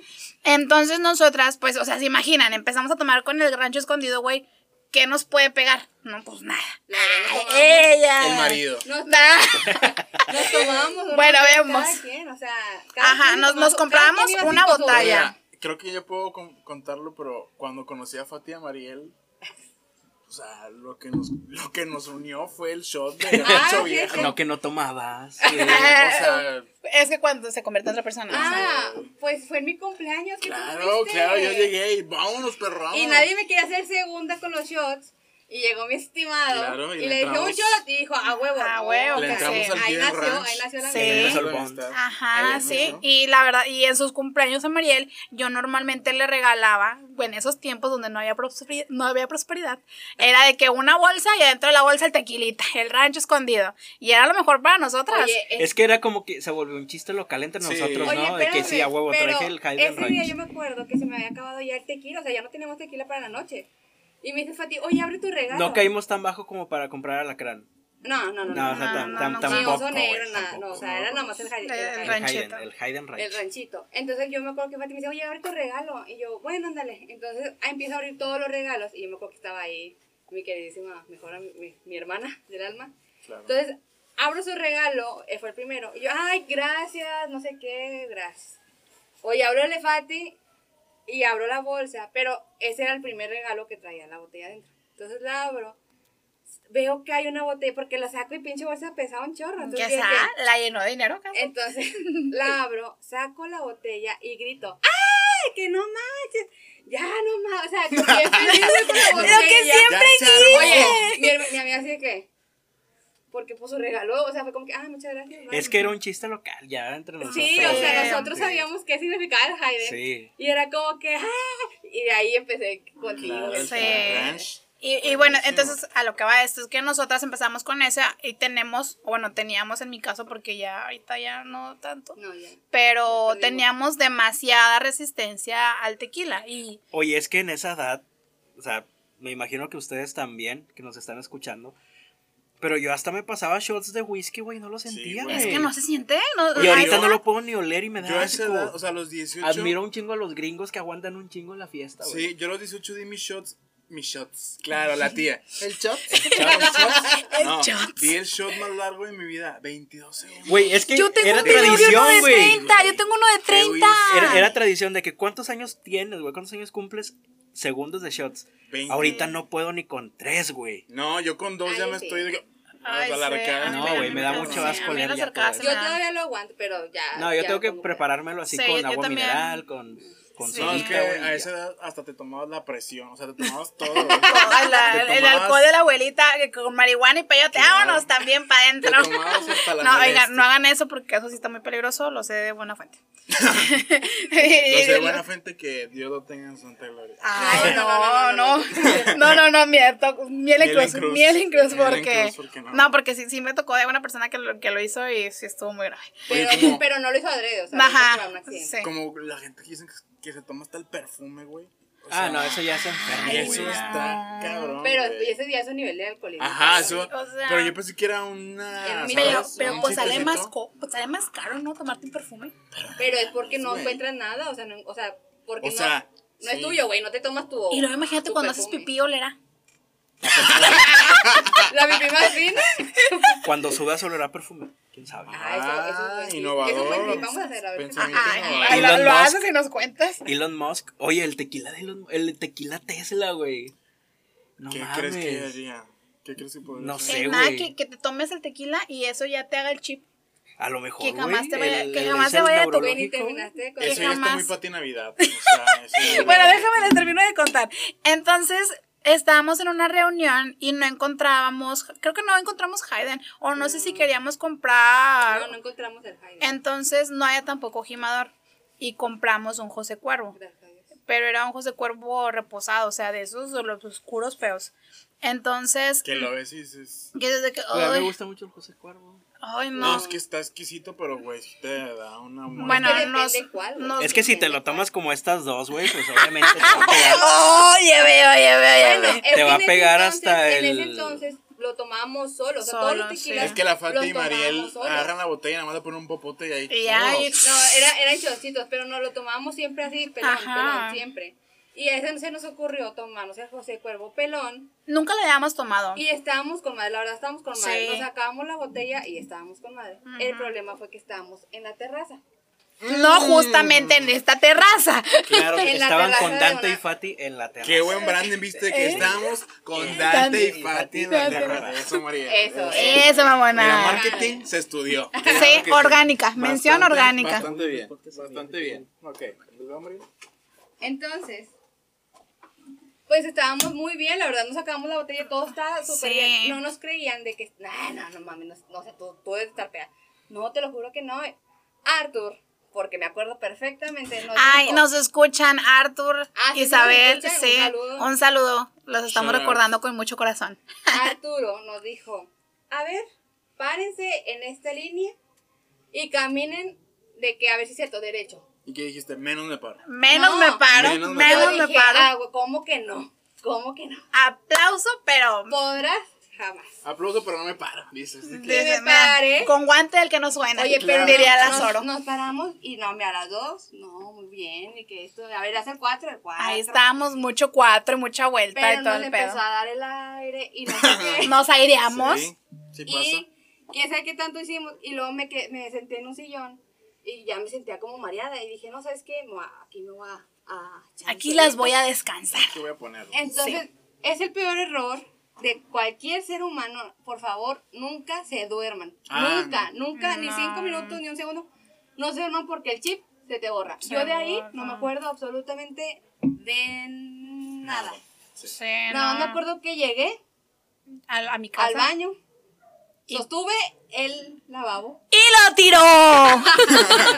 Speaker 6: Entonces nosotras, pues, o sea, se imaginan, empezamos a tomar con el rancho escondido, güey. ¿Qué nos puede pegar? No, Ah, pues nada.
Speaker 4: la
Speaker 6: Ay,
Speaker 4: verdad, nos tomamos-
Speaker 6: ella.
Speaker 3: El marido.
Speaker 4: nos,
Speaker 6: Nah.
Speaker 4: nos tomábamos una
Speaker 6: Eh, Bueno,
Speaker 4: botella
Speaker 6: vemos.
Speaker 4: cada quien, o sea, cada
Speaker 6: Ajá,
Speaker 4: quien
Speaker 6: nos-
Speaker 4: tomaba-
Speaker 6: nos
Speaker 4: cada
Speaker 6: comprábamos
Speaker 4: quien iba así
Speaker 6: una
Speaker 4: con su-
Speaker 6: botella.
Speaker 3: Mira, creo que yo puedo con- contarlo, pero cuando conocí a Fatia Mariel, o sea, lo que nos, lo que nos unió fue el shot de
Speaker 4: Ah,
Speaker 3: rancho
Speaker 4: sí,
Speaker 3: viejo.
Speaker 4: sí.
Speaker 2: No, que no tomabas.
Speaker 3: Eh, o sea,
Speaker 6: Es que cuando se convierte en otra persona. o sea,
Speaker 4: Ah, pues fue en mi cumpleaños que tú
Speaker 3: claro,
Speaker 4: fuiste.
Speaker 3: claro, yo llegué y vámonos, perro.
Speaker 4: Y
Speaker 3: vámonos.
Speaker 4: nadie me quería hacer segunda con los shots. Y llegó mi estimado.
Speaker 3: Claro, y le
Speaker 4: y, le dije un
Speaker 3: entramos-
Speaker 4: shot y dijo, a huevo.
Speaker 6: A huevo,
Speaker 3: Le
Speaker 6: que
Speaker 3: entramos
Speaker 6: sí.
Speaker 3: al
Speaker 4: Ahí
Speaker 3: Kid
Speaker 4: nació,
Speaker 3: Ranch.
Speaker 4: ahí nació la
Speaker 6: Sí.
Speaker 4: amistad.
Speaker 2: Empezó el
Speaker 3: Ahí
Speaker 2: bond.
Speaker 3: está.
Speaker 6: Ajá,
Speaker 3: Ahí
Speaker 6: sí.
Speaker 3: nació.
Speaker 6: Y la verdad, y en sus cumpleaños a Mariel, yo normalmente le regalaba, bueno, en esos tiempos donde no había, prosperi- no había prosperidad, era de que una bolsa y adentro de la bolsa el tequilita, el rancho escondido. Y era lo mejor para nosotras.
Speaker 4: Oye,
Speaker 2: Es que era como que se volvió un chiste local entre
Speaker 3: Sí.
Speaker 2: nosotros,
Speaker 4: Eh. Oye,
Speaker 2: ¿no?
Speaker 4: espérame,
Speaker 2: de que sí, a huevo,
Speaker 4: pero
Speaker 2: traje el High
Speaker 4: Ese día
Speaker 2: Ranch.
Speaker 4: yo me acuerdo que se me había acabado ya el tequila, o sea, ya no teníamos tequila para la noche. Y me dice Fati, oye, abre tu regalo.
Speaker 2: No caímos tan bajo como para comprar alacrán.
Speaker 4: No, no, no.
Speaker 2: No, o sea,
Speaker 6: no,
Speaker 2: tan,
Speaker 6: no,
Speaker 2: tan,
Speaker 6: no,
Speaker 4: Ni
Speaker 2: tampoco.
Speaker 4: oso negro,
Speaker 2: güey,
Speaker 4: nada.
Speaker 2: tampoco.
Speaker 4: No, o sea, era nada más el, jal-
Speaker 6: El- el
Speaker 4: el,
Speaker 2: El
Speaker 4: jal-
Speaker 2: Hayden,
Speaker 6: ranchito.
Speaker 2: el Hayden Ranch.
Speaker 4: el ranchito. Entonces yo me acuerdo que Fati me dice, oye, abre tu regalo. Y yo, bueno, ándale. Entonces ah, empieza a abrir todos los regalos. Y yo me acuerdo que estaba ahí mi queridísima, mejor ami- mi, mi hermana del alma. Entonces abro su regalo, eh, fue el primero. Y yo, ay, gracias, no sé qué, gracias. Oye, abro el de Fati y abro la bolsa. Pero ese era el primer regalo que traía la botella adentro. Entonces la abro. Veo que hay una botella, porque la saco y pinche bolsa pesaba un chorro. Entonces,
Speaker 6: que
Speaker 4: dije,
Speaker 6: esa la llenó de dinero, casi.
Speaker 4: entonces la abro, saco la botella y grito, ¡ay! Que no manches, ya no manches. O sea, que siempre grito con la
Speaker 6: Lo
Speaker 4: botella.
Speaker 6: que siempre
Speaker 3: Ya,
Speaker 6: quise.
Speaker 4: Oye, mi, herma- mi amiga así de que, porque puso regalo, o sea, fue como que, ah, muchas gracias. bye".
Speaker 2: Es que era un chiste local, ya entre nosotros.
Speaker 4: Sí, o sea,
Speaker 6: Sí.
Speaker 4: nosotros sabíamos qué significaba el Hayden.
Speaker 2: Sí.
Speaker 4: Y era como que, ¡ah! Y de ahí empecé contigo.
Speaker 3: Claro, el
Speaker 6: Sí.
Speaker 3: High Ranch.
Speaker 6: Y, y bueno,
Speaker 3: Buenísimo.
Speaker 6: entonces a lo que va esto es que nosotras empezamos con esa y tenemos, bueno, teníamos en mi caso porque ya ahorita ya no tanto,
Speaker 4: No, ya.
Speaker 6: pero
Speaker 4: perdimos.
Speaker 6: teníamos demasiada resistencia al tequila y
Speaker 2: Oye, es que en esa edad, o sea, me imagino que ustedes también, que nos están escuchando, pero yo hasta me pasaba shots de whisky, güey, no lo sentía,
Speaker 3: güey.
Speaker 2: güey.
Speaker 6: es que no se siente, no,
Speaker 2: Y ahorita
Speaker 6: ay,
Speaker 2: no lo puedo ni oler y me da
Speaker 3: Yo a esa
Speaker 2: asco.
Speaker 3: edad, o sea, a los 18.
Speaker 2: Admiro un chingo a los gringos que aguantan un chingo en la fiesta, güey.
Speaker 3: Sí, yo a los 18 di mis shots. Mis shots. Claro, la tía. El shot.
Speaker 6: El
Speaker 3: no,
Speaker 6: shots.
Speaker 3: Di el shot más largo de mi vida. 22 segundos.
Speaker 2: Güey, es que
Speaker 6: Yo tengo
Speaker 2: era
Speaker 6: un video de uno
Speaker 2: tradición,
Speaker 6: de
Speaker 2: güey.
Speaker 6: 30, yo tengo uno de
Speaker 3: Qué
Speaker 6: 30.
Speaker 2: Era, era tradición de que cuántos años tienes, güey, cuántos años cumples segundos de shots.
Speaker 3: 20.
Speaker 2: Ahorita no puedo ni con tres, güey.
Speaker 3: No, yo con dos ya
Speaker 4: Ay,
Speaker 3: me
Speaker 4: sí.
Speaker 3: estoy. de que-
Speaker 6: Ay,
Speaker 3: a la
Speaker 6: sí,
Speaker 3: arcada.
Speaker 6: a mí
Speaker 2: No, güey, me da
Speaker 6: encanta,
Speaker 2: mucho
Speaker 6: sí,
Speaker 2: asco
Speaker 6: a mí
Speaker 2: leer
Speaker 6: las
Speaker 2: ya
Speaker 6: arcadas
Speaker 2: todo
Speaker 6: se
Speaker 4: Yo
Speaker 6: me dan-
Speaker 4: todavía lo aguanto, pero
Speaker 6: Ah,
Speaker 4: ya.
Speaker 2: No, yo
Speaker 4: ya
Speaker 2: tengo que
Speaker 4: como
Speaker 2: preparármelo así
Speaker 6: Sí, yo-
Speaker 2: con
Speaker 6: yo
Speaker 2: agua
Speaker 6: también.
Speaker 2: mineral, con, con
Speaker 6: Sí.
Speaker 3: No, es
Speaker 2: sodita,
Speaker 3: que
Speaker 2: güey, y
Speaker 3: a
Speaker 2: ya.
Speaker 3: esa edad hasta te tomabas la presión. O sea, te tomabas todo. güey.
Speaker 6: Ay, la-
Speaker 3: Te
Speaker 6: el
Speaker 3: tomabas-
Speaker 6: alcohol de la abuelita que con marihuana y peyote,
Speaker 3: Claro.
Speaker 6: vámonos también para
Speaker 3: Te
Speaker 6: adentro.
Speaker 3: tomabas hasta la
Speaker 6: No,
Speaker 3: molestia.
Speaker 6: oigan, no hagan eso porque eso sí está muy peligroso, lo sé de buena fuente.
Speaker 3: Yo sé, buena gente que Dios lo tenga en su santa gloria.
Speaker 6: Ay, no, no, no, no, no, miel, to-
Speaker 3: Miel
Speaker 6: miel en
Speaker 3: en
Speaker 6: cruz,
Speaker 3: cruz.
Speaker 6: miel en cruz,
Speaker 3: Miel en
Speaker 6: porque,
Speaker 3: cruz, porque
Speaker 6: no.
Speaker 3: no.
Speaker 6: porque sí, sí me tocó de una persona que lo, que lo hizo y sí estuvo muy grave.
Speaker 4: Pero,
Speaker 3: Oye, como-
Speaker 4: pero no lo hizo adrede, o sea, no fue un
Speaker 6: Ajá,
Speaker 4: accidente.
Speaker 6: sí.
Speaker 3: Como la gente que dicen que- que se toma hasta el perfume, güey. O
Speaker 2: Ah,
Speaker 3: sea,
Speaker 2: no, eso ya se enferma,
Speaker 6: Ay,
Speaker 3: Eso
Speaker 2: güey, ya.
Speaker 3: está cabrón.
Speaker 4: Pero
Speaker 3: güey.
Speaker 4: ese día es un nivel de alcoholismo.
Speaker 3: Ajá, eso.
Speaker 6: O sea-
Speaker 3: pero yo pensé que era una.
Speaker 4: Pero-
Speaker 6: Pero,
Speaker 3: ¿sabes?
Speaker 6: pero
Speaker 3: Un
Speaker 6: pues sale
Speaker 3: chistecito.
Speaker 6: más, co- pues, sale más caro, ¿no? Tomarte un perfume.
Speaker 4: Pero es porque no
Speaker 3: Pues, Güey.
Speaker 4: encuentras nada, o sea, no, o sea porque
Speaker 3: O sea,
Speaker 4: no, no es
Speaker 3: sí.
Speaker 4: tuyo, güey, no te tomas tu.
Speaker 6: Y luego imagínate
Speaker 4: tu
Speaker 6: cuando haces
Speaker 4: perfume.
Speaker 6: pipí olera.
Speaker 4: La pipí más fina.
Speaker 2: Cuando sudas olerá perfume, quién sabe.
Speaker 4: Ah, eso, eso es buen
Speaker 3: innovador.
Speaker 4: tip. Eso es buen tip, vamos a hacer, a ver.
Speaker 3: Pensamiento
Speaker 6: Ay,
Speaker 3: innovador.
Speaker 6: ay, lo,
Speaker 2: Elon
Speaker 6: lo
Speaker 2: Musk.
Speaker 6: haces y nos cuentas.
Speaker 2: Elon Musk, oye, el tequila de Elon, el tequila Tesla, güey. No
Speaker 3: ¿Qué
Speaker 2: mames.
Speaker 3: crees que haría? ¿Qué crees que podría
Speaker 2: No
Speaker 3: hacer?
Speaker 2: sé,
Speaker 6: Eh, nada,
Speaker 2: güey.
Speaker 6: que, que te tomes el tequila y eso ya te haga el chip.
Speaker 2: A lo mejor,
Speaker 6: Que
Speaker 2: güey,
Speaker 6: jamás te vaya-
Speaker 2: el-
Speaker 6: que
Speaker 2: el-
Speaker 6: jamás
Speaker 2: es
Speaker 6: te
Speaker 2: el
Speaker 6: vaya a tocar.
Speaker 4: Ven y
Speaker 2: neurológico, güey.
Speaker 4: terminaste con.
Speaker 3: Eso ya está
Speaker 6: jamás.
Speaker 3: muy para Navidad. O sea, eso ya-
Speaker 6: Bueno, déjame, les termino de contar. Entonces, estábamos en una reunión y no encontrábamos, creo que no encontramos Hayden, o no sé si queríamos comprar.
Speaker 4: No, no encontramos el Jaime.
Speaker 6: Entonces, no había tampoco gimador y compramos un José Cuervo,
Speaker 4: Gracias a Dios.
Speaker 6: pero era un José Cuervo reposado, o sea, de esos de los oscuros feos. Entonces,
Speaker 3: Que lo ves y dices.
Speaker 6: yo desde que,
Speaker 2: Pero a mí me
Speaker 6: ay,
Speaker 2: gusta mucho el José Cuervo.
Speaker 6: ay,
Speaker 3: No,
Speaker 6: no.
Speaker 3: es que está exquisito, pero güey, sí te da una muerte.
Speaker 6: Bueno,
Speaker 4: Es que
Speaker 6: nos-
Speaker 4: depende cuál, güey.
Speaker 6: nos-
Speaker 2: Es que si te lo tomas como estas dos, güey, pues obviamente te va a pegar.
Speaker 6: Oye, veo, oye, veo,
Speaker 4: Bueno, es que
Speaker 2: va a
Speaker 4: en ese
Speaker 2: pegar
Speaker 4: entonces-
Speaker 2: hasta
Speaker 4: En
Speaker 2: el-
Speaker 4: ese entonces lo tomábamos solo, o sea,
Speaker 6: Solo,
Speaker 4: todos los
Speaker 6: sí.
Speaker 4: tequilas.
Speaker 3: Es que la Fati
Speaker 4: los
Speaker 3: y Mariel
Speaker 4: tomábamos solos.
Speaker 3: agarran la botella y nada más le ponen un popote y ahí.
Speaker 6: Y ya,
Speaker 3: ¡oh!
Speaker 6: y-
Speaker 4: No, era, eran chocitos, pero nos lo tomábamos siempre así, pelón,
Speaker 6: Ajá.
Speaker 4: pelón, siempre. Y a ese se nos ocurrió tomarnos el José Cuervo pelón.
Speaker 6: Nunca lo habíamos tomado.
Speaker 4: Y estábamos con madre, la verdad estábamos con madre.
Speaker 6: Sí.
Speaker 4: Nos sacábamos la botella y estábamos con madre. El problema fue que estábamos en la terraza.
Speaker 6: No justamente en esta terraza.
Speaker 2: Claro,
Speaker 4: En la
Speaker 2: estaban
Speaker 4: terraza
Speaker 2: con
Speaker 4: de
Speaker 2: Dante y
Speaker 4: una-
Speaker 2: Fati en la terraza.
Speaker 3: Qué buen branding, viste, que estamos con Dante y Fati en la terraza. Eso, Mariel.
Speaker 4: Eso,
Speaker 6: Eso,
Speaker 3: Mira,
Speaker 6: mamona.
Speaker 3: marketing se estudió.
Speaker 6: Sí, orgánica, mención
Speaker 3: Bastante-
Speaker 6: orgánica.
Speaker 3: Bastante bien, bastante bien. Ok,
Speaker 4: Entonces, Pues estábamos muy bien, la verdad, nos sacamos la botella, todo estaba súper
Speaker 6: Sí.
Speaker 4: bien. No nos creían de que, nah, no, no mames, no, no sé, tú, tú debes estar peda. No, te lo juro que no. Arthur, porque me acuerdo perfectamente. Nos
Speaker 6: Ay,
Speaker 4: dijo,
Speaker 6: nos escuchan Arthur,
Speaker 4: Ah, sí,
Speaker 6: Isabel,
Speaker 4: nos escuchan,
Speaker 6: sí,
Speaker 4: un saludo.
Speaker 6: un saludo. Los estamos
Speaker 3: Shout out.
Speaker 6: recordando con mucho corazón.
Speaker 4: Arturo nos dijo, a ver, párense en esta línea y caminen de que a ver si es cierto derecho.
Speaker 3: ¿Y qué dijiste? Menos me paro.
Speaker 6: Menos
Speaker 4: No,
Speaker 6: me paro, menos
Speaker 3: menos
Speaker 6: me
Speaker 3: me
Speaker 4: Yo
Speaker 6: paro.
Speaker 4: dije, "Ah, güey, ¿Cómo que no? ¿Cómo que no?
Speaker 6: Aplauso, pero
Speaker 4: Podrás jamás.
Speaker 3: Aplauso, pero no me paro, dices.
Speaker 6: de-
Speaker 4: que
Speaker 6: mira,
Speaker 4: me pare.
Speaker 6: con guante del que no suena.
Speaker 4: Oye, pero
Speaker 6: diría la
Speaker 4: nos,
Speaker 6: Zoro.
Speaker 4: nos paramos y no, me a las dos, no, muy bien, y que esto, a ver, hace el cuatro, el cuatro.
Speaker 6: Ahí estábamos mucho cuatro y mucha vuelta
Speaker 4: Pero
Speaker 6: y todo
Speaker 4: nos
Speaker 6: el
Speaker 4: empezó
Speaker 6: pedo.
Speaker 4: a dar el aire y no sé qué.
Speaker 6: Nos aireamos.
Speaker 3: Sí, sí
Speaker 4: Y
Speaker 3: pasa.
Speaker 4: quién sabe qué tanto hicimos. Y luego me, que- me senté en un sillón y ya me sentía como mareada. Y dije, no, ¿sabes qué? Me voy a- aquí me voy a... a echar un
Speaker 6: Aquí las
Speaker 4: sueñito".
Speaker 6: voy a descansar.
Speaker 3: ¿Qué voy a poner?
Speaker 4: Entonces, es el peor error de cualquier ser humano. Por favor, nunca se duerman.
Speaker 3: Ah,
Speaker 4: nunca, nunca, ni
Speaker 6: No.
Speaker 4: cinco minutos, ni un segundo. No se duerman porque el chip se te borra. Yo de ahí no me acuerdo absolutamente de nada.
Speaker 6: Sí,
Speaker 4: Nada más me acuerdo que llegué
Speaker 6: a, a mi casa.
Speaker 4: al baño, sostuve el lavabo.
Speaker 6: ¡Y lo tiró!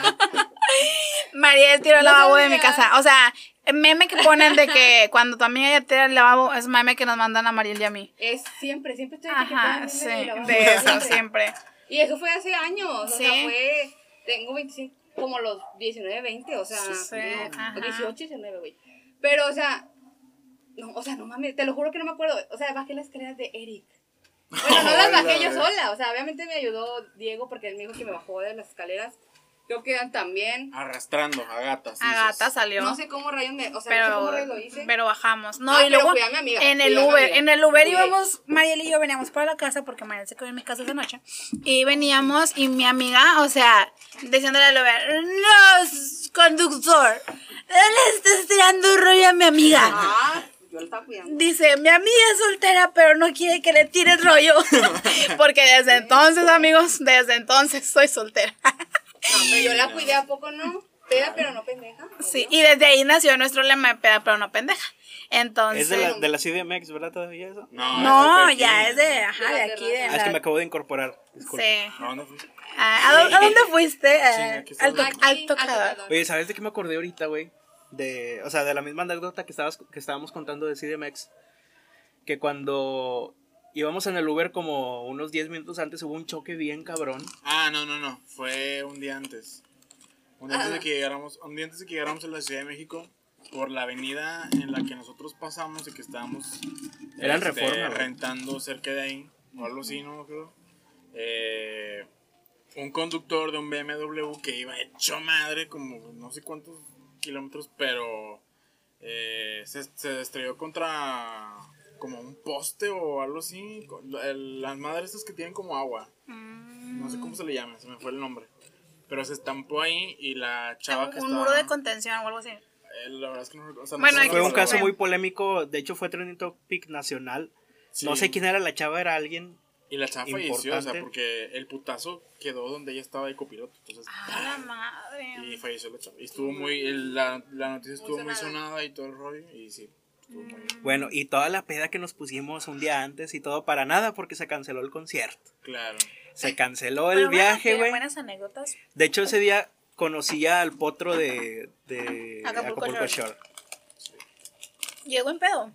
Speaker 6: Mariel tiró el
Speaker 4: No
Speaker 6: lavabo de
Speaker 4: sabía.
Speaker 6: mi casa. O sea, meme que ponen de que cuando tu amiga tira el lavabo es meme que nos mandan a Mariel y a mí.
Speaker 4: Es siempre, siempre estoy
Speaker 6: Ajá,
Speaker 4: etiquetándome
Speaker 6: sí,
Speaker 4: y la vamos
Speaker 6: de eso
Speaker 4: siempre.
Speaker 6: siempre.
Speaker 4: Y eso fue hace años, o
Speaker 6: Sí.
Speaker 4: sea, fue, tengo 25, como los 19, 20, o sea,
Speaker 6: Sí,
Speaker 4: no,
Speaker 6: ajá.
Speaker 4: 18, 19, güey. Pero, o sea, no, o sea, no mames, te lo juro que no me acuerdo, o sea, bajé las escaleras de Eric. Bueno, no las bajé yo sola, o sea, obviamente me ayudó Diego porque él me dijo que me bajó de las escaleras, creo que Dan también,
Speaker 3: Arrastrando a gatas.
Speaker 6: A
Speaker 3: dices.
Speaker 6: gata salió.
Speaker 4: no sé cómo rayos me, o sea, no sé
Speaker 6: pero,
Speaker 4: cómo rayos lo hice.
Speaker 6: pero bajamos. No,
Speaker 4: Ah,
Speaker 6: y
Speaker 4: pero
Speaker 6: luego
Speaker 4: fui a mi amiga,
Speaker 6: en el
Speaker 4: fui a mi
Speaker 6: Uber,
Speaker 4: amiga.
Speaker 6: en el Uber
Speaker 4: Fui.
Speaker 6: íbamos, Mariel y yo veníamos para la casa porque Mariel se quedó en mi casa esa noche. Y veníamos y mi amiga, o sea, diciéndole al Uber, no, conductor, le estás tirando rollo a mi amiga.
Speaker 4: Ah, yo lo estaba cuidando.
Speaker 6: Dice, mi amiga es soltera, pero no quiere que le tires rollo. Pues, Porque desde entonces, amigos, desde entonces soy soltera.
Speaker 4: No, pero yo la cuidé a poco, ¿no? Peda, pero no pendeja.
Speaker 6: Sí,
Speaker 4: obvio.
Speaker 6: y desde ahí nació nuestro lema, de peda, pero no pendeja. Entonces...
Speaker 2: Es de la, de la CDMX, ¿verdad? Todavía eso.
Speaker 3: No, esta
Speaker 6: No,
Speaker 3: fue
Speaker 6: ya
Speaker 3: aquí.
Speaker 6: es de, ajá, de
Speaker 4: De
Speaker 6: aquí, de
Speaker 2: Ah, es que me
Speaker 6: la...
Speaker 2: acabo de incorporar. Disculpe.
Speaker 6: Sí.
Speaker 3: No, no fui.
Speaker 6: Ah, ¿A, dó- a dónde fuiste? Eh,
Speaker 3: aquí
Speaker 6: al,
Speaker 3: está.
Speaker 6: to- al
Speaker 4: Aquí,
Speaker 6: tocador.
Speaker 2: Oye, ¿sabes de qué me acordé ahorita, güey? De, o sea, de la misma anécdota que, estabas, que estábamos contando de CDMX. Que cuando íbamos en el Uber como unos 10 minutos antes hubo un choque bien cabrón.
Speaker 3: Ah, no, no, no. Fue un día antes. Un día antes, de que llegáramos, un día antes de que llegáramos a la Ciudad de México, por la avenida en la que nosotros pasamos y que estábamos este,
Speaker 2: Era en Reforma, güey.
Speaker 3: rentando cerca de ahí, o algo así, no me acuerdo. Eh, un conductor de un BMW que iba hecho madre, como no sé cuántos kilómetros, pero eh, se, se estrelló contra como un poste o algo así. con- el- las madres estas que tienen como agua.
Speaker 6: Mm,
Speaker 3: No sé cómo se le llama, se me fue el nombre. Pero se estampó ahí y la chava que
Speaker 6: Un
Speaker 3: estaba-
Speaker 6: muro de contención o algo así.
Speaker 3: eh, la verdad es que no recuerdo. o sea, no
Speaker 6: Bueno,
Speaker 3: sé
Speaker 6: aquí
Speaker 2: Fue
Speaker 3: cómo
Speaker 2: un
Speaker 3: se
Speaker 2: caso
Speaker 3: llama.
Speaker 2: muy polémico. De hecho, fue trending topic nacional.
Speaker 3: Sí.
Speaker 2: No sé quién era la chava, era alguien.
Speaker 3: Y la chava falleció, o
Speaker 2: importante.
Speaker 3: sea, porque el putazo quedó donde ella estaba de copiloto. Entonces,
Speaker 6: A la madre.
Speaker 3: y falleció la chava. Y estuvo muy. el- la, la noticia estuvo muy sonada y todo el rollo. Y sí, estuvo muy bien.
Speaker 2: Bueno, y toda la peda que nos pusimos un día antes y todo para nada porque se canceló el concierto.
Speaker 3: Claro.
Speaker 2: Se canceló el
Speaker 6: Pero bueno,
Speaker 2: viaje,
Speaker 6: tiene
Speaker 2: güey.
Speaker 6: buenas anécdotas.
Speaker 2: De hecho, ese día conocí al potro de, de
Speaker 6: Acapulco
Speaker 2: Acapulco,
Speaker 6: Shore.
Speaker 2: Shore.
Speaker 6: Llegó en pedo.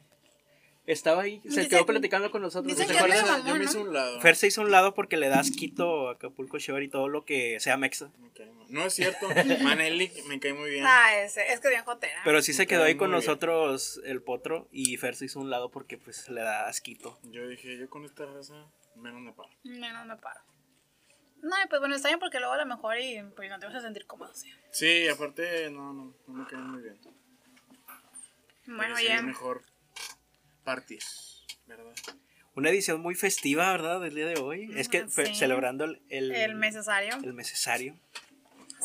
Speaker 2: Estaba ahí, se
Speaker 6: Dicen-
Speaker 2: quedó platicando con nosotros.
Speaker 6: dicen
Speaker 2: ¿te
Speaker 6: que es
Speaker 3: Yo me
Speaker 6: medio
Speaker 2: acuerdas?
Speaker 3: hice- yo
Speaker 6: mamón,
Speaker 3: me
Speaker 6: ¿no?
Speaker 3: hice un lado.
Speaker 2: Fer se hizo a un lado porque le das Quito, Acapulco Shore y todo lo que sea mexa.
Speaker 3: Me cae mal. No es cierto. Maneli me cae muy bien.
Speaker 6: Ah, ese, es que bien jotera.
Speaker 2: Pero sí se
Speaker 3: Ok,
Speaker 2: quedó ahí con
Speaker 3: muy bien.
Speaker 2: nosotros el potro y Fer se hizo a un lado porque pues le da asquito.
Speaker 3: Yo dije, yo con esta raza, menos me paro.
Speaker 6: Menos me paro. No, y pues bueno, está bien porque luego a lo mejor y pues no te vas a sentir cómodo. sí.
Speaker 3: Sí, aparte, no, no, no me cae muy bien.
Speaker 6: Bueno,
Speaker 3: Pero sí,
Speaker 6: ya.
Speaker 3: Es mejor partir, ¿verdad?
Speaker 2: Una edición muy festiva, ¿verdad? Del día de hoy. es que
Speaker 6: Ujú,
Speaker 2: fe-
Speaker 6: Ah, sí.
Speaker 2: celebrando el, el,
Speaker 6: El necesario.
Speaker 2: el necesario.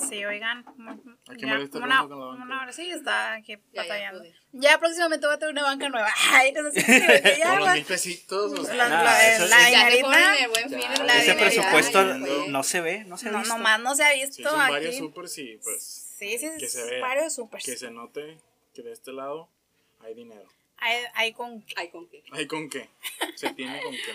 Speaker 6: Sí, oigan, como-
Speaker 3: Aquí
Speaker 6: ya,
Speaker 3: Mario está
Speaker 6: como una,
Speaker 3: trabajando con la
Speaker 6: como
Speaker 3: banca.
Speaker 6: una hora sí está aquí
Speaker 4: ya
Speaker 6: batallando. Ya,
Speaker 4: pude.
Speaker 6: próximamente voy a tener una banca nueva. Ay, no sé si que ya,
Speaker 3: Por los
Speaker 6: güey.
Speaker 3: mil pesitos, o sea,
Speaker 6: La,
Speaker 2: Nah,
Speaker 6: la-
Speaker 2: eso
Speaker 6: la
Speaker 2: sí.
Speaker 4: Ya se
Speaker 6: dinerita,
Speaker 4: ponen el buen fin. en la
Speaker 6: La
Speaker 2: Ese
Speaker 6: dinerita,
Speaker 2: presupuesto
Speaker 3: ya,
Speaker 4: güey.
Speaker 2: no se ve, no se ve.
Speaker 6: no, nomás no se ha
Speaker 3: sí,
Speaker 6: visto
Speaker 3: son varios
Speaker 6: aquí. Pues
Speaker 3: supers y pues
Speaker 6: Sí, sí,
Speaker 3: que se
Speaker 6: sí,
Speaker 3: vea,
Speaker 6: varios supers.
Speaker 3: que se note que de este lado hay dinero.
Speaker 6: Hay, hay con qué.
Speaker 4: Ay, con qué.
Speaker 3: Ay, ¿con qué? Se tiene con qué.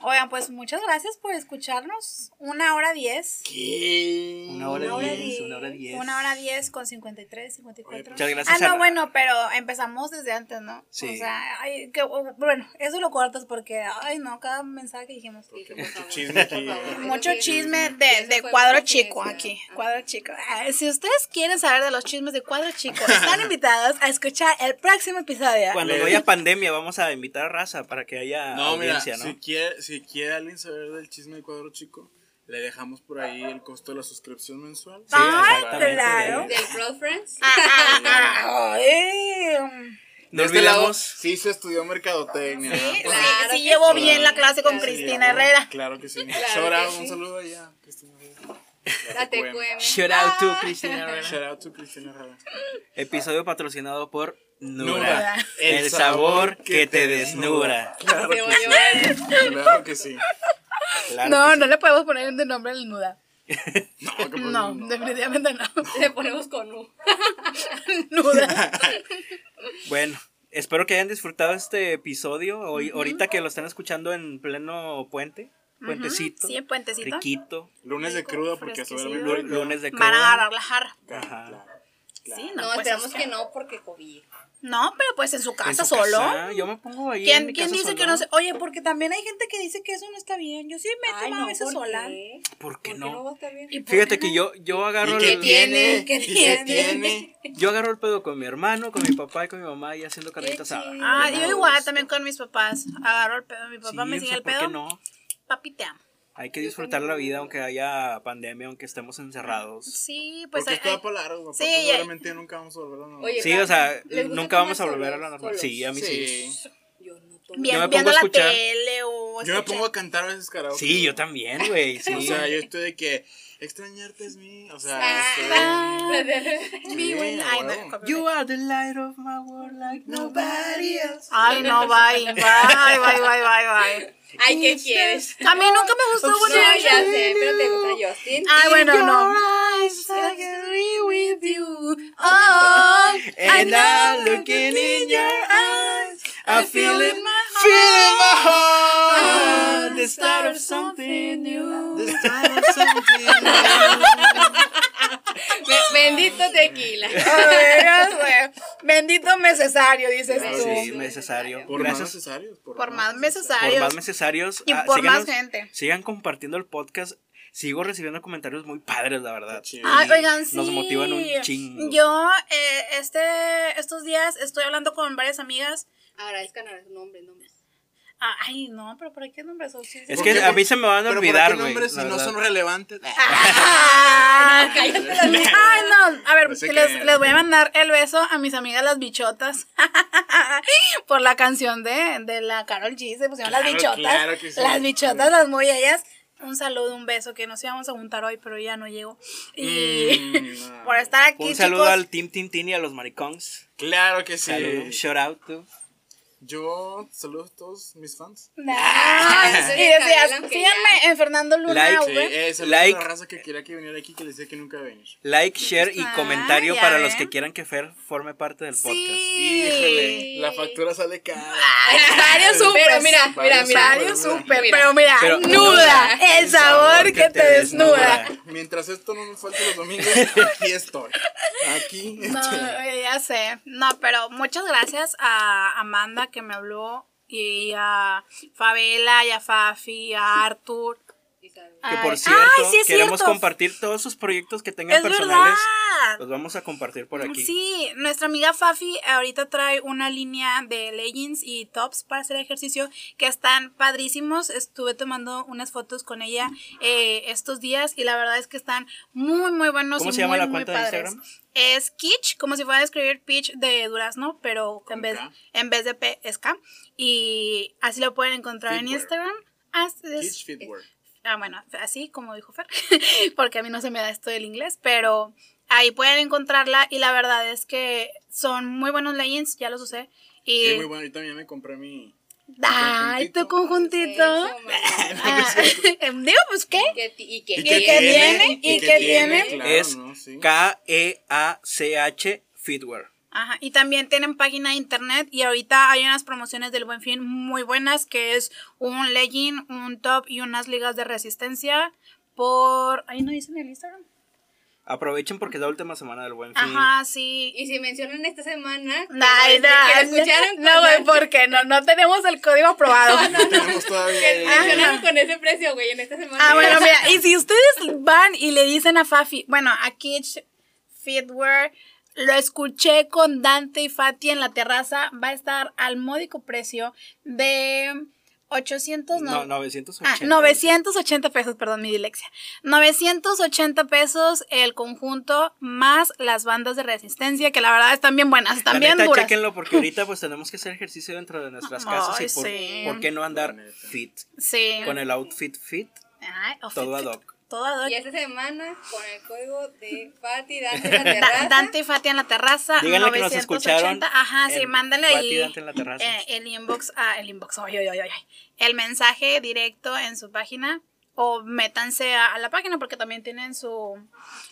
Speaker 6: Oigan, pues muchas gracias por escucharnos. Una hora diez.
Speaker 3: ¿Qué?
Speaker 2: Una hora
Speaker 4: hora
Speaker 2: diez,
Speaker 4: diez.
Speaker 2: una hora diez.
Speaker 6: Una hora diez con 53, 54.
Speaker 2: Muchas gracias.
Speaker 6: Ah,
Speaker 2: a
Speaker 6: no,
Speaker 2: la-
Speaker 6: bueno, pero empezamos desde antes, ¿no?
Speaker 2: Sí.
Speaker 6: O sea, ay, que- o- bueno, eso lo cortas porque, ay, no, cada mensaje que dijimos.
Speaker 4: Sí,
Speaker 3: mucho
Speaker 4: por favor.
Speaker 3: chisme aquí,
Speaker 4: Por favor.
Speaker 3: ¿eh?
Speaker 6: Mucho
Speaker 4: Eso sí,
Speaker 6: chisme
Speaker 4: eso
Speaker 6: de, de
Speaker 4: fue
Speaker 6: cuadro
Speaker 4: una
Speaker 6: chico
Speaker 4: coincidencia.
Speaker 6: aquí,
Speaker 4: Ajá.
Speaker 6: cuadro chico. Ah, Si ustedes quieren saber de los chismes de cuadro chico, están invitados a escuchar el próximo episodio.
Speaker 2: Cuando
Speaker 3: Le-
Speaker 2: vaya pandemia vamos a invitar a raza para que haya
Speaker 3: No, mira,
Speaker 2: audiencia,
Speaker 3: si
Speaker 2: ¿no?
Speaker 3: quiere, si quiere alguien saber del chisme del cuadro chico, le dejamos por ahí el costo de la suscripción mensual.
Speaker 2: Sí,
Speaker 6: Ay,
Speaker 2: exactamente.
Speaker 6: Ah, claro.
Speaker 4: Del Pro Friends.
Speaker 6: Ah, ah, ah, ay.
Speaker 2: No
Speaker 3: De este lado,
Speaker 2: olvidemos,
Speaker 3: sí se estudió mercadotecnia. ¿verdad?
Speaker 6: Sí,
Speaker 3: Claro
Speaker 6: sí,
Speaker 4: que
Speaker 6: sí llevo
Speaker 3: sí.
Speaker 6: bien la clase con
Speaker 3: que sí,
Speaker 6: Cristina
Speaker 3: claro,
Speaker 6: Herrera.
Speaker 3: Claro que sí.
Speaker 4: Claro
Speaker 3: Shout
Speaker 4: que
Speaker 3: out,
Speaker 4: sí.
Speaker 3: un saludo allá. Cristina Herrera.
Speaker 4: La
Speaker 3: TQM.
Speaker 4: TQM.
Speaker 2: shout out to Cristina Herrera.
Speaker 3: Shout out to Cristina Herrera.
Speaker 2: Episodio patrocinado por Nura.
Speaker 3: Nura.
Speaker 2: El sabor que te desnuda.
Speaker 3: Claro
Speaker 4: Te voy
Speaker 3: que
Speaker 4: a
Speaker 3: sí.
Speaker 4: llorar.
Speaker 3: Claro que sí.
Speaker 2: Claro
Speaker 6: no,
Speaker 2: que sí.
Speaker 6: no le podemos poner de nombre al nuda.
Speaker 3: No, ¿qué pasa?
Speaker 6: No, definitivamente no.
Speaker 4: Le ponemos con U.
Speaker 6: Nuda.
Speaker 2: Bueno, espero que hayan disfrutado este episodio. Hoy, Ahorita que lo están escuchando en pleno puente, puentecito,
Speaker 6: Sí, puentecito.
Speaker 2: riquito,
Speaker 3: Lunes de cruda porque hasta
Speaker 6: Fresquecillo.
Speaker 3: duerme el
Speaker 2: lunes de
Speaker 6: Van a
Speaker 2: cruda.
Speaker 6: agarrar la jarra.
Speaker 3: Claro.
Speaker 6: Sí, no,
Speaker 4: No,
Speaker 6: pues,
Speaker 4: esperamos
Speaker 6: es
Speaker 4: que no porque COVID.
Speaker 6: No, pero pues en su casa
Speaker 2: En su
Speaker 6: solo.
Speaker 2: casa, Yo me pongo ahí. en
Speaker 6: ¿Quién,
Speaker 2: mi
Speaker 6: quién
Speaker 2: casa
Speaker 6: dice que
Speaker 2: solo.
Speaker 6: no se.? Oye, porque también hay gente que dice que eso no está bien. Yo sí me he
Speaker 4: Ay,
Speaker 6: tomado
Speaker 4: no,
Speaker 6: a veces
Speaker 4: ¿por
Speaker 6: sola.
Speaker 4: qué?
Speaker 2: ¿Por
Speaker 4: ¿Por
Speaker 2: qué
Speaker 4: qué no va
Speaker 2: no?
Speaker 4: a estar bien?
Speaker 6: ¿Y pues, por
Speaker 2: Fíjate
Speaker 6: qué
Speaker 2: que
Speaker 6: no?
Speaker 2: yo, yo agarro
Speaker 3: ¿Y qué
Speaker 2: el,
Speaker 4: tiene?
Speaker 3: ¿Y
Speaker 4: ¿Qué
Speaker 3: qué
Speaker 4: tiene?
Speaker 3: tiene?
Speaker 2: yo agarro el pedo con mi hermano, con mi papá y con mi mamá y haciendo carnita asada.
Speaker 4: chido.
Speaker 6: Ah,
Speaker 4: Me
Speaker 6: yo
Speaker 4: da
Speaker 6: igual
Speaker 4: gusto.
Speaker 6: también con mis papás. Agarro el pedo. Mi papá
Speaker 2: Sí,
Speaker 6: me
Speaker 2: o
Speaker 6: sigue
Speaker 2: sea,
Speaker 6: el
Speaker 2: ¿por qué
Speaker 6: pedo.
Speaker 2: no?
Speaker 6: Papi, te amo.
Speaker 2: Hay que disfrutar la vida aunque haya pandemia, aunque estemos encerrados.
Speaker 6: Sí, pues.
Speaker 3: Porque
Speaker 6: hay- hay-
Speaker 3: está para largo.
Speaker 6: Sí,
Speaker 3: Sí,
Speaker 6: ya-
Speaker 3: seguramente nunca vamos a volver a la
Speaker 4: Oye,
Speaker 2: Sí,
Speaker 4: pa,
Speaker 2: o sea,
Speaker 4: ¿les gusta
Speaker 2: nunca vamos a
Speaker 4: tomar
Speaker 2: volver a la
Speaker 4: solos?
Speaker 2: normalidad. Sí, a mí sí.
Speaker 3: Sí.
Speaker 4: Yo no tomo.
Speaker 6: Bien,
Speaker 2: Yo me pongo
Speaker 6: viendo
Speaker 2: a
Speaker 6: la
Speaker 2: escuchar.
Speaker 6: tele o.
Speaker 3: Yo me
Speaker 6: escuchar-
Speaker 3: pongo a cantar a veces karaoke.
Speaker 2: Sí, yo también, güey. Sí.
Speaker 3: O sea, yo estoy de que extrañarte es mí. O sea,
Speaker 6: Ah,
Speaker 3: estoy-
Speaker 6: mi
Speaker 3: Sí,
Speaker 6: buena-
Speaker 3: a
Speaker 6: Ay, no,
Speaker 3: huevo.
Speaker 6: copyright.
Speaker 2: You are the light of my world like nobody else.
Speaker 6: Ay, no, bye. Bye, bye, bye, bye, bye.
Speaker 4: Ay, ¿qué quieres?
Speaker 6: A Ah, mí nunca me gustó
Speaker 4: No,
Speaker 6: poner.
Speaker 4: ya sé, pero te gusta Justin.
Speaker 6: Ay, bueno,
Speaker 2: In
Speaker 6: no.
Speaker 2: your eyes, I agree with you.
Speaker 6: Oh,
Speaker 2: And I'm
Speaker 6: know.
Speaker 2: looking in your eyes. I feel it, feel it in my
Speaker 6: heart.
Speaker 2: heart. The start of something new. The start of something new.
Speaker 4: Be- Bendito tequila.
Speaker 6: A ver, ya sé. Bendito necesario, dices
Speaker 3: Ah,
Speaker 6: tú.
Speaker 2: Sí, necesario.
Speaker 3: Por más
Speaker 2: Gracias
Speaker 3: necesarios.
Speaker 6: Por más
Speaker 2: por
Speaker 6: necesarios.
Speaker 2: más necesarios.
Speaker 6: Y
Speaker 2: Ah,
Speaker 6: por más
Speaker 2: síganos-
Speaker 6: gente.
Speaker 2: Sigan compartiendo el podcast. Sigo recibiendo comentarios muy padres, la verdad.
Speaker 3: Qué chido.
Speaker 6: Ay, oigan, sí.
Speaker 2: Nos motivan un chingo.
Speaker 6: Yo, eh, este, estos días estoy hablando con varias amigas.
Speaker 4: Agradezcan a su nombre, nombre.
Speaker 6: Ah, ay, no, pero ¿para qué nombres? O sí, sí.
Speaker 2: es
Speaker 3: ¿Por
Speaker 2: que
Speaker 3: qué?
Speaker 2: a mí se me van a
Speaker 3: Pero
Speaker 2: olvidar,
Speaker 3: ¿por qué
Speaker 2: güey.
Speaker 3: nombres si
Speaker 2: la
Speaker 3: no
Speaker 2: verdad.
Speaker 3: son relevantes.
Speaker 6: Ah,
Speaker 4: cállate
Speaker 6: Ay, no. A ver,
Speaker 3: No sé
Speaker 6: que
Speaker 3: qué.
Speaker 6: les, les voy a mandar el beso a mis amigas las bichotas. Por la canción de, de la Carol G. Se pusieron las
Speaker 3: Claro,
Speaker 6: bichotas.
Speaker 3: claro que sí.
Speaker 6: Las bichotas, las muy ellas. Un saludo, un beso, que nos íbamos a juntar hoy, pero ya no llegó. Y
Speaker 3: Mm, no.
Speaker 6: por estar aquí,
Speaker 2: Un saludo
Speaker 6: chicos.
Speaker 2: al Team Tintín y a los maricongs.
Speaker 3: Claro que sí.
Speaker 2: Saludos, Shout out to.
Speaker 3: Yo saludo a todos mis fans.
Speaker 6: Nice. Y decías,
Speaker 4: Aunque ya-
Speaker 6: síganme en Fernando Luna.
Speaker 2: Like,
Speaker 3: Sí,
Speaker 6: V.
Speaker 3: eh, saludos
Speaker 2: Like.
Speaker 3: a la raza que quería que viniera aquí que les decía que nunca venir.
Speaker 2: Like, share y
Speaker 6: Ah,
Speaker 2: comentario
Speaker 6: ya
Speaker 2: para
Speaker 6: ven.
Speaker 2: los que quieran que Fer forme parte del podcast.
Speaker 6: Sí.
Speaker 3: Híjole, la factura sale cara.
Speaker 6: Varios súper.
Speaker 4: Pero mira, mira,
Speaker 3: Varios
Speaker 4: mira.
Speaker 6: Varios
Speaker 3: Mira.
Speaker 6: súper.
Speaker 4: Mira.
Speaker 6: Pero mira,
Speaker 2: Pero-
Speaker 6: nuda. El sabor que, te desnuda.
Speaker 3: Mientras esto no nos falte los domingos, aquí estoy. Aquí.
Speaker 6: No,
Speaker 3: estoy.
Speaker 6: eh, ya sé. No, pero muchas gracias a Amanda que me habló y a Fabela y a Fafi, a Arthur.
Speaker 4: Isabel.
Speaker 2: Que
Speaker 6: Ay,
Speaker 2: por cierto,
Speaker 6: ay, sí es
Speaker 2: queremos
Speaker 6: cierto.
Speaker 2: compartir todos sus proyectos que tengan
Speaker 6: Es
Speaker 2: personales.
Speaker 6: verdad. Pues
Speaker 2: Los vamos a compartir por aquí.
Speaker 6: Sí, nuestra amiga Fafi eh, ahorita trae una línea de leggings y tops para hacer ejercicio que están padrísimos. Estuve tomando unas fotos con ella eh, estos días y la verdad es que están muy, muy buenos.
Speaker 2: ¿Cómo
Speaker 6: y
Speaker 2: se llama
Speaker 6: muy,
Speaker 2: la
Speaker 6: muy
Speaker 2: cuenta de
Speaker 6: padres.
Speaker 2: Instagram?
Speaker 6: Es Kitsch, como si fuera a escribir Peach de Durazno, pero en vez,
Speaker 3: K.
Speaker 6: en vez de P es K. Y así lo pueden encontrar en
Speaker 3: Fitwear.
Speaker 6: Instagram. Así es-
Speaker 3: Teach fit work.
Speaker 6: Ah, bueno, así como dijo Fer, porque a mí no se me da esto del inglés, pero ahí pueden encontrarla y la verdad es que son muy buenos leggings, ya los usé. Y...
Speaker 3: Sí, muy bueno. Yo también me compré mi.
Speaker 6: ¡Ay, tu conjuntito!
Speaker 4: Eso, mamá.
Speaker 6: Ah, digo, pues qué.
Speaker 4: ¿Qué ti- ¿Y qué?
Speaker 6: ¿Y qué
Speaker 4: tiene?
Speaker 6: tiene? ¿Y qué tiene?
Speaker 3: Claro,
Speaker 2: es E
Speaker 3: ¿no? Sí.
Speaker 2: K-E-A-C-H Fitwear.
Speaker 6: Ajá, y también tienen página de internet y ahorita hay unas promociones del Buen Fin muy buenas que es un legging, un top y unas ligas de resistencia por... Ahí no dicen el Instagram.
Speaker 2: Aprovechen porque es la última semana del buen fin.
Speaker 6: Ajá, sí.
Speaker 4: Y si mencionan esta semana, pues,
Speaker 6: No,
Speaker 4: que
Speaker 6: no,
Speaker 4: la escucharon con
Speaker 6: no, pues, güey,
Speaker 4: la-
Speaker 6: porque no, no tenemos el código aprobado.
Speaker 3: Tenemos todavía.
Speaker 4: mencionaron con ese precio, güey, en esta semana.
Speaker 6: Ah, bueno, mira, y si ustedes van y le dicen a Fafi, bueno, a Kitsch Fitwear, lo escuché con Dante y Fati en la terraza, va a estar al módico precio de 800,
Speaker 2: No,
Speaker 6: no,
Speaker 2: 980.
Speaker 6: Ah, 980 pesos, perdón, mi dilexia. 980 pesos el conjunto más las bandas de resistencia, que la verdad están bien buenas,
Speaker 2: La
Speaker 6: están bien
Speaker 2: neta,
Speaker 6: duras.
Speaker 2: chéquenlo porque ahorita pues tenemos que hacer ejercicio dentro de nuestras casas
Speaker 6: Ay,
Speaker 2: y por,
Speaker 6: sí.
Speaker 2: por qué no andar fit
Speaker 6: Sí.
Speaker 2: con el outfit fit.
Speaker 6: Ay, outfit
Speaker 2: todo ad
Speaker 6: fit.
Speaker 2: hoc.
Speaker 6: Todo ad hoc.
Speaker 4: Y esta semana, con el código de Fati, Dante, la
Speaker 6: Da-
Speaker 4: terraza.
Speaker 6: Dante y Fati en la terraza.
Speaker 2: Díganle que nos
Speaker 6: 980.
Speaker 2: escucharon
Speaker 6: Ah, Ajá, sí,
Speaker 2: en
Speaker 6: mándale
Speaker 2: Fati
Speaker 6: ahí.
Speaker 2: Dante en la terraza.
Speaker 6: eh, el inbox, ah, el inbox, ay, ay, ay, ay, ay. El mensaje directo en su página. O métanse a, a la página porque también tienen su,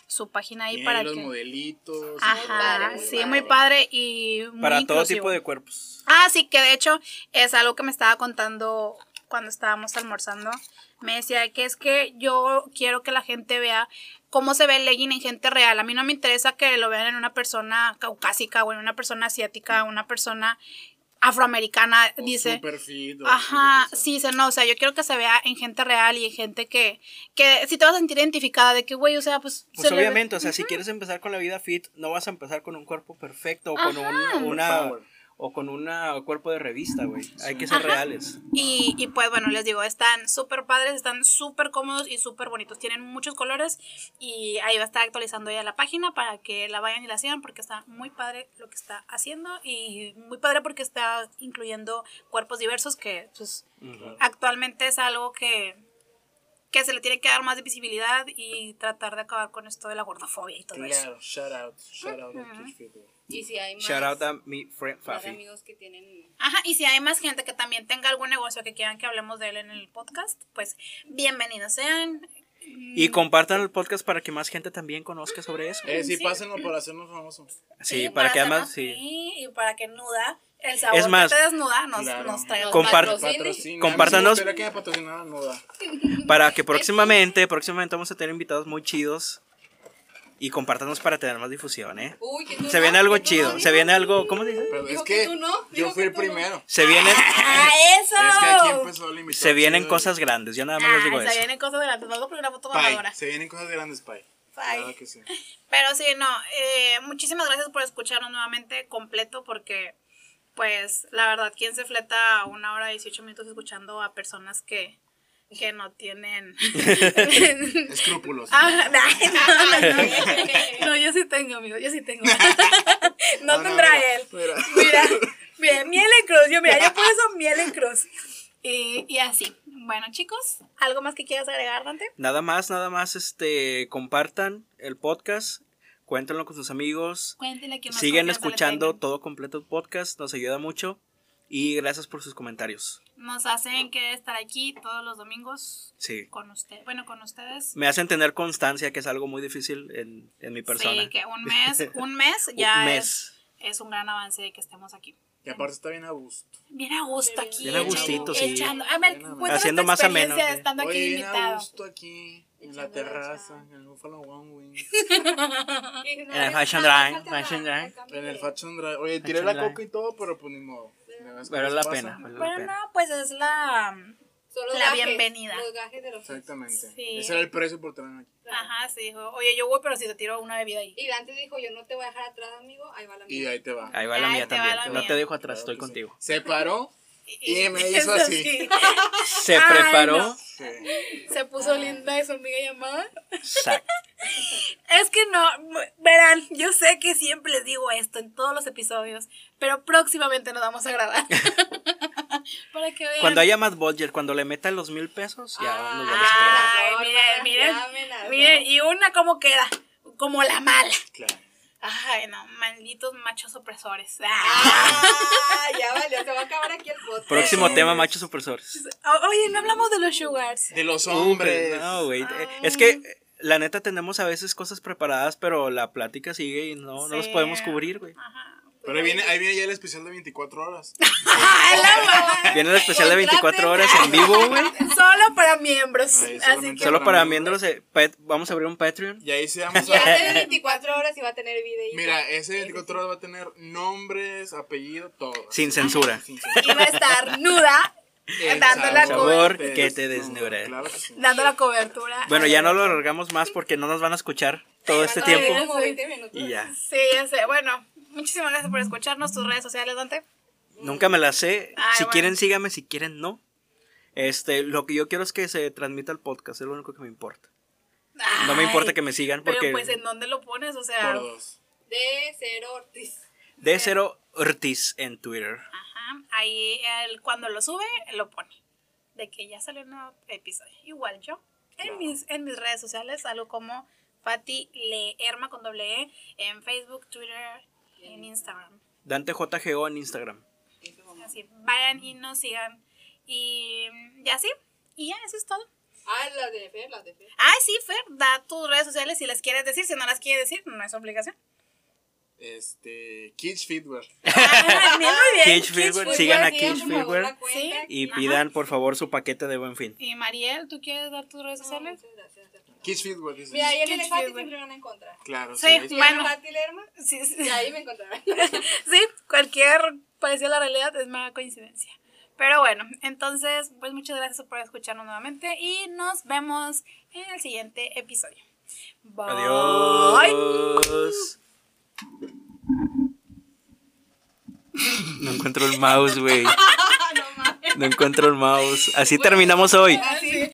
Speaker 6: su página ahí
Speaker 3: Y
Speaker 6: para
Speaker 3: los
Speaker 6: que.
Speaker 3: modelitos.
Speaker 6: Ajá,
Speaker 4: muy
Speaker 6: sí,
Speaker 4: padre.
Speaker 6: muy padre y muy
Speaker 2: Para todo
Speaker 6: inclusivo.
Speaker 2: tipo de cuerpos.
Speaker 6: Ah, sí, que de hecho es algo que me estaba contando cuando estábamos almorzando. Me decía que es que yo quiero que la gente vea cómo se ve el legging en gente real. A mí no me interesa que lo vean en una persona caucásica o en una persona asiática, una persona afroamericana,
Speaker 3: o
Speaker 6: dice.
Speaker 3: super fit, o
Speaker 6: Ajá,
Speaker 3: lo que sea.
Speaker 6: sí, se- no, o sea, yo quiero que se vea en gente real y en gente que, que si te vas a sentir identificada de que, güey, o sea, pues...
Speaker 2: Pues
Speaker 6: se le ve-
Speaker 2: obviamente, o sea, si quieres empezar con la vida fit, no vas a empezar con un cuerpo perfecto o con un, una
Speaker 3: Power.
Speaker 2: o con un cuerpo de revista, güey. Hay que ser reales.
Speaker 6: Y, y pues bueno, les digo, están súper padres, están súper cómodos y súper bonitos. Tienen muchos colores y ahí va a estar actualizando ya la página para que la vayan y la sigan porque está muy padre lo que está haciendo y muy padre porque está incluyendo cuerpos diversos que pues actualmente es algo que, que se le tiene que dar más de visibilidad y tratar de acabar con esto de la gordofobia y todo eso.
Speaker 3: Claro, shout out, shout out a Kids Fit, güey.
Speaker 4: Y si hay más,
Speaker 2: Shout out a mi friend
Speaker 4: más
Speaker 2: Fafi.
Speaker 4: amigos que tienen.
Speaker 6: Ajá, y si hay más gente que también tenga algún negocio que quieran que hablemos de él en el podcast, pues bienvenidos sean.
Speaker 2: Y compartan el podcast para que más gente también conozca sobre eso.
Speaker 3: Eh, sí, pásenlo para hacernos famosos.
Speaker 2: Sí, para que además,
Speaker 6: hacernos
Speaker 2: sí.
Speaker 6: reír Y para que nuda, el sabor
Speaker 2: Es más,
Speaker 6: que te desnuda nos,
Speaker 3: claro.
Speaker 6: nos traiga.
Speaker 4: Com-
Speaker 2: Compar-
Speaker 4: patrocine.
Speaker 3: Patrocina.
Speaker 2: Compártanos.
Speaker 3: Espera que me patrocinara Nuda.
Speaker 2: para que próximamente, próximamente vamos a tener invitados muy chidos y compártanos para tener más difusión, ¿eh?
Speaker 4: Uy, que tú
Speaker 2: Se
Speaker 4: no,
Speaker 2: viene algo
Speaker 4: que tú no,
Speaker 2: chido, se
Speaker 4: dijo-
Speaker 2: viene algo, ¿cómo dice?
Speaker 3: Pero
Speaker 4: Dijo
Speaker 3: es
Speaker 4: que
Speaker 3: que
Speaker 4: tú no, dijo
Speaker 3: yo fui
Speaker 4: que
Speaker 3: el
Speaker 4: tú no.
Speaker 3: primero.
Speaker 2: Se vienen
Speaker 6: ¡Ah, eso!
Speaker 3: Es que aquí empezó el invitado.
Speaker 2: se vienen
Speaker 3: chido.
Speaker 2: cosas grandes, yo nada más
Speaker 6: Ah,
Speaker 2: les digo
Speaker 6: se
Speaker 2: eso.
Speaker 6: vienen cosas grandes. Vamos a poner una foto
Speaker 3: Pai,
Speaker 6: mamadora.
Speaker 3: se vienen cosas grandes, Pai.
Speaker 6: Pai.
Speaker 3: Claro que sí.
Speaker 6: Pero sí, no, eh, muchísimas gracias por escucharnos nuevamente completo porque, pues, la verdad, ¿quién se fleta una hora y 18 minutos escuchando a personas que, que no tienen...
Speaker 3: Escrúpulos.
Speaker 6: Ah, no, no, no. No, yo sí tengo, amigo, yo sí tengo.
Speaker 3: No,
Speaker 6: No,
Speaker 3: no,
Speaker 6: tendrá
Speaker 3: mira,
Speaker 6: él.
Speaker 3: mira.
Speaker 6: Mira, mira, miel en cruz. Yo, mira, yo por eso miel en cruz. Y, y así. Bueno, chicos, ¿algo más que quieras agregar, Dante?
Speaker 2: Nada más, nada más, este, compartan el podcast, cuéntenlo con sus amigos,
Speaker 6: Cuéntenle que más
Speaker 2: siguen
Speaker 6: confianza le
Speaker 2: escuchando
Speaker 6: tengan.
Speaker 2: todo completo el podcast, nos ayuda mucho y gracias por sus comentarios.
Speaker 6: Nos hacen querer estar aquí todos los domingos
Speaker 2: Sí.
Speaker 6: con usted, bueno, con ustedes.
Speaker 2: Me hacen tener constancia, que es algo muy difícil en, en mi persona.
Speaker 6: Sí, que un mes, un mes ya
Speaker 2: Un
Speaker 6: Es,
Speaker 2: mes.
Speaker 6: es un gran avance de que estemos aquí.
Speaker 3: Y aparte está bien a gusto.
Speaker 6: Bien a gusto aquí.
Speaker 2: Bien a gustito, sí.
Speaker 6: echando- A ver,
Speaker 3: Bien a-
Speaker 6: cuéntanos
Speaker 2: Haciendo
Speaker 6: tu
Speaker 2: más eh, ameno,
Speaker 6: experiencia de
Speaker 2: sí.
Speaker 6: estando aquí
Speaker 3: Oye, bien a
Speaker 6: invitado.
Speaker 3: gusto aquí, en la terraza, en el Buffalo One Wing,
Speaker 2: En el eh, Fashion
Speaker 6: "Ah,
Speaker 2: Drive, Fashion Drive.
Speaker 3: en el Fashion Drive. Oye, tiré
Speaker 2: Fashion
Speaker 3: la
Speaker 2: Drive.
Speaker 3: coca y todo, pero pues ni modo. De vez
Speaker 2: Vale
Speaker 3: que
Speaker 2: la
Speaker 3: pasa.
Speaker 2: pena, vale la
Speaker 6: Pero no,
Speaker 2: pena.
Speaker 6: pues es la...
Speaker 4: Son los
Speaker 6: La
Speaker 4: gajes,
Speaker 6: bienvenida.
Speaker 4: Los gajes de los
Speaker 3: Exactamente.
Speaker 6: Sí.
Speaker 3: Ese era el precio por tenerme aquí.
Speaker 6: Ajá, sí, dijo, oye, yo voy, pero si te tiro una bebida ahí.
Speaker 4: Y Dante dijo, yo no te voy a dejar atrás, amigo, ahí va la
Speaker 3: Y
Speaker 4: mía.
Speaker 3: ahí te va.
Speaker 2: Ahí va la
Speaker 6: Ahí
Speaker 2: mía
Speaker 6: te va
Speaker 2: también.
Speaker 6: la
Speaker 2: no
Speaker 6: mía.
Speaker 2: te dejo atrás,
Speaker 3: Claro
Speaker 2: estoy
Speaker 3: que
Speaker 2: contigo.
Speaker 3: sí. Se paró
Speaker 6: Y-
Speaker 3: y me hizo
Speaker 6: eso
Speaker 3: así.
Speaker 6: sí.
Speaker 2: Se
Speaker 6: Ay,
Speaker 2: preparó.
Speaker 6: no.
Speaker 3: Sí.
Speaker 6: Se puso linda y su amiga llamada.
Speaker 2: Sac.
Speaker 6: Es que no, verán, yo sé que siempre les digo esto en todos los episodios, pero próximamente nos vamos a grabar. Para que vean.
Speaker 2: Cuando haya más budget, cuando le metan los mil pesos, ya nos vamos
Speaker 6: Ah,
Speaker 2: a
Speaker 6: Ay,
Speaker 4: Ay,
Speaker 6: miren, miren,
Speaker 4: ya me la-
Speaker 6: miren, y una como queda, como la mala.
Speaker 3: Claro.
Speaker 6: Ay, no, malditos machos opresores. Ah.
Speaker 4: Ah, ya valió, se va a acabar aquí el podcast.
Speaker 2: Próximo tema, machos opresores.
Speaker 6: O- Oye, no hablamos de los sugars.
Speaker 3: De los hombres.
Speaker 2: No, güey.
Speaker 6: Ah.
Speaker 2: eh, Es que eh, la neta tenemos a veces cosas preparadas, pero la plática sigue y no, no los
Speaker 6: Sí.
Speaker 2: podemos cubrir, güey.
Speaker 6: Ajá.
Speaker 3: Pero ahí viene, ahí viene ya el especial de 24 horas.
Speaker 4: Ah,
Speaker 2: Viene el especial de 24 horas en vivo, güey.
Speaker 6: Solo para miembros.
Speaker 3: Ahí
Speaker 6: Así
Speaker 3: solamente
Speaker 6: que
Speaker 2: Solo para miembros, eh, pat- vamos a abrir un Patreon.
Speaker 3: Y ahí se vamos
Speaker 4: Ya
Speaker 3: a...
Speaker 4: tiene 24 horas y va a tener videíto.
Speaker 3: Mira, ese 24 horas va a tener nombres, apellido, todo.
Speaker 2: Sin censura.
Speaker 3: Sin censura.
Speaker 6: iba a estar nuda
Speaker 3: El
Speaker 6: Dando la
Speaker 2: sabor
Speaker 3: te
Speaker 2: que te
Speaker 3: desnuda.
Speaker 2: desnuda.
Speaker 3: Claro que sí.
Speaker 6: dando la cobertura.
Speaker 2: Bueno, ya
Speaker 6: ah.
Speaker 2: no lo alargamos más porque no nos van a escuchar todo este
Speaker 4: Van a
Speaker 2: tiempo.
Speaker 4: ver como 20 minutos.
Speaker 2: Y ya.
Speaker 6: Sí, ya sé. Bueno, muchísimas gracias por escucharnos. Tus redes sociales, Dante.
Speaker 2: Nunca me la sé.
Speaker 6: Ay,
Speaker 2: si
Speaker 6: bueno.
Speaker 2: quieren, síganme. Si quieren, no. Este, lo que yo quiero es que se transmita el podcast. Es lo único que me importa. No me importa que me sigan porque
Speaker 6: Pero pues, ¿en dónde lo pones? O sea,
Speaker 3: Por dos.
Speaker 4: De Cero Ortiz.
Speaker 2: de cero Ortiz en Twitter.
Speaker 6: ajá, ahí él, cuando lo sube, lo pone. De que ya salió un nuevo episodio. Igual yo. En, mis, en mis redes sociales, algo como Fati Leerma con doble E en Facebook, Twitter y en Instagram.
Speaker 2: Dante JGO en Instagram.
Speaker 6: Así, vayan y nos sigan. Y ya sí. Y ya, eso es todo.
Speaker 4: Ah, las de Fer, las de Fer.
Speaker 6: Ah, sí, Fer, da tus redes sociales si las quieres decir. Si no las quieres decir, no es obligación.
Speaker 3: Este, Kids Feedwear.
Speaker 6: Ah, bien, muy bien.
Speaker 2: Cage Fever,
Speaker 4: Pues,
Speaker 2: sigan a
Speaker 4: pues, digan,
Speaker 2: Cage
Speaker 4: por favor,
Speaker 2: Fever
Speaker 4: la cuenta.
Speaker 6: Sí.
Speaker 2: y
Speaker 6: Ajá.
Speaker 2: pidan por favor su paquete de buen fin.
Speaker 6: Y Mariel, ¿tú quieres dar tus redes
Speaker 4: No,
Speaker 6: sociales?
Speaker 4: muchas gracias.
Speaker 3: Kids Feedwear, dices.
Speaker 4: Mira, yo
Speaker 6: Qué
Speaker 4: en el Fati
Speaker 6: chido, güey.
Speaker 4: siempre van a encontrar.
Speaker 3: Claro,
Speaker 6: Sí,
Speaker 3: ahí está.
Speaker 4: Si
Speaker 6: Bueno.
Speaker 4: van a Fati Lerma,
Speaker 6: Sí, sí.
Speaker 4: de ahí me encontrarán.
Speaker 6: Sí, cualquier parecido a la realidad es mala coincidencia. Pero bueno, entonces, pues muchas gracias por escucharnos nuevamente y nos vemos en el siguiente episodio. Bye.
Speaker 2: Adiós. No encuentro el mouse, güey. No encuentro el mouse. Así terminamos hoy.
Speaker 4: Así.